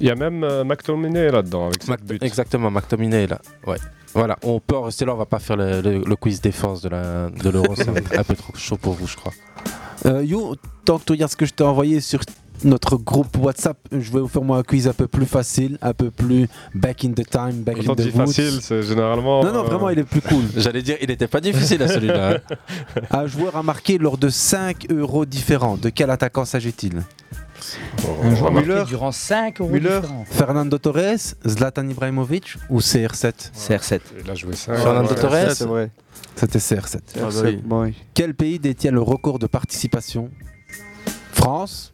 Il y a même euh, McTominay là-dedans avec cette
Mac-
but.
Exactement, McTominay là. Ouais. Voilà, on peut en rester là, on va pas faire le, le- le quiz défense de la- de l'euro, ça va être un peu trop chaud pour vous, je crois.
Euh, yo, tant que tu regardes ce que je t'ai envoyé sur notre groupe WhatsApp, je vais vous faire moi un quiz un peu plus facile, un peu plus back in the time, back
Quand on
in the
dit
woods.
facile, c'est généralement.
Non, non,
euh,
vraiment, il est plus cool.
J'allais dire, il n'était pas Oh. [LAUGHS] difficile à celui-là. hein.
[LAUGHS] Un joueur a marqué lors de 5 euros différents. De quel attaquant s'agit-il
Un joueur marqué
Müller.
durant 5 euros
Müller.
différents.
Fernando Torres, Zlatan Ibrahimovic ou CR7
CR7.
Il a joué ça.
Fernando
ouais.
Torres,
Ça, c'est vrai.
C'était CR7.
Ah, bah oui. Bon, oui.
Quel pays détient le record de participation France,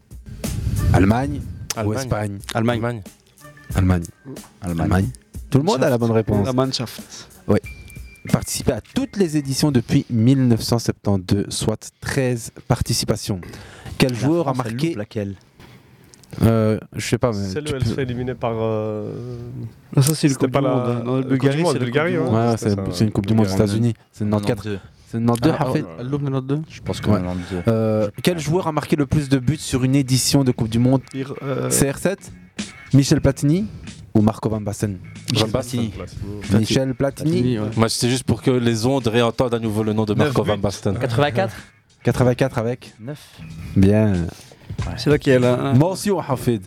Allemagne, ou
Allemagne.
Espagne
Allemagne.
Allemagne.
Allemagne. Allemagne. Tout le monde a la bonne réponse.
La Mannschaft.
Oui. Participé à toutes les éditions depuis 1972, soit 13 participations. Quel joueur
La France,
a
elle
marqué
loupe laquelle
euh, Je sais pas, mais.
Celle
tu
où elle
peux-
se fait éliminer par. euh,
Non, ça, c'est une
C'était
Coupe
pas
du
la-
Monde. hein. Non,
la Coupe du
Bulgarie,
Monde,
c'est la
Bulgarie,
Coupe du
ouais.
Monde.
Ouais,
c'était
c'est
ça,
c'est une Coupe du Monde aux
Bulgarie.
États-Unis. C'est 94.
92.
C'est 92.
Ah,
Hafid.
ouais.
Elle loupe 92.
Je pense que
Ouais.
92.
Euh, quel joueur a marqué le plus de buts sur une édition de Coupe du Monde
Ir- euh,
CR7 Michel Platini ou Marco Van Basten
Michel Platini.
Michel Platini,
Platini, ouais.
Moi, c'était juste pour que les ondes réentendent à nouveau le nom de Marco Van Basten.
84
84 avec.
9
Bien.
C'est là hein. qu'il y a la.
Mention Hafid.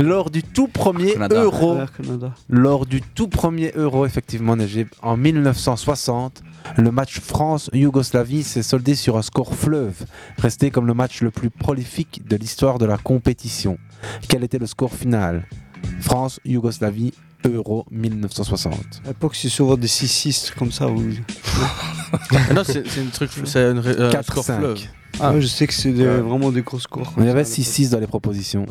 Lors du tout premier
Canada.
Euro,
Canada.
lors du tout premier Euro, effectivement, en Égypte, en 1960, Le match France-Yougoslavie s'est soldé sur un score fleuve, resté comme le match le plus prolifique de l'histoire de la compétition. Quel était le score final France-Yougoslavie Euro 1960.
À l'époque, c'est souvent des 6-6 comme ça. Ou...
[LAUGHS]
Ah non, c'est c'est une truc, c'est une ré- euh, un score
4-5.
fleuve.
Ah, je sais que c'est des-
Ouais.
vraiment des gros scores.
Il y avait 6-6 dans les propositions.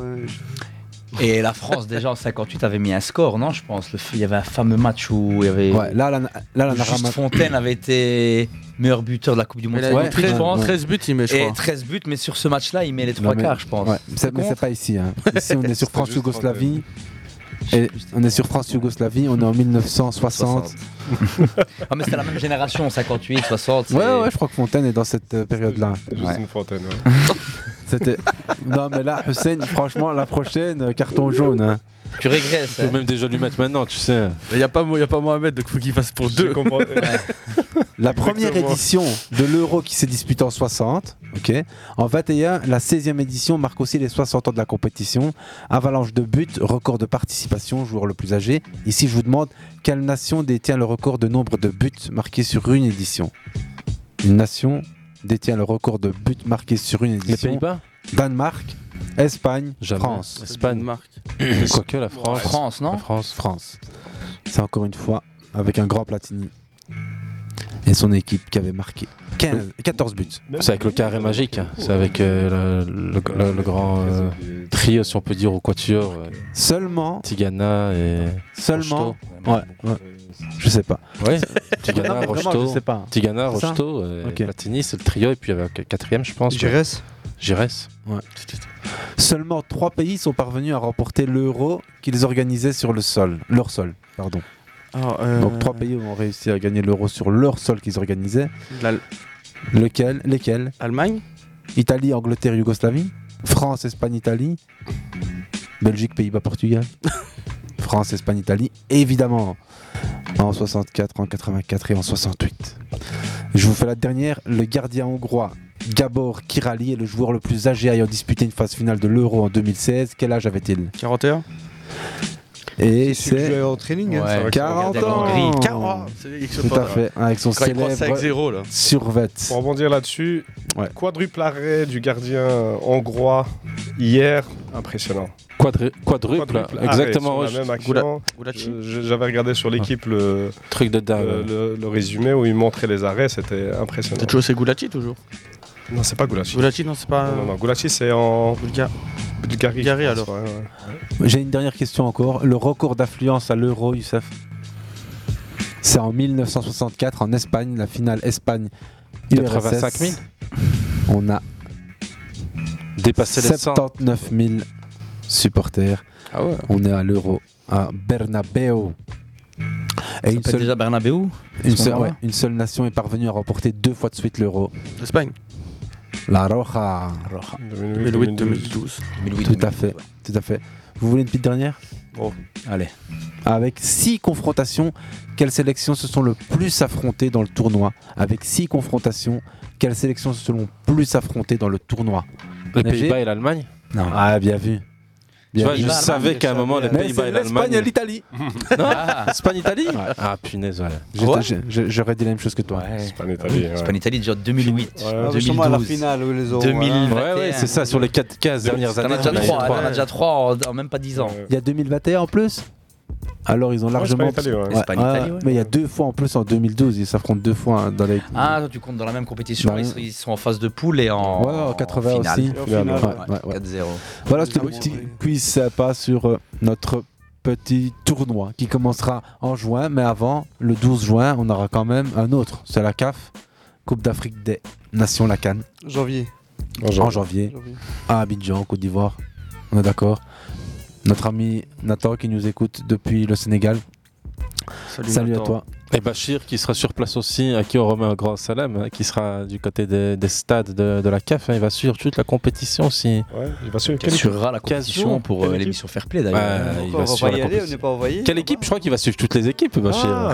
Et la France, déjà en 58, avait mis un score, non Je pense. Le f- Il y avait un fameux match où il y avait.
Ouais, là, la, là, la
Juste
Narama-
Fontaine avait été meilleur buteur de la Coupe du Monde.
Il a mis
Ouais,
13
je pense.
buts. 13 buts, il met, je
Et
crois.
13 buts, mais sur ce match-là, il met les
Non,
trois
mais-
quarts, je pense.
Ouais, c'est-
Tu
mais c'est
comptes
pas ici. hein. Ici, on est sur
C'était juste
France-Yougoslavie. Et on est sur France-Yougoslavie, on est en 1960.
[LAUGHS] Ah, mais c'était la même génération, 58, 60. c'est-
Ouais, ouais, je crois que Fontaine est dans cette euh, période-là.
Juste
Ouais.
une
Fontaine,
C'était. Non, mais là, Hussein, franchement, la prochaine, euh, carton jaune. hein.
Tu régresses.
Faut même déjà lui mettre maintenant, tu sais.
Il n'y a, pas mo- hein. y a pas Mohamed, donc faut qu'il fasse pour deux. [LAUGHS]
La première
Exactement.
édition de l'Euro qui s'est disputée en 60, ok. En 21, la 16e édition marque aussi les 60 ans de la compétition. Avalanche de buts, record de participation, joueur le plus âgé. Ici, je vous demande quelle nation détient le record de nombre de buts marqués sur une édition Une nation détient le record de buts marqués sur une édition.
Pays-Bas
Danemark, Espagne, France.
Espagne. [CLEARS THROAT] Quoique la France.
France, non
La France.
France. C'est encore une fois avec un grand Platini et son équipe qui avait marqué 15 14 buts.
C'est avec le carré magique, hein. c'est avec euh, le, le- le- le grand euh, trio, si on peut dire, au quatuor. euh,
Seulement.
Tigana et.
Seulement. Ouais, ouais. Je sais pas. [LAUGHS]
Ouais,
Non,
Tigana,
mais vraiment,
Rocheteau.
je sais pas.
Tigana,
C'est ça
Rocheteau, et
Ok.
Platini, c'est le trio, et puis il y avait un quatrième, je pense.
Giresse
Giresse.
Ouais. Seulement trois pays sont parvenus à remporter l'Euro qu'ils organisaient sur le sol, leur sol, pardon.
euh,
Donc trois pays ont réussi à gagner l'Euro sur leur sol qu'ils organisaient. Lequel Lesquels
Allemagne,
Italie, Angleterre, Yougoslavie, France, Espagne, Italie, Belgique, Pays-Bas, Portugal. France, Espagne, Italie, évidemment. En 64, en 84 et en 68. Je vous fais la dernière. Le gardien hongrois Gabor Kirali est le joueur le plus âgé ayant disputé une phase finale de l'Euro en 2016. Quel âge avait-il
41.
celui
Et
que
c'est.
j'avais en training, hein, Ouais, ça va.
40
Gardien
ans
Hongrie.
40,
Ah,
c'est quelque chose
Tout à
comme ça.
fait, hein, avec son
Quand il prend
célèbre
5-0, là.
survet.
Pour rebondir là-dessus, quadruple arrêt du gardien euh, hongrois hier, impressionnant.
Quadru- quadruple,
arrêt
exactement.
Ah, sur la même action.
Goula-
Je- je- J'avais regardé sur l'équipe le
truc de dingue.
Le, le- le résumé où il montrait les arrêts, c'était impressionnant.
C'est toujours c'est Goulati toujours.
Non, c'est pas Goulachi.
Goulachi, non, c'est pas.
Non, non, non, Goulachi, c'est en Bulgarie.
Bulgarie,
je
alors.
pense, ouais, ouais.
J'ai une dernière question encore. Le record d'affluence à l'Euro, Youssef C'est en 1964 en Espagne, la finale Espagne.
85 000.
On a
Dépassé les 100.
79 000 supporters.
Ah
On est à l'Euro, à Bernabeu. Et
s'appelle déjà Bernabeu,
une,
ce
seule,
nom-là
ouais, une seule nation est parvenue à remporter deux fois de suite l'Euro.
L'Espagne.
La Ah, Roja.
2008, 2012.
Tout à fait, tout à fait. Vous voulez une petite dernière
Allez.
Avec six confrontations, quelles sélections se sont le plus affrontées dans le tournoi Avec six confrontations, quelles sélections se sont le plus affrontées dans le tournoi
Les
Nagé
Pays-Bas et l'Allemagne
Non. Ah, bien vu.
Tu
Bien
vois,
vu.
je savais qu'à un moment, les
Mais
Pays-Bas
c'est
et l'Allemagne.
l'Espagne
[LAUGHS]
et l'Italie.
Non Espagne-Italie
Ah,
punaise, ouais.
J'étais- j'ai- j'ai- J'aurais dit la même chose que toi.
Espagne-Italie.
Espagne-Italie, déjà 2008.
Ouais, mais sûrement à la finale, où les euros,
2021.
euh,
Ouais, ouais, c'est ça, sur les quatre- 15 dernières
T'en as
années,
déjà
on a eu
trois,
trois.
t'en as déjà 3 en, en même pas 10 ans.
Il y a 2021 en plus alors ils ont largement
Espagne-Italie, Euh, ouais.
Ouais,
Espagne-Italie,
ouais,
ouais.
mais il y a deux fois en plus en 2012 ils s'affrontent deux fois hein, dans les
Ah, toi, tu comptes dans la même compétition.
Bah,
ils, sont- ils sont en phase de poule et en.
Ouais, en 80
finale.
aussi.
En
Ouais,
finale,
ouais,
ouais,
ouais, ouais.
4-0. Ah
Voilà,
Ah
c'était le petit quiz sympa sur euh, notre petit tournoi qui commencera en juin. Mais avant, le 12 juin, on aura quand même un autre. C'est la CAF, Coupe d'Afrique des Nations, la Cannes.
Janvier.
En janvier. À Abidjan, Côte d'Ivoire. On est d'accord. Notre ami Nathan qui nous écoute depuis le Sénégal. à toi.
Et Bachir qui sera sur place aussi, à qui on remet un grand salam, hein, qui sera du côté des, des stades de, de la CAF. hein. il va suivre toute la compétition aussi.
Ouais, il va suivre.
Quelle
Quelle
équipe
assurera la
Quelle
compétition
équipe
pour euh, l'émission Fair Play d'ailleurs.
Ouais, Bah, il
Pourquoi
va
on va pas
suivre la
y aller, on
compétition.
n'est pas envoyé.
Quelle équipe Je crois qu'il va suivre toutes les équipes, Bachir. [LAUGHS]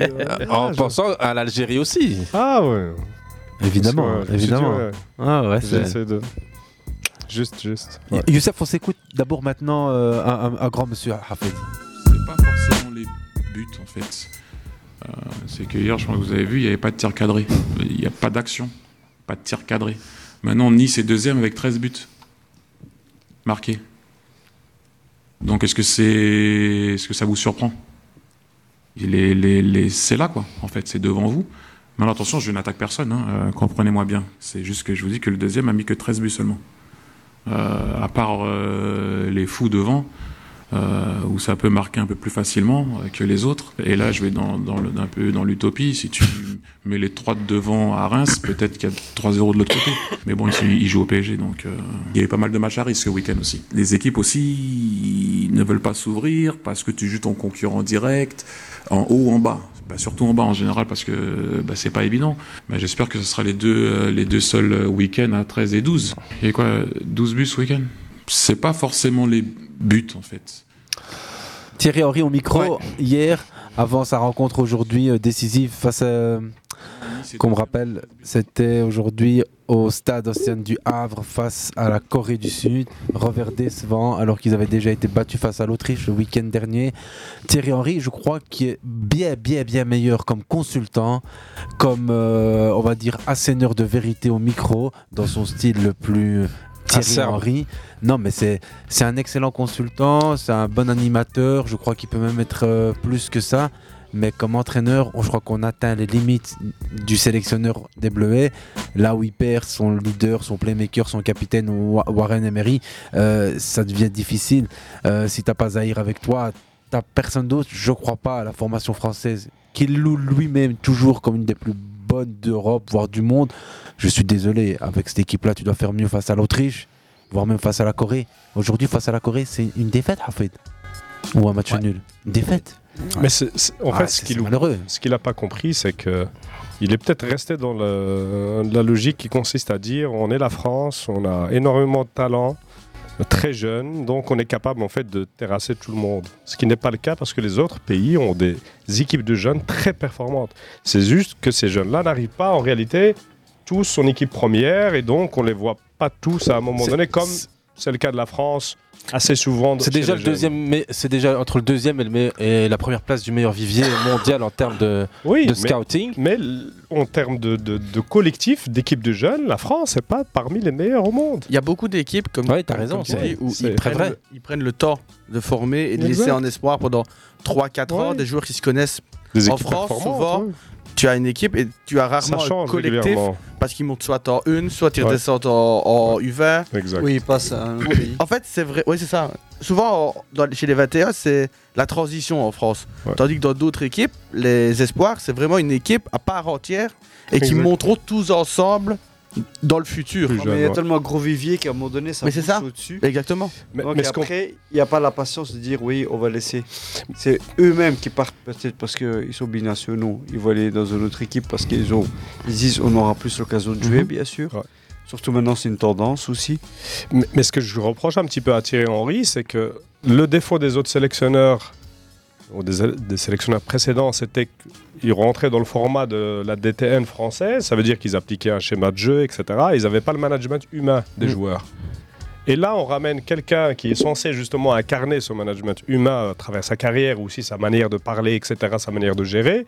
Ah.
en pensant à l'Algérie aussi.
Ah ouais.
Évidemment,
Parce que, euh,
évidemment.
je te dis,
Ah ouais,
J'ai
c'est-
essayé de- Juste, juste.
Youssef, on s'écoute d'abord maintenant euh, un, un- un grand monsieur, Hafid.
pas forcément les buts en fait. Euh, c'est que hier, je crois que vous avez vu, il n'y avait pas de tir cadré. Il n'y a pas d'action, pas de tir cadré. Maintenant, Nice est deuxième avec 13 buts marqués. Donc, est-ce que, c'est, est-ce que ça vous surprend les, les- les- C'est là, quoi, en fait, c'est devant vous. Mais alors, attention, je n'attaque personne, hein, euh, comprenez-moi bien. C'est juste que je vous dis que le deuxième a mis que 13 buts seulement. Euh, à part euh, les fous devant, euh, où ça peut marquer un peu plus facilement euh, que les autres. Et là, je vais dans, dans le- un peu dans l'utopie. Si tu mets les trois de devant à Reims, peut-être qu'il y a 3-0 de l'autre côté. Mais bon, ils, sont- ils jouent au PSG, donc euh, il y avait pas mal de matchs à risque ce week-end aussi. Les équipes aussi ne veulent pas s'ouvrir parce que tu joues ton concurrent direct, en haut ou en bas. Bah, surtout en bas en général parce que bah, c'est pas évident. Mais j'espère que ce sera les deux, euh, les deux seuls euh, week-ends à 13 et 12. Et quoi, 12 bus week-end C'est pas forcément les buts en fait.
Thierry Henry au micro hier, avant sa rencontre aujourd'hui euh, décisive face à. Qu'on me rappelle, c'était aujourd'hui au stade Océane du Havre face à la Corée du Sud. Revers décevant, alors qu'ils avaient déjà été battus face à l'Autriche le week-end dernier. Thierry Henry, je crois, qui est bien, bien, bien meilleur comme consultant, comme, euh, on va dire, asséneur de vérité au micro, dans son style le plus euh, Thierry
Acerbe.
Henry. Non, mais c'est c'est un excellent consultant, c'est un bon animateur. Je crois qu'il peut même être euh, plus que ça. Mais comme entraîneur, on- je crois qu'on atteint les limites du sélectionneur des Bleuets. Là où il perd son leader, son playmaker, son capitaine Wa- Warren Emery, euh, ça devient difficile. Euh, si t'as pas Zahir avec toi, t'as personne d'autre. Je crois pas à la formation française qu'il loue lui-même toujours comme une des plus bonnes d'Europe, voire du monde. Je suis désolé, avec cette équipe-là, tu dois faire mieux face à l'Autriche, voire même face à la Corée. Aujourd'hui, face à la Corée, c'est une défaite, Hafid. Ou un match nul. Une défaite.
Mais c'est- c'est- en
Ah,
fait,
c'est-
ce qu'il
c'est malheureux.
ce qu'il a pas compris, c'est que il est peut-être resté dans le- la logique qui consiste à dire on est la France, on a énormément de talent, très jeune, donc on est capable en fait de terrasser tout le monde. Ce qui n'est pas le cas parce que les autres pays ont des équipes de jeunes très performantes. C'est juste que ces jeunes-là n'arrivent pas en réalité tous son équipe première et donc on les voit pas tous à un moment
C'est-
donné comme c'est le cas de la France assez souvent.
C'est
chez les
déjà le
jeunes.
deuxième, mais c'est déjà entre le deuxième et, le me- et la première place du meilleur vivier mondial en termes de,
Oui,
de
mais-
scouting.
Mais, l- en termes de, de- de collectif, d'équipe de jeunes, la France n'est pas parmi les meilleures au monde.
Il y a beaucoup d'équipes comme,
Ouais,
t'as
comme
raison,
tu
c'est-
dis, où
c'est
ils
très
prennent,
vrai.
le- ils prennent le temps de former et de
Exact.
laisser en espoir pendant 3-4 ans des joueurs qui se connaissent.
Des
en
équipes
France,
performantes,
souvent,
ouais.
tu as une équipe et tu as rarement
Ça
un
change
collectif
régulièrement.
parce qu'ils montent soit en une, soit ils
Ouais.
redescendent en, en U20.
Exact.
Oui, ils passent à un autre pays.
En fait, c'est vrai, oui, c'est ça. Souvent, en- dans- chez les 21, c'est la transition en France. Tandis que dans d'autres équipes, les espoirs, c'est vraiment une équipe à part entière et qui
Exact.
monteront tous ensemble dans le futur.
Ah, mais il y a tellement un gros vivier qu'à un moment donné, ça
Mais c'est
pousse
ça.
au-dessus.
Exactement.
Donc
mais ce qu'on-
après, il n'y a pas la patience de dire oui, on va laisser. C'est eux-mêmes qui partent peut-être parce qu'ils sont binationaux. Ils vont aller dans une autre équipe parce qu'ils ont, ils disent on aura plus l'occasion de jouer,
Mhm.
bien sûr. Surtout maintenant, c'est une tendance aussi.
Mais, mais ce que je reproche un petit peu à Thierry Henry, c'est que le défaut des autres sélectionneurs, ou des, des sélectionneurs précédents, c'était qu'ils rentraient dans le format de la DTN française, ça veut dire qu'ils appliquaient un schéma de jeu, etc. Ils n'avaient pas le management humain
Mm.
des joueurs. Et là, on ramène quelqu'un qui est censé justement incarner ce management humain à travers sa carrière, ou aussi sa manière de parler, etc., sa manière de gérer.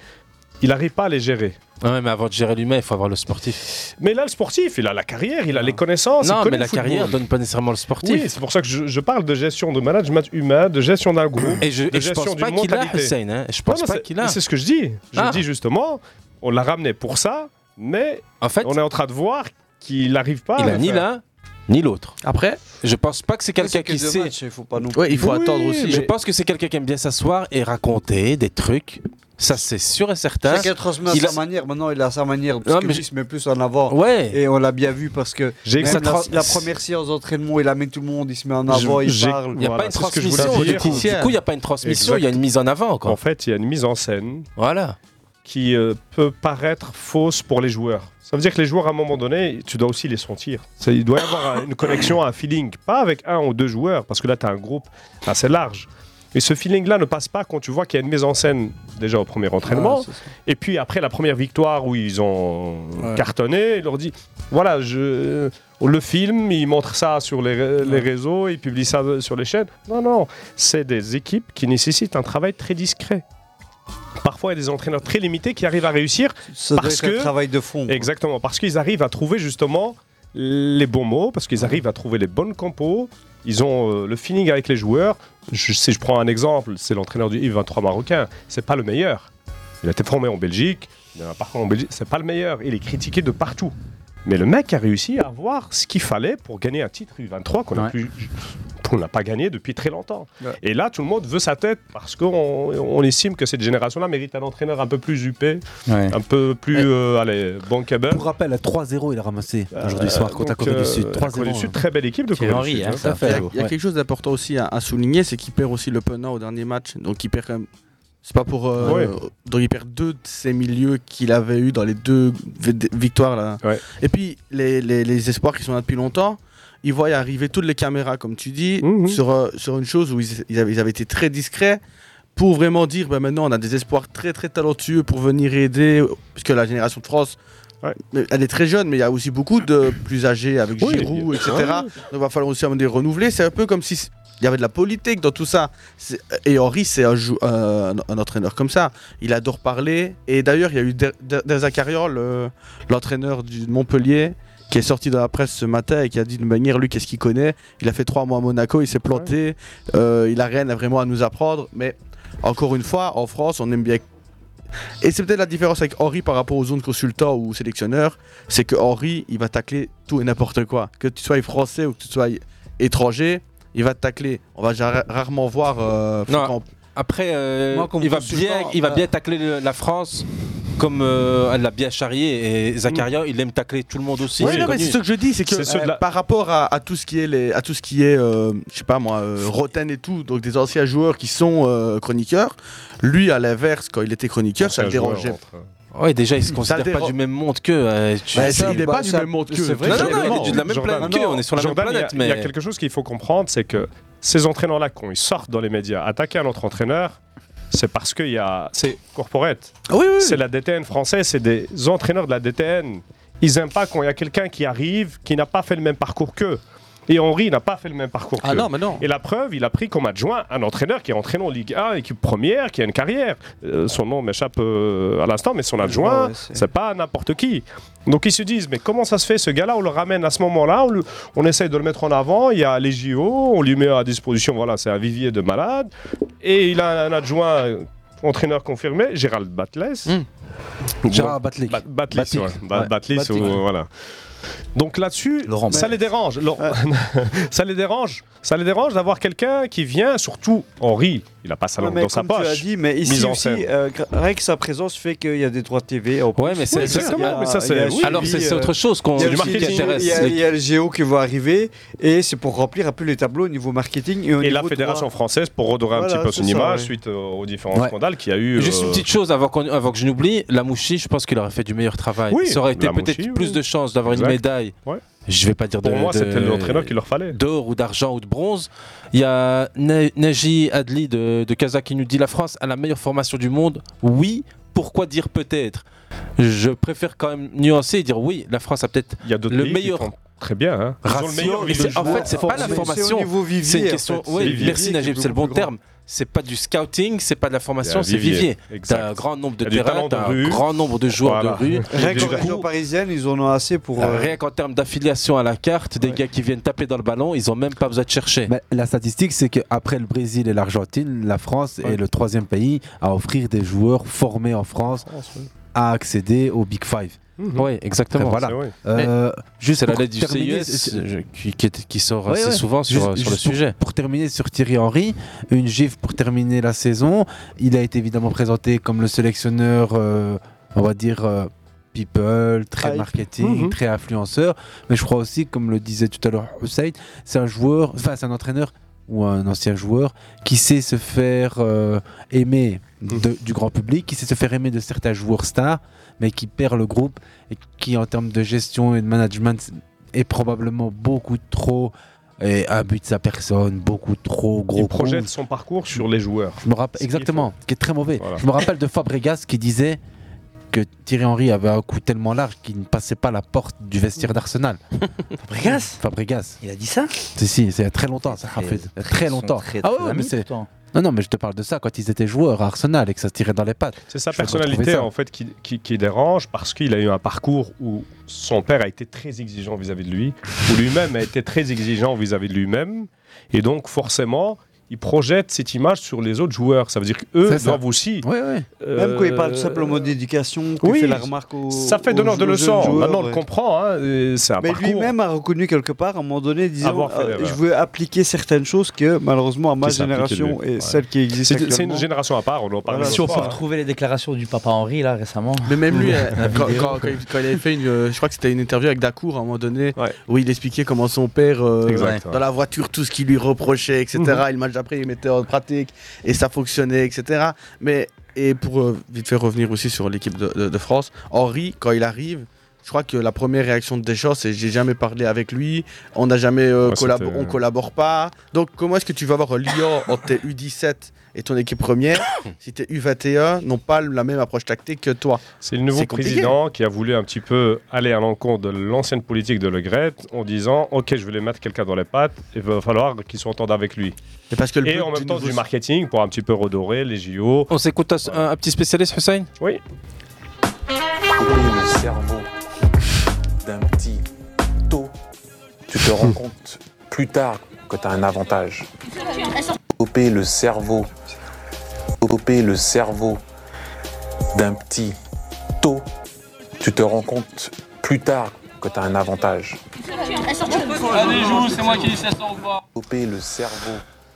Il n'arrive pas à les gérer.
Ouais, mais avant de gérer l'humain, il faut avoir le sportif.
Mais là, le sportif, il a la carrière, il a les connaissances. il
Non,
connaît
mais
le
la
football.
carrière donne pas nécessairement le sportif.
Oui, c'est pour ça que je, je parle de gestion de management humain, de gestion d'un groupe,
Et je-
de
et je
gestion
pense
d'une
pas qu'il a,
mentalité.
Hussein, hein. Je pense pas
c'est-
qu'il a.
C'est ce que je dis. Je
Ah.
dis justement, on l'a ramené pour ça, mais on est en train de voir qu'il n'arrive pas.
il
à
a
le
ni
faire.
l'un ni l'autre.
Après,
je pense pas que c'est quelqu'un
c'est que
qui
deux
sait.
matchs, il faut pas non
Ouais, il faut attendre aussi,
Je
mais-
pense que c'est quelqu'un qui aime bien s'asseoir et raconter des trucs. Ça, c'est sûr et certain.
Chacun transmet à
Il
sa
a-
manière. Maintenant, il a sa manière. Parce
Non,
que lui,
mais je-
il se met plus en avant.
Ouais.
Et on l'a bien vu parce que
J'ai-
même
ça
la,
tra-
la première séance d'entraînement, il amène tout le monde, il se met en avant, il parle.
Il n'y a pas une transmission. Du coup, Du coup, il n'y a pas une transmission. Il y a une mise en avant. Quoi.
En fait, il y a une mise en scène.
Voilà.
Qui euh, peut paraître fausse pour les joueurs. Ça veut dire que les joueurs, à un moment donné, tu dois aussi les sentir. Ça, il doit y avoir un- une connexion, un feeling. Pas avec un ou deux joueurs, parce que là, tu as un groupe assez large. Et ce feeling-là ne passe pas quand tu vois qu'il y a une mise en scène déjà au premier entraînement.
Ouais, Ah, c'est ça.
et puis après la première victoire où ils ont
Ouais.
cartonné, il leur dit voilà, je, le film, il montre ça sur les, ré- les réseaux, il publie ça sur les chaînes. Non, non, c'est des équipes qui nécessitent un travail très discret. Parfois, il y a des entraîneurs très limités qui arrivent à réussir
Ça doit
parce
être un
que
travail de fond.
Exactement, parce qu'ils arrivent à trouver justement les bons mots, parce qu'ils arrivent à trouver les bonnes compos. Ils ont euh, le feeling avec les joueurs. Je- si je prends un exemple, c'est l'entraîneur du I-23 marocain. C'est pas le meilleur. Il a été formé en Belgique. Il a un parcours en Belgique. C'est pas le meilleur. Il est critiqué de partout. Mais le mec a réussi à avoir ce qu'il fallait pour gagner un titre U23 qu'on a pu- qu'on n'a pas gagné depuis très longtemps. Et là, tout le monde veut sa tête parce qu'on on estime que cette génération-là mérite un entraîneur un peu plus huppé,
Ouais.
un peu plus euh, allez, bankable.
Pour rappel, à 3-0, il a ramassé aujourd'hui
Euh,
soir contre la
donc,
Corée du
euh,
Sud.
la
3-0.
Corée du Sud, très belle équipe de Thierry Corée du Henry, Sud, hein, hein, ça
Il y a,
fait.
il y a
Ouais.
quelque chose d'important aussi à, à souligner, c'est qu'il perd aussi le Pena au dernier match. Donc il perd quand même. C'est pas pour. euh,
Ouais.
Donc il perd deux de ses milieux qu'il avait eu dans les deux vi- victoires là. Et puis les, les- les espoirs qui sont là depuis longtemps, ils voient arriver toutes les caméras comme tu dis
Mhm.
sur euh, sur une chose où ils, ils avaient, ils avaient été très discrets pour vraiment dire bah, maintenant on a des espoirs très très talentueux pour venir aider parce que la génération de France. Elle est très jeune, mais il y a aussi beaucoup de plus âgés avec
Oui.
Giroud, etc.
Ouais.
Donc il va falloir aussi à un moment donné renouveler. C'est un peu comme si c- il y avait de la politique dans tout ça. C'est- euh, Et Henri, c'est un, jou- un- un entraîneur comme ça. Il adore parler. Et d'ailleurs, il y a eu Der- Der- Derza Carriol, le- l'entraîneur du Montpellier, qui est sorti dans la presse ce matin et qui a dit de manière, lui, qu'est-ce qu'il connaît Il a fait trois mois à Monaco, il s'est planté. Euh, il a rien à- vraiment à nous apprendre. Mais encore une fois, en France, on aime bien et c'est peut-être la différence avec Henri par rapport aux zones consultants ou sélectionneurs, c'est que Henri, il va tacler tout et n'importe quoi. Que tu sois français ou que tu sois étranger, il va te tacler. On va ja- rarement voir. euh, Foucan.
Après, euh,
Moi, comme
il, va
consultant,
bien, il va
euh,
bah-
bien tacler le- la France comme euh, elle l'a bien charrié et Zakaria, il aime tacler tout le monde aussi.
Oui,
c'est
non, mais
connu.
c'est ce que je dis, c'est que
ceux de
euh,
la-
par rapport à, à tout ce qui est, les, à tout ce qui est, euh, je sais pas moi, euh, Roten et tout, donc des anciens joueurs qui sont euh, chroniqueurs, lui à l'inverse, quand il était chroniqueur, ça le
Ancien joueur,
dérangeait.
entre-
euh,
Ouais, déjà, il se
Ça
considère
dérange-
pas du même monde que.
Bah, si, il est pas du même monde qu'eux.
C'est vrai,
Non,
qu'il
non,
est
non,
vraiment-
il est
de la même
Jordan,
planète qu'eux,
non,
on est sur la
Jordan,
même
il y a-
planète.
Il y, a
mais-
quelque chose qu'il faut comprendre, c'est que ces entraîneurs-là, quand ils sortent dans les médias, attaquer un autre entraîneur, c'est parce qu'il y a. C'est corporate.
Ah
C'est la DTN française, c'est des entraîneurs de la DTN. Ils n'aiment pas quand il y a quelqu'un qui arrive qui n'a pas fait le même parcours qu'eux. Et Henri n'a pas fait le même parcours
Ah
qu'eux.
non, mais non.
Et la preuve, il a pris comme adjoint un entraîneur qui est entraîné en Ligue 1, équipe première, qui a une carrière. Euh, son nom m'échappe euh, à l'instant, mais son adjoint,
ouais, c'est-
c'est pas n'importe qui. Donc ils se disent, mais comment ça se fait ce gars-là On le ramène à ce moment-là, on, le- on essaye de le mettre en avant, il y a les JO, on lui met à disposition, voilà, c'est un vivier de malades. Et il a un adjoint euh, entraîneur confirmé, Gérald Batles.
Gérard
Batles. Batles,
Batlick.
ouais. Ba-
Ouais,
Batles,
Batlick.
ou- voilà. Donc là-dessus, ça les dérange. Laurent- [LAUGHS] ça les dérange. Ça les dérange d'avoir quelqu'un qui vient, surtout Henri, il a pas sa
Ouais,
langue
mais
dans sa
comme tu
poche.
as dit, mais ici
Mise en
aussi,
scène.
euh, gra- rien que sa présence fait qu'il y a des droits TV. en
Ouais,
plus.
mais c'est-
Il y a-
exactement, mais
il
ça,
y a
c'est-
suivi,
alors, c'est- c'est
euh,
autre chose qu'on-
il y a
du
le
marketing
suivi,
intéresse.
Il y, a- il y a le géo qui va arriver et c'est pour remplir un peu les tableaux au niveau marketing et au
Et la
niveau
Fédération
droit.
française, pour redorer
Voilà,
un petit peu
c'est
son
ça,
image
ouais.
suite euh, aux différents
Ouais.
scandales qu'il y a eu.
Juste une
euh,
petite chose avant, qu'on- avant que je n'oublie, la Mouchi, je pense qu'il aurait fait du meilleur travail.
Oui,
ça aurait été
Lamouchi,
peut-être
oui.
plus de chances d'avoir une
Exact.
médaille.
Ouais.
Je vais pas dire de
Pour moi,
de-
c'était l'entraîneur qu'il leur fallait.
D'or ou d'argent ou de bronze. Il y a Na- Naji Adli de, de Casa qui nous dit la France a la meilleure formation du monde. Oui, pourquoi dire peut-être Je préfère quand même nuancer et dire oui, la France a peut-être
Il y a d'autres
le
pays qui
meilleur
font Très bien. hein. Ils ont le
ratio.
meilleur
et c'est- en
vivier.
fait, c'est pas la
C'est au
formation.
niveau vivier,
C'est une
en
question.
fait.
oui,
C'est vivier
merci
qui est
Najib, c'est le bon
beaucoup plus
terme. C'est pas du scouting, c'est pas de la formation,
C'est un
c'est vivier.
vivier. Exact.
T'as un grand nombre
Il
de
y a du
terrains,
talent de
t'as un
rue.
grand nombre de joueurs
Voilà.
de rue.
[LAUGHS] Rien
Du
qu'en
coup,
région parisienne, ils en ont assez pour. euh,
Rien qu'en termes d'affiliation à la carte, des gars qui viennent taper dans le ballon, ils ont même pas besoin de chercher.
Mais la statistique, c'est qu'après le Brésil et l'Argentine, la France est le troisième pays à offrir des joueurs formés en France à accéder au Big Five.
Mhm. Ouais, exactement.
Enfin, Voilà.
C'est vrai.
Euh, juste
C'est la
pour
lettre du
terminer-
CIS euh, qui, qui est- qui sort
Ouais,
assez
ouais.
souvent sur,
Juste-
sur le
juste pour-
sujet.
Pour, terminer sur Thierry Henry, une gifle pour terminer la saison. Il a été évidemment présenté comme le sélectionneur, euh, on va dire, euh, people, très
Hype.
marketing,
Mhm.
très influenceur. Mais je crois aussi, comme le disait tout à l'heure Hussein, c'est un joueur, enfin, c'est un entraîneur ou un ancien joueur qui sait se faire euh, aimer
Mhm.
de- du grand public, qui sait se faire aimer de certains joueurs stars, mais qui perd le groupe et qui, en termes de gestion et de management, est probablement beaucoup trop et abus de sa personne, beaucoup trop gros.
Il projette
coups.
son parcours sur les joueurs.
Je me rappelle
Ce qui est
exactement, qui est très mauvais.
Voilà.
Je me rappelle de Fabregas qui disait que Thierry Henry avait un coup tellement large qu'il ne passait pas la porte du vestiaire d'Arsenal. Fabregas Fabregas.
Il a dit ça
Si si, c'est il y a très longtemps ça,
Très-
Hafid. Il y a
très-
Très
sont
longtemps.
très-
ah ouais,
très
ouais, mais
amis,
c'est
pourtant.
Non, non, mais je te parle de ça quand ils étaient joueurs à Arsenal et que ça se tirait dans les pattes.
C'est sa
Je peux
personnalité
retrouver ça.
en fait qui, qui- qui dérange parce qu'il a eu un parcours où son père a été très exigeant vis-à-vis de lui, où lui-même a été très exigeant vis-à-vis de lui-même, et donc forcément il projette cette image sur les autres joueurs. Ça veut dire qu'eux
C'est ça.
doivent aussi.
Même quand il parle
euh,
tout simplement d'éducation, qu'il
oui,
fait la remarque au.
ça fait donneur de leçons. Maintenant, on le comprend, hein, et c'est un
Mais
parcours.
lui-même a reconnu quelque part, à un moment donné, disant
Avoir fait
euh,
l'erreur.
Je veux appliquer certaines choses que, malheureusement, à ma
Qui s'appliquait
génération
de
et
lui. Ouais.
celle qui existe.
C'est- C'est une
actuellement-
génération à part, on en parle.
Voilà,
si on peut
c'est ça.
retrouver les déclarations du papa Henri là récemment.
Mais même
[LAUGHS]
lui, euh,
La
quand,
vidéo,
quand- quand
quoi.
il, quand il avait fait une, euh, je crois que c'était une interview avec Dacour à un moment donné, où il expliquait comment son père, euh,
Exact, ouais.
dans la voiture, tout ce qu'il lui reprochait, etc.
Mhm.
Et le match d'après, il mettait en pratique et ça fonctionnait, etc. Mais et pour euh, vite fait revenir aussi sur l'équipe de, de- de France, Henri, quand il arrive. Je crois que la première réaction de Deschamps, c'est j'ai jamais parlé avec lui, on n'a jamais euh,
Ouais,
collabo-
c'était-
on collabore pas. Donc comment est-ce que tu vas avoir un lien entre
[COUGHS]
tes U17 et ton équipe première si tes U21 n'ont pas la même approche tactique que toi
C'est le nouveau
compliqué.
président qui a voulu un petit peu aller à l'encontre de l'ancienne politique de Le Gret en disant Ok, je vais les mettre quelqu'un dans les pattes, il va falloir qu'ils s'entendent avec lui.
Et, parce que
en même temps, du marketing pour un petit peu redorer les JO.
On s'écoute un, un- un petit spécialiste, Hussein
Oui.
le cerveau d'un petit taux, tu te
[LAUGHS]
rends compte plus tard que tu as un avantage. Couper le cerveau, couper le cerveau d'un petit taux, tu te rends compte plus tard que tu as un avantage.
Allez, joue, c'est moi qui dis ça sort ou pas.
Couper le cerveau.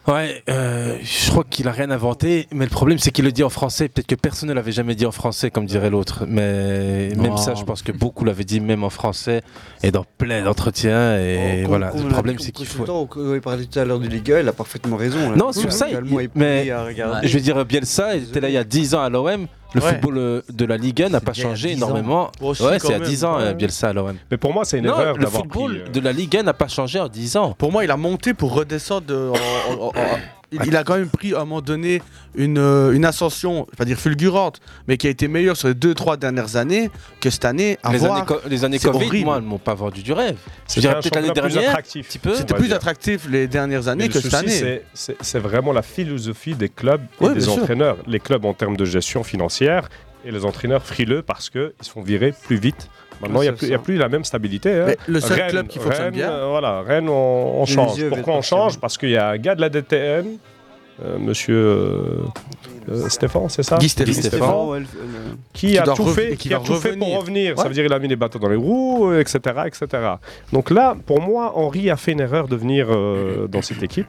Ouais, euh, je crois qu'il a rien inventé, mais le problème c'est qu'il le dit en français. Peut-être que personne ne l'avait jamais dit en français, comme dirait l'autre. Mais même
Non.
ça, je pense que beaucoup l'avaient dit même en français et dans plein d'entretiens. Et voilà,
On
le
a
problème
dit
c'est
qu'on
qu'il faut.
consultant, on- Il parlait tout à l'heure du Liga, il a parfaitement raison. là.
Non, sur ça,
Finalement,
il-
il
mais
pourrait, euh, regarder.
je veux dire, Bielsa il était là il y a 10 ans à l'OM. Le
Ouais.
football euh, de la Liga n'a pas
déjà il y a
changé
10 ans.
énormément.
Oh, si,
ouais,
quand
c'est à
même.
10 ans, euh,
Ouais.
Bielsa à l'OM.
Mais pour moi, c'est une
Non,
erreur
le
d'avoir pris,
football
euh,
de la Liga n'a pas changé en 10 ans.
Pour moi, il a monté pour redescendre. euh, en- en- en- en- il, il a quand même pris à un moment donné une, euh, une ascension, je vais pas dire fulgurante, mais qui a été meilleure sur les deux trois dernières années que cette année. À
Les
voir,
années, co- les années
c'est
Covid,
horrible.
moi, elles m'ont pas vendu du rêve. Je
C'était
dirais
un
peut-être l'année
championnat plus
dernière.
attractif,
petit peu.
C'était
on va
plus
dire.
attractif les dernières années
Mais
que
le
cette
souci,
année.
c'est- c'est- c'est vraiment la philosophie des clubs et
Ouais,
des
bien sûr.
entraîneurs. Les clubs en termes de gestion financière et les entraîneurs frileux parce qu'ils se font virer plus vite. Maintenant,
Ouais,
il
c'est
n'y a,
ça.
plus la même stabilité. hein.
Mais le seul
Rennes-
club qui fonctionne
Rennes,
bien-
euh, voilà, Rennes, on, on
Les
change.
yeux
Pourquoi on change Parce qu'il y a un gars de la DTN, euh, monsieur euh, euh, Stéphane, c'est ça
Guy Stéphane.
Stéphane, ouais, le- le-
qui,
Qui
a
doit
tout
rev-
fait,
et qui
qui a
va
tout fait
revenir.
pour revenir. Ça
Ouais.
veut dire qu'il a mis les bâtons dans les roues, euh, etc., etc. Donc là, pour moi, Henri a fait une erreur de venir euh, dans cette équipe.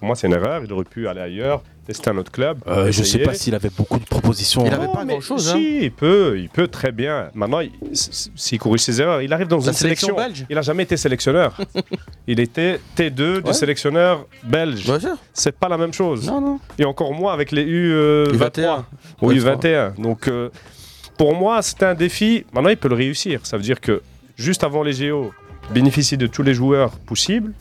Pour moi, c'est une erreur. Il aurait pu aller ailleurs, tester un autre club.
Euh, je sais
essayer.
pas s'il avait beaucoup de propositions.
Il avait pas
Non, mais
grand-chose,
Si,
hein.
il peut, il peut très bien. Maintenant, il- s- s- s'il corrige ses erreurs, il arrive dans
La
une
sélection
sélection.
belge.
Il a jamais été sélectionneur.
[LAUGHS]
il était T2 du
Ouais.
sélectionneur belge.
Bien sûr.
C'est pas la même chose.
Non, non.
Et encore moins avec les U21. Oui, U21. Donc, euh, pour moi, c'était un défi. Maintenant, il peut le réussir. Ça veut dire que juste avant les JO, il bénéficie de tous les joueurs possibles.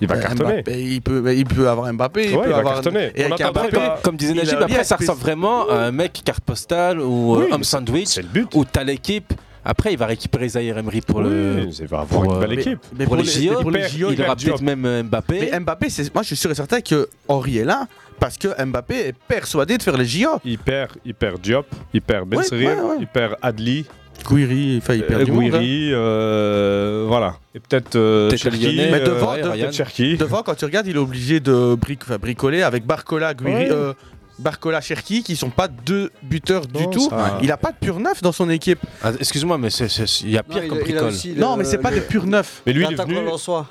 Il va
Euh,
cartonner.
Mbappé, il, peut, mais il peut avoir Mbappé.
Ouais,
peut
il va
avoir...
cartonner.
Et
On
avec
attendra
Mbappé,
pas.
Comme disait
il a
Najib,
bien
après ça
spécifié-
ressemble vraiment à un mec carte postale ou
Oui,
euh, homme
mais
sandwich ou t'as l'équipe. Après, il va récupérer Zahir Emery pour le.
Oui, il va avoir
pour,
une
euh,
belle
mais-
équipe.
pour, les JO,
pour les JO,
il
a
aura
le job.
peut-être même euh, Mbappé.
Mais Mbappé, c'est- moi je suis sûr et certain que Henri est là parce que Mbappé est persuadé de faire les JO.
Il perd, il perd Diop, il perd Ben
Ouais,
Serir,
ouais, ouais.
il perd Adli,
Kouiri, enfin il perd
euh,
du monde. hein.
Gouiri, euh, voilà. Et peut-être euh,
Peut-être le
Cherki,
Lyonnais,
Mais devant,
euh,
de-
peut-être
de-
Cherki.
devant, quand tu regardes, il est obligé de bric- enfin, bricoler avec Barcola, Guiri,
Ouais.
euh, Barcola, Cherki, qui sont pas deux buteurs du
Non,
tout.
ça va.
Il a pas de pur neuf dans son équipe.
Ah, Excuse-moi, mais c'est- c'est- il y a pire
il
comme
a- il a
bricole.
aussi le-
Non, mais c'est pas
le-
des purs neufs.
Mais lui, il est
l'attaquant
venu-
lensois.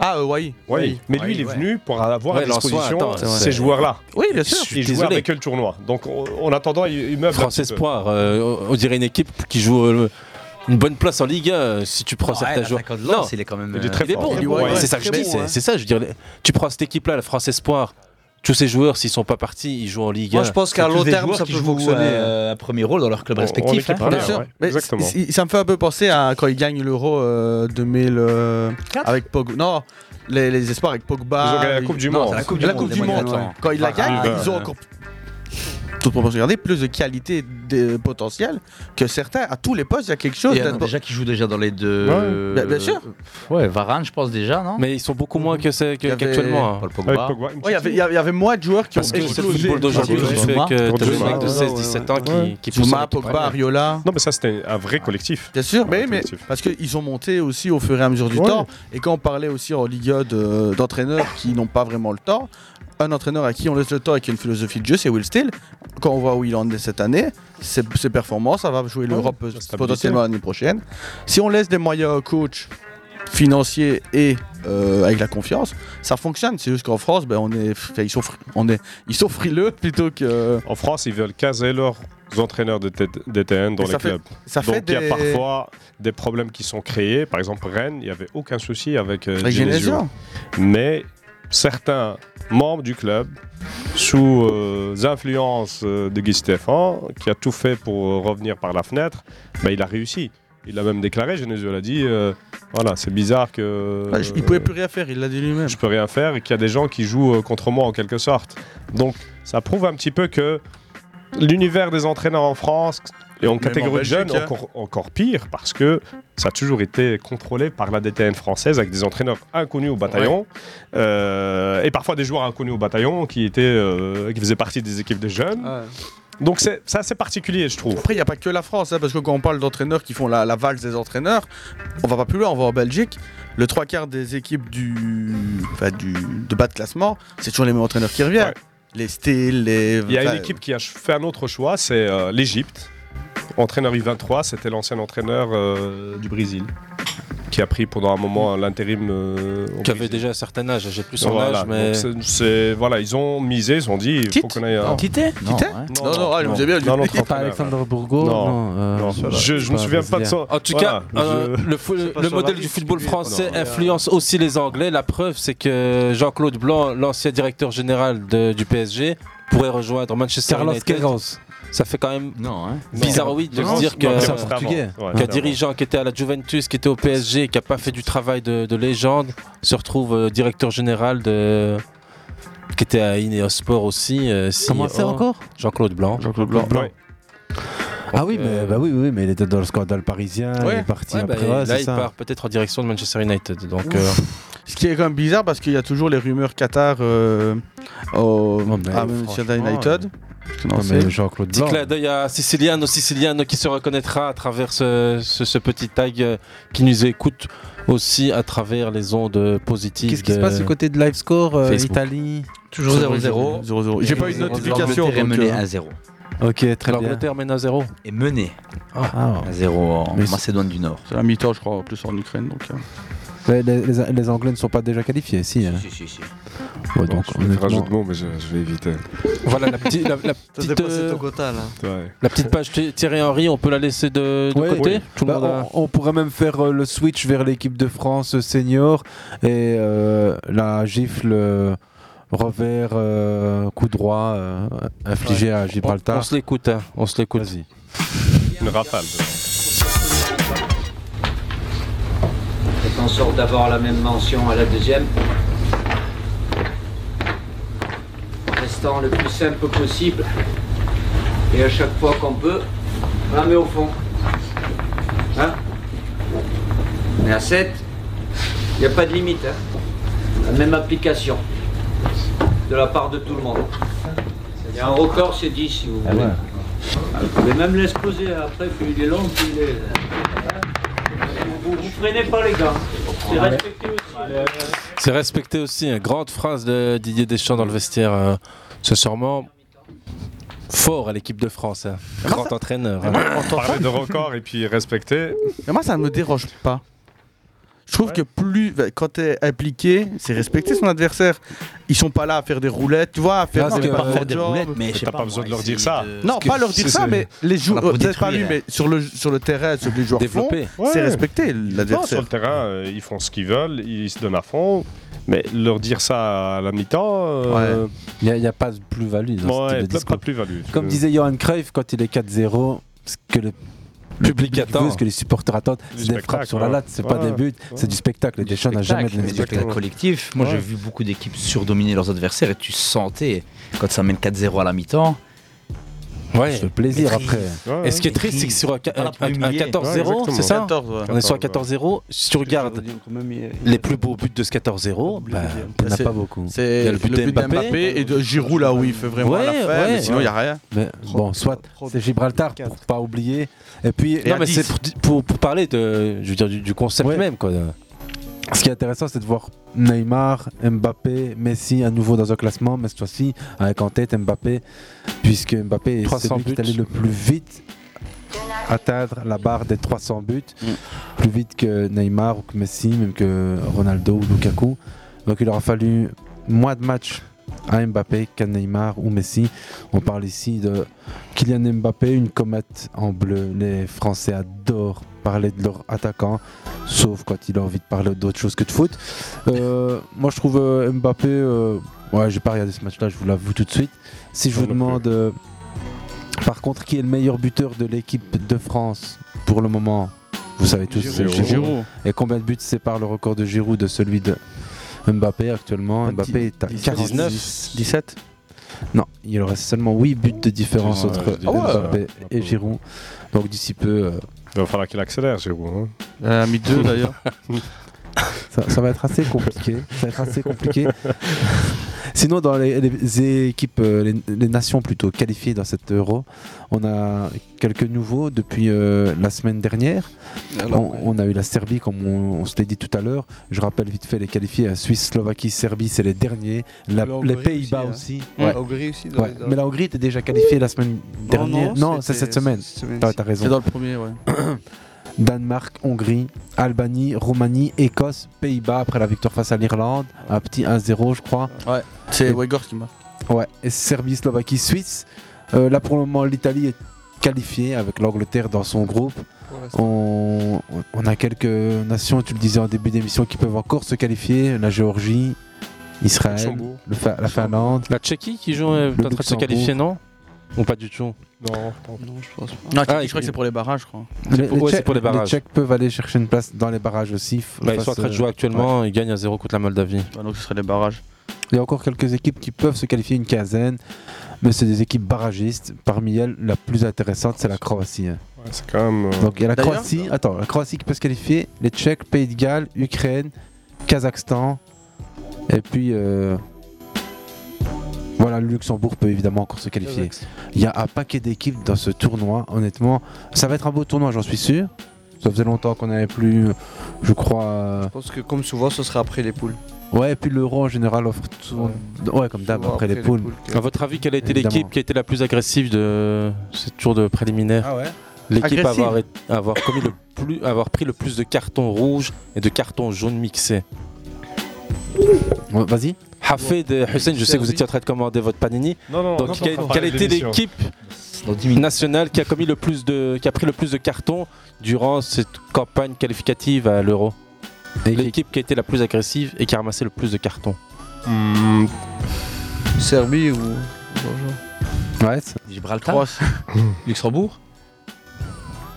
Ah, euh, Wai.
Ouais,
Wai.
mais lui, il est
Wai,
venu pour avoir
Ouais,
à
Lançois,
disposition
attends, c'est-
ces joueurs-là.
Oui, bien
Je
sûr.
suis
Et jouer
désolé.
avec eux le tournoi. Donc, en en attendant, il il meuble. un
France
petit peu.
Espoir, euh, on- on dirait une équipe qui joue euh, une bonne place en Ligue 1 euh, si tu prends
Ouais,
certains joueurs.
l'attaquant de Lens, il est quand même,
il est
euh,
très
il est
fort.
bon. Ouais, ouais,
c'est ça que
très
je dis,
bon,
c'est
hein.
c'est ça. Je veux dire, les- tu prends cette équipe-là, la France Espoir, tous ces joueurs, s'ils sont pas partis, ils jouent en Ligue 1.
Moi, je pense qu'à
C'est tous
long
des
terme,
joueurs
ça
qui
peut
jouent,
fonctionner.
euh, un premier rôle dans leur club respectif. hein.
Bien sûr. Mais c- c- ça me fait un peu penser à quand il gagne l'Euro euh, 2000 euh, avec Pogba. Non, les, les espoirs avec Pogba.
Ils ont gagné la Coupe du
Non,
Monde. Ah,
c'est La Coupe du
La
Monde.
Coupe du Monde,
ouais. Quand ils la
Varane.
gagnent, ils ont encore. toute proportion gardée, plus de qualité de- potentielle que certains. À tous les postes, il y a quelque chose.
Il y en a
d'être-
déjà qui jouent déjà dans les deux.
Ouais. Bien- bien sûr.
Ouais, Varane, je pense déjà, non
Mais ils sont beaucoup moins que c'est
Il y avait-
qu'actuellement.
hein.
Paul Pogba. Avec Pogba,
Ouais, il y avait- il y, avait- il y avait moins de joueurs qui
Parce
ont
que c'est le
explosé.
football d'aujourd'hui
Ouais.
qui fait
Zuma.
que t'as des
Zuma.
mecs de 16, 17 ans qui, qui poussent
Zuma,
l'équipe
Pogba,
première.
Ariola.
Non, mais ça, c'était un vrai collectif.
Bien sûr, mais, mais parce qu'ils ont monté aussi au fur et à mesure du
Ouais.
temps. Et quand on parlait aussi en Ligue 1 de- d'entraîneurs qui n'ont pas vraiment le temps, un entraîneur à qui on laisse le temps et qui a une philosophie de jeu, c'est Will Steele. Quand on voit où il en est cette année, ses, ses performances, ça va jouer l'Europe potentiellement l'année prochaine. Si on laisse des moyens au coach financiers et euh, avec la confiance, ça fonctionne. C'est juste qu'en France, ben, on est, enfin, ils, sont, fri- on est, ils sont frileux [LAUGHS] plutôt que.
En France, ils veulent caser leurs entraîneurs de T- DTN dans
Mais
les
ça fait-
clubs.
ça fait
Donc il y
des-
a parfois des problèmes qui sont créés. Par exemple, Rennes, il n'y avait aucun souci avec euh,
Avec Genesio.
Genesio. Mais certains membres du club, sous euh, influence euh, de Guy Stéphane, qui a tout fait pour euh, revenir par la fenêtre, bah, il a réussi. Il a même déclaré, Genesio l'a dit, euh, voilà, c'est bizarre que...
Ouais, Bah, il pouvait plus rien faire, il l'a dit lui-même.
Je peux rien faire et qu'il y a des gens qui jouent euh, contre moi en quelque sorte. Donc ça prouve un petit peu que l'univers des entraîneurs en France et en
Même en
catégorie de
Belgique,
jeunes
hein.
encore, encore pire parce que ça a toujours été contrôlé par la DTN française avec des entraîneurs inconnus au bataillon euh, et parfois des joueurs inconnus au bataillon qui étaient euh, qui faisaient partie des équipes de jeunes. Donc c'est c'est assez particulier je trouve.
Après, il n'y a pas que la France, hein, parce que quand on parle d'entraîneurs qui font la, la valse des entraîneurs, on va pas plus loin, on va en Belgique. Le trois quarts des équipes du, enfin, du, de bas de classement, c'est toujours les mêmes entraîneurs qui reviennent. Les Steele, les.
Il y a une
enfin,
équipe qui a ch- fait un autre choix, c'est euh, l'Égypte. Entraîneur U23, c'était l'ancien entraîneur euh, du Brésil, qui a pris pendant un moment l'intérim. euh, au
Qui
Brésil.
avait déjà un certain âge, j'ai plus son
Voilà,
âge, mais.
donc c'est- c'est- voilà, ils ont misé, ils ont dit, il faut
Tite
qu'on aille. à-
Non. Tite Non, Tite hein.
Non, non, ah, il vous a bien oublié.
Non, l'autre
Pas
entraîneur,
Alexandre
là.
Bourgault,
Non,
non, euh,
non,
sur la-
je, je me
pas
souviens pas de
brésilien.
ça.
En tout
Voilà,
cas, euh,
je-
le, fou-
C'est pas
le
sur la
modèle du
liste,
football
il est-
français
Non.
influence aussi les Anglais. La preuve, c'est que Jean-Claude Blanc, l'ancien directeur général de- du PSG, pourrait rejoindre Manchester
Carlos
United.
Queiroz.
Ça fait quand même
non,
bizarre, oui, de
Non,
se dire
non,
que-
c'est un
qu'un
Portugais. Ouais,
qu'un
c'est un
dirigeant qui était à la Juventus, qui était au PSG, qui n'a pas fait du travail de, de légende, se retrouve euh, directeur général de qui était à Ineos Sport aussi. euh,
Comment
CEO.
c'est encore
Jean-Claude Blanc.
Jean-Claude Blanc.
Blanc. Ah oui, mais, bah oui, oui, mais il était dans le scandale parisien, il est parti
Ouais, bah,
après. ouais,
là,
c'est
il
ça.
part peut-être en direction de Manchester United. Donc, euh,
Ce qui est quand même bizarre parce qu'il y a toujours les rumeurs Qatar euh, au, à Manchester United.
euh, Non,
Non,
mais
c'est-
Jean-Claude
Petit
Blanc.
clin d'œil à Siciliano, Siciliano qui se reconnaîtra à travers ce, ce- ce petit tag euh, qui nous écoute aussi à travers les ondes positives.
Qu'est-ce qui se passe du côté de Live Score euh,
Facebook.
Italie
Toujours 0-0.
0-0. J'ai pas eu de notification.
L'Angleterre est
donc,
menée
euh,
à 0.
Ok, très bien.
L'Angleterre mène à 0.
Est menée
Ah.
à 0 en
Mais c'est-
Macédoine du Nord.
C'est la mi-temps, je crois, en plus en Ukraine. Donc, euh.
Les, les- les- les Anglais ne sont pas déjà qualifiés, si. hein.
Si, si, si.
Ouais, donc,
Je vais faire un jeu
honnêtement-
de mots, mais je, je vais éviter.
Voilà la, petite- la-
[LAUGHS]
la petite, euh,
Ouais.
la petite page Thi- Thierry Henry, on peut la laisser de, de
Ouais,
côté
ouais.
Tout le
Bah,
monde a-
on, on pourrait même faire euh, le switch vers l'équipe de France euh, senior et euh, la gifle euh, revers euh, coup droit euh, infligé à Gibraltar.
On, on se l'écoute, hein, on se l'écoute.
Une rafale.
On sort d'abord la même mention à la deuxième. En Restant le plus simple possible. Et à chaque fois qu'on peut, on la met au fond. Hein On est à 7. Il n'y a pas de limite. hein. La même application de la part de tout le monde. Il y a un record, c'est 10 si vous voulez. Vous pouvez même l'exposer après, plus il est long, plus il est. Vous ne freinez pas les gars. C'est respecté aussi.
C'est respecté aussi, hein. grande phrase de Didier Deschamps dans le vestiaire. euh, ce sûrement fort à l'équipe de France. hein.
Ah, bah,
Grand entraîneur. hein.
Parler de record et puis respecter.
Mais moi, ça ne me dérange pas. Je trouve que plus, bah, quand t'es impliqué, c'est respecter son adversaire. Ils sont pas là à faire des roulettes, tu vois, à faire
Ah, c'est
des
pas
parfaits
faire des
jobs.
roulettes, mais Mais je sais t'as pas, pas besoin moi, de leur essayer dire ça. de-
Non,
Parce que
pas leur dire
c'est-
ça,
c'est-
mais les joueurs,
Voilà, pour
peut-être pas lui,
détruire.
mais sur le, sur le terrain, ce que les joueurs font, c'est
Ouais.
respecter
Non, Sur
l'adversaire.
le terrain, euh, ils font ce qu'ils veulent, ils se donnent à fond. Mais leur dire ça à la mi-temps. euh,
Il n'y a, pas hein, de plus-value. dans ce
Ouais,
type de
pas-
discours.
pas de plus-value.
Comme
Euh,
disait Johan Cruyff, quand il est 4-0, ce que le public
attend.
veut, ce que les supporters attendent,
Du
c'est des
spectacle,
frappes sur la
ouais.
latte, c'est pas
Ouais,
des buts,
ouais.
c'est du spectacle. Et Deschamps n'a jamais donné
Mais
de
du spectacle
spectacle.
collectif. Moi, j'ai
Ouais.
vu beaucoup d'équipes surdominer leurs adversaires et tu sentais quand ça mène 4-0 à la mi-temps.
Ouais. Ça fait plaisir après.
Et ce qui est triste, c'est que sur un, un- un- un 14-0, c'est ça On est sur un 14-0. Si tu regardes les plus beaux buts de ce 14-0, bah, il n'y en a
C'est-
pas beaucoup. Il
C'est
y a le but de Mbappé.
et de Giroud là où il fait vraiment
Ouais,
la fête,
ouais.
mais sinon il n'y a rien.
Mais bon, soit c'est Gibraltar pour pas oublier. Et puis
Non, mais c'est pour, pour- pour parler de, je veux dire, du, du concept même. Quoi.
Ce qui est intéressant, c'est de voir Neymar, Mbappé, Messi à nouveau dans un classement, mais cette fois-ci avec en tête Mbappé, puisque Mbappé est
300
celui qui est
buts.
allé le plus vite atteindre la barre des 300 buts, plus vite que Neymar ou que Messi, même que Ronaldo ou Lukaku. Donc il aura fallu moins de matchs à Mbappé qu'à Neymar ou Messi. On parle ici de Kylian Mbappé, une comète en bleu. Les Français adorent parler de leur attaquant, sauf quand il a envie de parler d'autre chose que de foot. Euh, moi je trouve euh, Mbappé, euh, ouais j'ai pas regardé ce match-là, je vous l'avoue tout de suite. Si je vous demande... euh, par contre, qui est le meilleur buteur de l'équipe de France pour le moment Vous savez tous,
Giroud.
c'est
Giroud.
Giroud. Et combien de buts sépare le record de Giroud de celui de Mbappé actuellement Mbappé est à
19.
17 Non, il aurait seulement 8 buts de différence
Ouais,
entre
je dis bien ça.
Mbappé et Giroud. Donc d'ici peu.
euh,
Il va falloir qu'il accélère, Giroud. Hein.
Euh,
[LAUGHS]
mis deux, d'ailleurs.
[LAUGHS] ça, ça va être assez compliqué. Ça va être assez compliqué. [LAUGHS] Sinon, dans les, les équipes, euh, les, les nations plutôt qualifiées dans cet Euro, on a quelques nouveaux depuis euh, la semaine dernière. on, on a eu la Serbie, comme on, on se l'est dit tout à l'heure. Je rappelle vite fait les qualifiés à Suisse, Slovaquie, Serbie, c'est les derniers. La-
La Hongrie
les Pays-Bas
aussi,
aussi.
hein.
Ouais.
La Hongrie aussi, dans
Ouais.
les- dans-
Mais la Hongrie était déjà qualifiée la semaine
Non,
dernière.
non,
Non, c'est
c'était-
cette semaine.
cette semaine.
T'as t'as raison.
C'est dans le premier, ouais.
[COUGHS] Danemark, Hongrie, Albanie, Roumanie, Écosse, Pays-Bas après la victoire face à l'Irlande, un petit 1-0 je crois.
Ouais, c'est
Et-
Weghorst qui
Ah
m'a.
Ouais, et Serbie, Slovaquie, Suisse. Euh, là pour le moment l'Italie est qualifiée avec l'Angleterre dans son groupe. On, on a quelques nations, tu le disais en début d'émission, qui peuvent encore se qualifier. La Géorgie, Israël,
Luxembourg.
le Fa- la Finlande.
La Tchéquie qui joue, euh,
Le
est en train de se
Luxembourg.
qualifier, non Ou pas du tout
Non,
je pense pas.
Ah,
Non, je crois que c'est pour les barrages, je crois.
C'est pour- ouais, c'est
Tchèques-
pour les barrages.
Tchèques peuvent aller chercher une place dans les barrages aussi. f-
Bah, ils
face,
sont en train de
euh,
jouer
ouais.
actuellement, ils gagnent à 0 contre la Moldavie.
donc ce serait les barrages.
Il y a encore quelques équipes qui peuvent se qualifier une quinzaine, mais c'est des équipes barragistes. Parmi elles, la plus intéressante, c'est la Croatie. hein.
c'est quand même. euh,
Donc il y a la
D'ailleurs-
Croatie, attends, la Croatie qui peut se qualifier, les Tchèques, Pays de Galles, Ukraine, Kazakhstan, et puis euh, voilà, le Luxembourg peut évidemment encore se qualifier. Il y a un paquet d'équipes dans ce tournoi, honnêtement. Ça va être un beau tournoi, j'en suis sûr. Ça faisait longtemps qu'on n'avait plus, je crois. euh,
Je pense que comme souvent, ce sera après les poules.
Ouais, et puis l'euro en général offre tout. Ouais, comme d'hab,
Souvent
après, les poules.
À votre avis, quelle a été
Évidemment.
l'équipe qui a été la plus agressive de ce tour de préliminaire
Ah ouais
L'équipe à
Agressive
avoir, été- à avoir commis le plus, à avoir pris le plus de cartons rouges et de cartons jaunes mixés.
Ouais, Vas-y.
Hafed et Hussein, je sais que vous étiez en train de commander votre panini.
Non, non, non,
Donc, quelle,
on va parler
quelle était
de l'émission.
l'équipe nationale qui a commis le plus de, qui a pris le plus de cartons durant cette campagne qualificative à l'Euro L'équipe qui a été la plus agressive et qui a ramassé le plus de cartons. Hmm.
Serbie ou.
Ouais.
Gibraltar.
Croatie.
[LAUGHS] Luxembourg.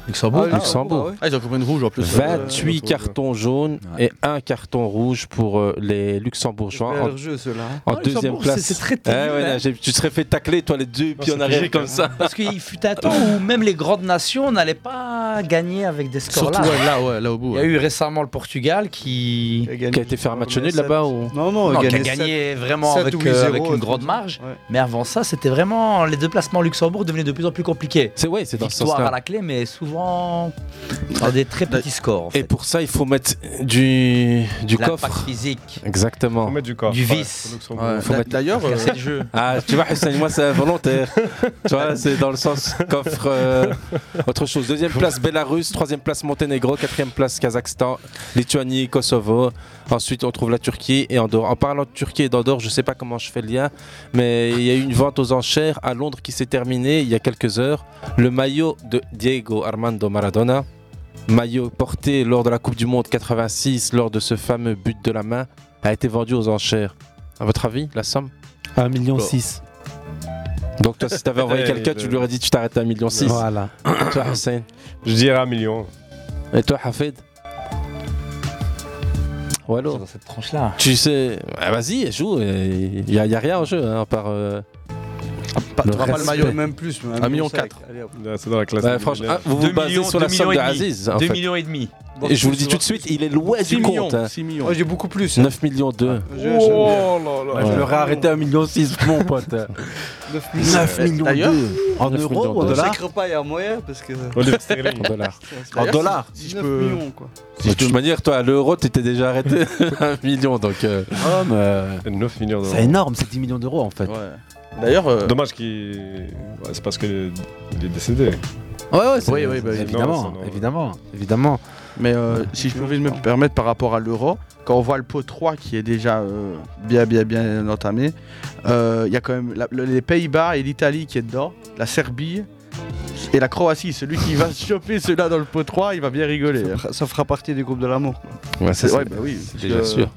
Luxembourg.
Ah, Luxembourg, ah ouais. Ah, ils ont combien de rouges en plus
28 cartons jaunes et un carton rouge pour euh, les Luxembourgeois.
Leur
En-
jeu, ceux-là.
En
Ah,
deuxième
Luxembourg,
place.
c'est- c'est très
Eh ouais,
terrible,
là,
hein.
j'ai- tu te serais fait tacler, toi, les deux puis en arrière comme ça.
Parce qu'il fut un temps où même les grandes nations n'allaient pas gagner avec des scores
Surtout,
là.
ouais, là, ouais, là, au bout,
Il y a
ouais.
eu récemment le Portugal qui
qui a,
été faire un match nul là-bas ou
Non, non,
qui a
gagné
gagné
sept-
vraiment
sept
avec,
ou
euh,
huit zéro,
avec
un
une
truc
grande
comme ça.
marge. Mais avant ça, c'était vraiment les déplacements au Luxembourg devenaient de plus en plus compliqués.
C'est ouais, c'est dans ce
Victoire
sens-là. Bah,
à la clé, mais souvent dans des très petits scores.
Et pour ça, il faut mettre du, du
L'impact
coffre.
physique.
Exactement.
Faut mettre du coffre.
Du
ouais,
vice.
au Luxembourg.
Ouais.
Faut
D'a-
mettre-
d'ailleurs, euh, Casser le jeu.
Ah, tu vois, Hussein, moi, c'est volontaire. tu vois, c'est dans le sens coffre. euh, autre chose. Deuxième place, Bélarus. Troisième place, Monténégro. Quatrième place, Kazakhstan. Lituanie, Kosovo. Ensuite, on trouve la Turquie et Andorre. En parlant de Turquie et d'Andorre, je sais pas comment je fais le lien, mais il y a eu une vente aux enchères à Londres qui s'est terminée il y a quelques heures. Le maillot de Diego Armando Maradona. Maillot porté lors de la Coupe du Monde 86, lors de ce fameux but de la main, a été vendu aux enchères. À votre avis, la somme
1,6 million. six.
Donc toi, si t'avais envoyé
[LAUGHS] Eh,
quelqu'un,
le-
tu lui aurais dit tu t'arrêtes à 1,6 million.
Voilà.
toi, Hussein.
Je dirais un million.
Et toi, Hafid Ou alors eh,
Dans cette tranche-là.
Tu sais, ah, vas-y, joue. Il n'y a, y a rien en jeu, hein, à part... euh,
Pas,
Le
tu auras pas le
respect.
maillot même plus. mais
Un million
cinq.
quatre.
Allez, hop.
C'est dans la classe.
Bah, franchement, ah, vous vous
Deux
basez
millions-
sur la
deux
somme de
millions et demi.
Aziz. en
Deux
fait.
millions et demi.
Et je vous le dis tout de suite, il est loin
Six
du
millions,
compte. hein.
six millions. Oh, j'ai beaucoup plus, hein.
9 millions 2.
Je- je-
Oh
Ouais, je l'aurais arrêté à 1,6 million, [LAUGHS] mon pote. 9 millions.
D'ailleurs,
En euros ou en dollars
Sacre pas, il y a moyen parce que.
En dollars. En dollars
Si je peux. millions quoi.
De toute manière, toi, à l'euro, t'étais déjà arrêté [LAUGHS] à 1 million. Donc, euh,
Oh, mais-
9 millions d'euros.
C'est énorme, c'est 10 millions d'euros en fait.
D'ailleurs.
euh,
euh,
Dommage qu'il. ouais, c'est parce qu'il est décédé.
Ouais, ouais, c'est-
Oui, oui, bah,
c'est
c'est
évidemment,
normal.
évidemment, évidemment.
Mais euh, si je pouvais me permettre par rapport à l'euro, quand on voit le pot 3 qui est déjà euh, bien, bien, bien entamé, euh, il y a quand même la- le- les Pays-Bas et l'Italie qui est dedans, la Serbie et la Croatie. Celui qui va [LAUGHS] se choper ceux-là dans le pot 3, il va bien rigoler. hein.
Ça fera partie du groupe de l'amour.
Ouais, ça, c'est-
bah oui,
c'est
parce
déjà sûr.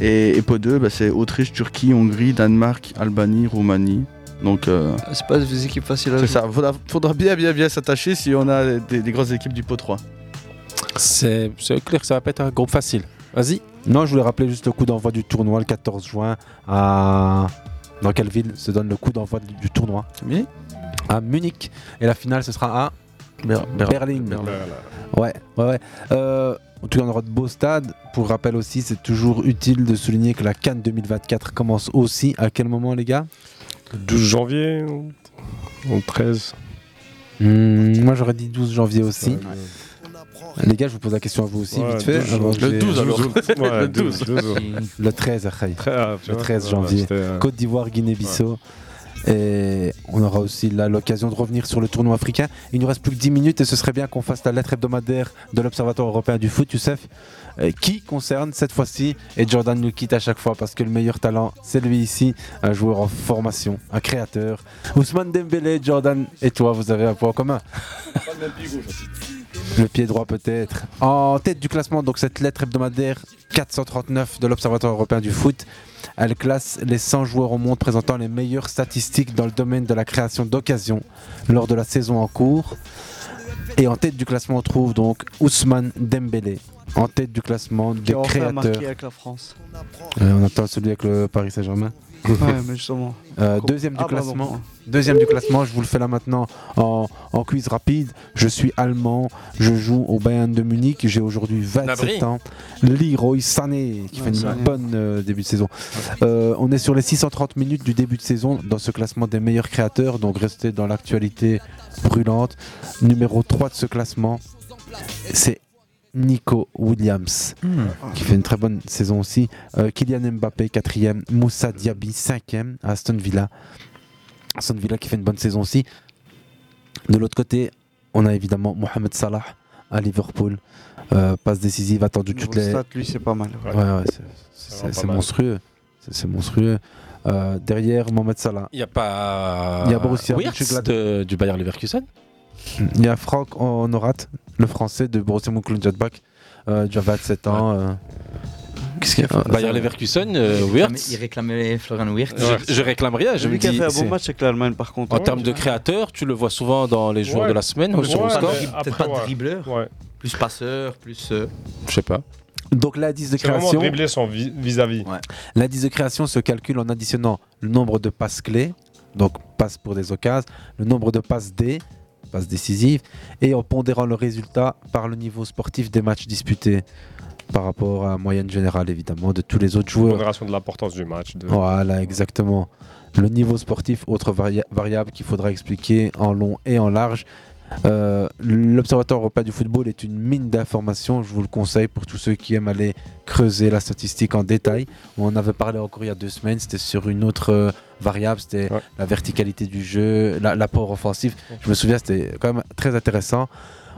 Et, et pot 2, bah, c'est Autriche, Turquie, Hongrie, Danemark, Albanie, Roumanie. Donc, euh,
C'est pas des équipes faciles à
c'est
jouer.
ça. Faudra, faudra bien, bien, bien s'attacher si on a des, des grosses équipes du pot 3.
c'est c'est clair que ça va pas être un groupe facile. Vas-y.
Non, je voulais rappeler juste le coup d'envoi du tournoi le 14 juin à. Dans quelle ville se donne le coup d'envoi du du tournoi
Munich
À Munich. Et la finale, ce sera à.
Ber-
Berlin.
Berlin.
Ouais, ouais, ouais. Euh, en tout cas, on aura de beaux stades. Pour rappel aussi, c'est toujours utile de souligner que la Cannes 2024 commence aussi. À quel moment, les gars
12 janvier ou ou 13
Hmm, Moi, j'aurais dit 12 janvier aussi. Les gars, je vous pose la question à vous aussi,
Ouais,
vite fait.
12
avant
janvier.
que
Le
j'ai-
12, alors.
[LAUGHS]
Ouais,
le
Le 12. 12.
Le 13, Achaï.
ah, tu
Le
vois,
13
ouais,
janvier.
c'était, euh,
Côte d'Ivoire, Guinée-Bissau. Et on aura aussi là l'occasion de revenir sur le tournoi africain. Il nous reste plus que 10 minutes et ce serait bien qu'on fasse la lettre hebdomadaire de l'Observatoire européen du foot, Youssef, euh, qui concerne cette fois-ci, et Jordan nous quitte à chaque fois parce que le meilleur talent, c'est lui ici, un joueur en formation, un créateur. Ousmane Dembélé, Jordan et toi, vous avez un point commun. Le pied droit peut-être. En tête du classement, donc cette lettre hebdomadaire 439 de l'Observatoire européen du foot. Elle classe les 100 joueurs au monde présentant les meilleures statistiques dans le domaine de la création d'occasions lors de la saison en cours. Et en tête du classement, on trouve donc Ousmane Dembélé. En tête du classement des
Qui a enfin
créateurs.
marqué avec la France.
Euh, on attend celui avec le Paris Saint-Germain.
Ouais, mais justement.
Euh, deuxième du
Ah, pardon.
classement. Deuxième du classement, je vous le fais là maintenant en, en quiz rapide. Je suis allemand, je joue au Bayern de Munich, j'ai aujourd'hui 27
Gnabry.
ans. Leroy Sané qui
Ouais,
fait une
Sané.
bonne euh, début de saison. Euh, on est sur les 630 minutes du début de saison dans ce classement des meilleurs créateurs, donc restez dans l'actualité brûlante. Numéro 3 de ce classement, c'est Nico Williams
Hmm.
qui fait une très bonne saison aussi. Euh, Kylian Mbappé, quatrième. Moussa Diaby, cinquième. à Aston Villa. Aston Villa qui fait une bonne saison aussi. De l'autre côté, on a évidemment Mohamed Salah à Liverpool. Euh, passe décisive attendue de toutes
Niveau
les.
stats, lui, c'est pas mal.
Ouais, ouais, c'est- c'est c'est monstrueux. C'est c'est monstrueux. Euh, derrière Mohamed Salah.
Il n'y a pas.
Il y a Borussia
Wirtz Euh, de- du Bayern Leverkusen.
Il y a Franck Honorat, le français de Borussia Mönchengladbach, euh, du 27 ans. euh.
Qu'est-ce qu'il y a
Euh,
Bayern Leverkusen, euh, Wirtz.
Il réclamait Florian Wirtz.
Je, je réclame rien. Je
Lui
me
qui a
dis,
fait un
c'est-
bon match avec l'Allemagne, par contre. hein.
En termes de créateur, tu le vois souvent dans les joueurs
Ouais.
de la semaine ou
Ouais,
sur le
mais
score.
Peut-être pas dribbleur, plus passeur, plus. euh,
Je sais pas.
Donc l'indice de
C'est vraiment
création.
dribbler son vi- vis-à-vis.
L'indice de création se calcule en additionnant le nombre de passes clés, donc passes pour des occasions, le nombre de passes D, passes décisives, et en pondérant le résultat par le niveau sportif des matchs disputés par rapport à la moyenne générale évidemment de tous les autres joueurs.
Pondération de l'importance du match. De...
Voilà, exactement. Le niveau sportif, autre varia- variable qu'il faudra expliquer en long et en large. Euh, L'Observatoire européen du football est une mine d'informations. Je vous le conseille pour tous ceux qui aiment aller creuser la statistique en détail. On en avait parlé encore il y a deux semaines. C'était sur une autre euh, variable. C'était la verticalité du jeu, la- l'apport offensif. Je me souviens, c'était quand même très intéressant.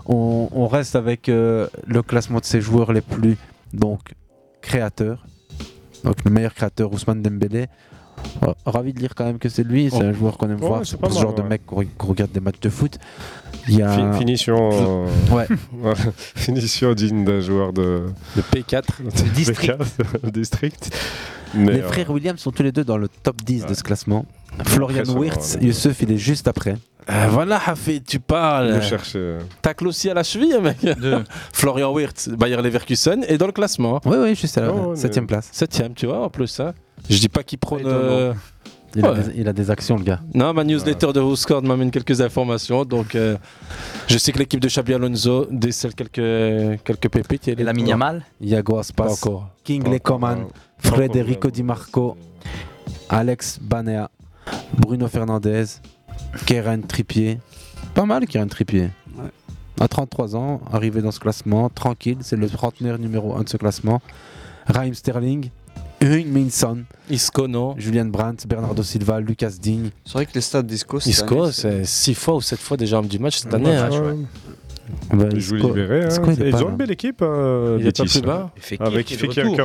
On, on reste avec euh, le classement de ces joueurs les plus donc créateurs. Donc le meilleur créateur, Ousmane Dembélé. Oh, Ravi de lire quand même que c'est lui. C'est
Oh.
un joueur qu'on aime
Ouais,
voir.
c'est
C'est
pas
ce
mal,
genre de
ouais.
mec qu'on re- qu'on regarde des matchs de foot. Il y a
Fi- finition. euh, [LAUGHS]
[LAUGHS] Ouais.
ouais, finition digne d'un joueur de.
De P4.
De
district.
P4, le district.
les
euh,
frères Williams sont tous les deux dans le top 10 de ce classement. Florian
Impressionnant,
Wirtz,
ouais.
Youssef, il est juste après.
Euh, voilà, Hafid, tu parles.
Le chercher.
Tacle aussi à la cheville, hein, mec. [LAUGHS] Florian Wirtz, Bayern Leverkusen, est dans le classement. hein.
Oui, oui, juste à la
septième
septième place.
Septième, tu vois, en plus. hein. Je dis pas qu'il prône
Étonnant.
euh,
Il, a
Ouais.
des, il a des actions, le gars.
Non, ma newsletter de WhoScored m'amène quelques informations. Donc, euh, je sais que l'équipe de Xabi Alonso décèle quelques, quelques pépites. Et
la Miniamal
Iago
Pas
Aspas,
encore. King Coman, Frederico Di Marco, Alex Banea, Bruno Fernandez, Keren Trippier. Pas mal, Keren Trippier. À 33 ans, arrivé dans ce classement, tranquille, c'est le trentenaire numéro 1 de ce classement. Raheem Sterling, Huing Minson,
Iscono,
Julian Brandt, Bernardo Silva, Lucas Digne.
C'est vrai que les stades d'Isco,
cette
Isco,
année,
c'est 6 fois ou 7 fois déjà un petit match cette
Ouais,
année. hein.
ouais.
Bah,
Ils jouent
Isco-
libéré. hein.
Isco, il est
Ils
pas
ont
là.
une belle équipe. euh,
Il est un
Betis,
peu bas.
hein. Avec Fekir qui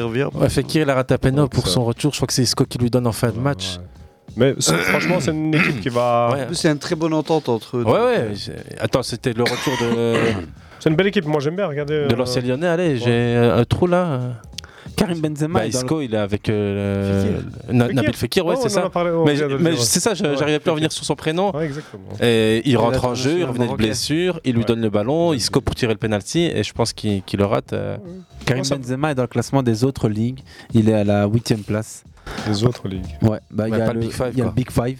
revient.
Ouais, Fekir, il a rattrapé Nord pour
ça.
son retour. Je crois que c'est Isco qui lui donne en fin de match.
Mais franchement, c'est une équipe qui va.
Ouais. En plus,
c'est une très bonne entente entre euh, eux.
Ouais, ouais. c'est- [COUGHS] Attends, c'était le retour
[COUGHS]
de,
C'est une belle équipe. Moi, j'aime bien regarder.
de
euh,
l'ancien Lyonnais. Allez, j'ai euh, un trou là.
Karim Benzema.
Bah,
est dans
Isco, il est avec euh, le- Na-
Fekir.
Nabil Fekir, ouais,
Ouais, on
c'est
en
ça.
a parlé, on
mais
vient de le
mais
dire, ouais.
c'est ça, je-
Ouais,
j'arrivais plus
Fekir.
à revenir sur son prénom.
Ouais, exactement.
Et il
est
rentre en jeu, il
international
revenait de
marocain.
blessure, il lui donne le ballon, Isco pour tirer le penalty, et je pense qu'il qu'il le rate. euh.
Karim Benzema est dans le classement des autres ligues. Il est à la 8 place.
Les autres ligues.
Ouais, bah, il
Ouais,
y a,
pas le
le,
Big Five,
il y a le
quoi.
Big Five.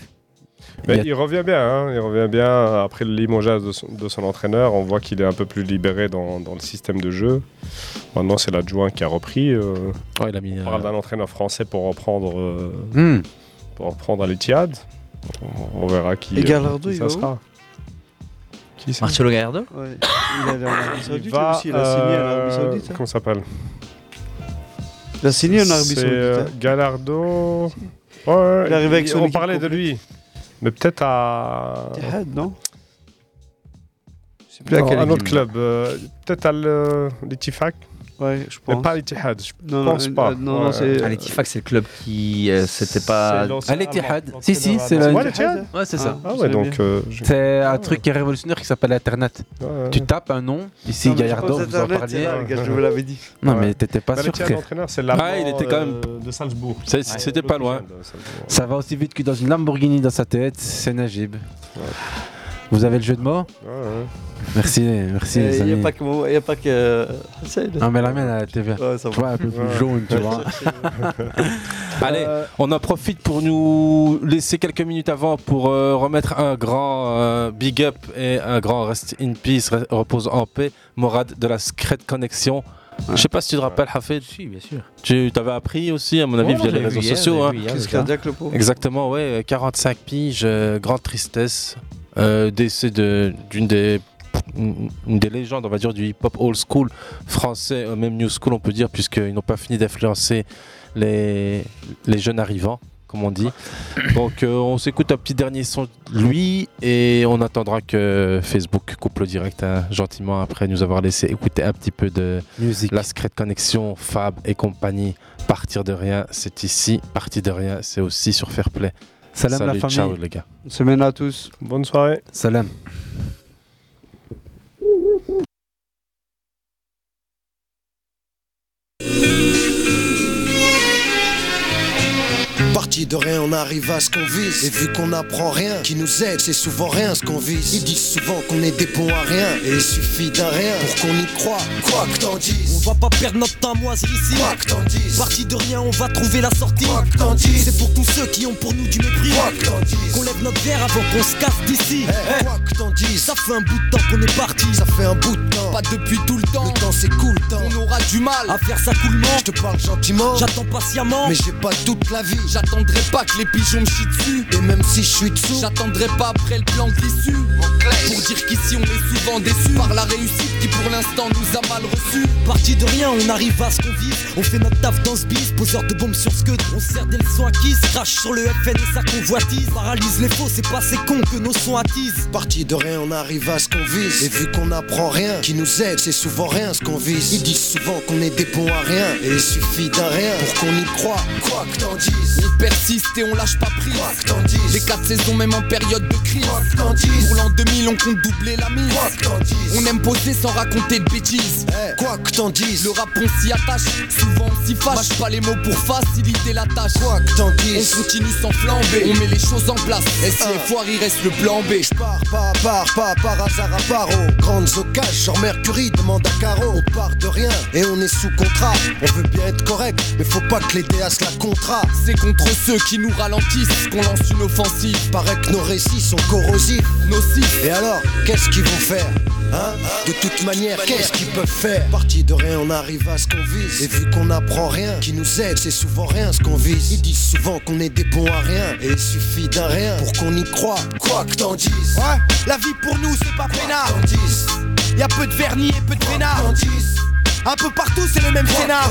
Mais
Il y a-
il revient bien, hein, il revient bien après le limogeage de son, de son entraîneur. On voit qu'il est un peu plus libéré dans, dans le système de jeu. Maintenant, c'est l'adjoint qui a repris. euh.
il a mis,
on parle d'un entraîneur français pour reprendre, euh,
Hmm.
pour reprendre à l'Etihad. On, on verra qui,
Et
euh,
Gallardo,
qui
il
ça
va où
sera. Qui ça
Marcelo Gallardo
Ouais. Il allait en Arabie Saoudite
va,
aussi, il a signé en Arabie
euh,
Saoudite. hein.
Comment ça s'appelle
Il a signé en Arabie
C'est,
Saoudite.
euh,
hein.
Gallardo. Ouais, ouais,
Il est arrivé avec son
on
équipe
parlait de lui. Mais peut-être à.
Etihad, non Je sais
Non, un autre
équipe.
club. euh, Peut-être à le- l'Ittifaq.
Ouais, je
Mais
pense.
pas à l'Ittihad. Je
Non, non,
pense
euh,
pas.
euh, non, non,
Ouais.
c'est-
À l'Ettifaq, c'est le club qui. euh, C'était pas.
l'ancien
À l'Etihad.
Allemand,
Si, si,
l'entraîneur
c'est
allemand.
la-
Ouais, l'Etihad
Ouais, c'est ça.
Ah ouais, donc. euh, je-
C'est un truc qui est révolutionnaire qui s'appelle Internet.
ouais.
Tu tapes un nom, ici
Non, mais je
Gallardo,
pense
vous en
Internet, c'est
parliez.
là, le gars, je vous l'avais dit.
Non, mais t'étais pas
Bah,
sûr,
l'Etihad,
frère.
l'entraîneur, c'est l'Allemand,
Ah, il était quand même.
euh, de Salzbourg.
C'est- C'était pas loin.
Ça va aussi vite que dans une Lamborghini dans sa tête, c'est Najib. Vous avez le jeu de mots Merci, merci.
Et
les
Il n'y a
amis.
pas que. moi- Il y a pas que... Hassan.
Non, mais la mienne, elle était verte.
Ouais, ça
Tu vois,
va.
un peu plus
Ouais.
jaune,
[LAUGHS]
tu vois.
[LAUGHS] Allez, on en profite pour nous laisser quelques minutes avant pour euh, remettre un grand euh, big up et un grand rest in peace, re- repose en paix, Morad de la Secret Connexion. Je sais pas si tu te rappelles, Hafid.
Si, bien sûr.
Tu t'avais appris aussi, à mon avis,
Ouais,
via
j'ai
les
vu
réseaux
hier,
sociaux.
j'ai
hein.
vu hier, Crise déjà. cardiaque, le pauvre.
Exactement, ouais. euh, 45 piges, euh, grande tristesse, euh, décès de- d'une des une une des légendes, on va dire, du hip-hop old school français, euh, même new school, on peut dire, puisqu'ils n'ont pas fini d'influencer les, les jeunes arrivants, comme on dit. Donc, euh, on s'écoute un petit dernier son de lui et on attendra que Facebook coupe le direct hein, gentiment après nous avoir laissé écouter un petit peu de
Musique.
la secrète connexion, Fab et compagnie. Partir de rien, c'est ici. Partir de rien, c'est aussi sur Fairplay.
Salam la
Salut,
famille.
ciao les gars.
Bonne semaine à tous.
Bonne soirée.
Salam.
Parti de rien, on arrive à ce qu'on vise. Et vu qu'on n'apprend rien, qui nous aide, c'est souvent rien ce qu'on vise. Ils disent souvent qu'on est des bons à rien. Et il suffit d'un rien pour qu'on y croit. Quoi que t'en dises,
On va pas perdre notre temps à moisir ici.
Quoi que t'en dises.
Parti de rien, on va trouver la sortie. C'est pour tous ceux qui ont pour nous du mépris. Qu'on lève notre verre avant qu'on se casse d'ici.
Eh, quoi que t'en dises.
Ça fait un bout de temps qu'on est parti.
ça fait un bout de temps.
Pas depuis tout le temps.
Le temps s'écoule, temps.
On aura du mal à faire ça coulement.
Je te parle gentiment.
J'attends patiemment.
Mais j'ai pas toute la vie.
J'attendrai pas que les pigeons me chient dessus.
Et même si je suis dessous,
J'attendrai pas après le plan de l'issue. Pour dire qu'ici on est souvent déçus par la réussite qui pour l'instant nous a mal reçus. Parti de rien, on arrive à ce qu'on vise. On fait notre taf dans ce bis, poseur de bombes sur Scud. On sert des leçons acquises, crache sur le FN et sa convoitise. Paralyse les faux, c'est pas ces cons que nos sons attisent.
Parti de rien, on arrive à ce qu'on vise. Et vu qu'on apprend rien, qui nous aide, c'est souvent rien ce qu'on vise. Ils disent souvent qu'on est des bons à rien. Et il suffit d'un rien pour qu'on y croit. Quoi que t'en dises.
On persiste et on lâche pas prise.
Quoi que t'en dises.
Les quatre saisons, même en période de crise.
Quoi que t'en dises.
Pour l'an 2000, on compte doubler la mise.
Quoi que t'en dises.
On aime poser sans raconter de bêtises.
Eh, Quoi que t'en dises.
Le rap on s'y attache, souvent on s'y fâche. Mâche pas les mots pour faciliter la tâche.
Quoi que t'en dises.
On continue sans flamber, on met les choses en place. Et si
Ah.
les foires, il reste le plan B.
Par, par, par, par, par hasard à part aux grandes occasions, genre Mercury demande à Caro, on part de rien et on est sous contrat. On veut bien être correct, mais faut pas que les DA se la contrat.
C'est contre ceux qui nous ralentissent, qu'on lance une offensive.
Paraît que nos récits sont corrosifs, nocifs. Et alors, qu'est-ce qu'ils vont faire Hein De toute manière, qu'est-ce qu'ils peuvent faire Parti de rien, on arrive à ce qu'on vise. Et vu qu'on n'apprend rien, qui nous aide, c'est souvent rien ce qu'on vise. Ils disent souvent qu'on est des bons à rien. Et il suffit d'un rien pour qu'on y croit. Quoi que t'en dises.
Ouais, la vie pour nous c'est pas peinard. Y a peu de vernis et peu de peinards. Un peu partout c'est le même scénar.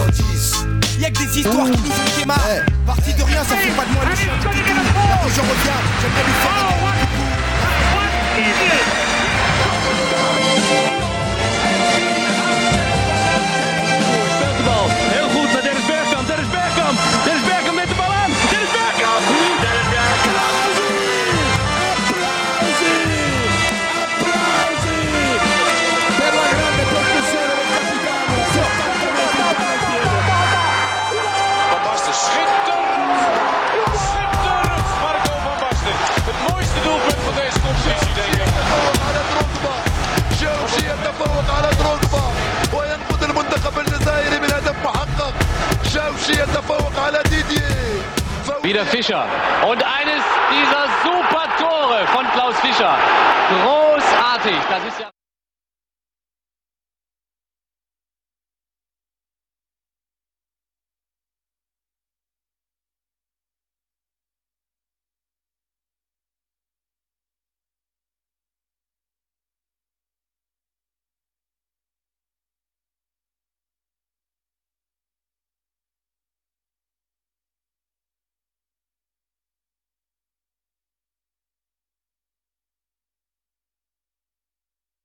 Y'a que des histoires qui nous ont démarrent. Parti de rien, ça fait pas de moi le chien. de Kikiki. Là où je reviens, j'aimerais lui faire un
Speelt de bal. Heel goed naar Dennis Bergkamp. Dennis Bergkamp. Dennis Bergkamp met de bal aan. Dennis Bergkamp. Dennis Bergkamp.
Van Basten schitterend. Schitterend, Marco van Basten. Het mooiste doelpunt van deze competitie, denk ik.
جاوشي يتفوق على دروكبا وينقذ المنتخب الجزائري من هدف محقق جاوشي يتفوق على ديدييه
Wieder Fischer. Und eines dieser super Tore von Klaus Fischer. Großartig. Das ist ja.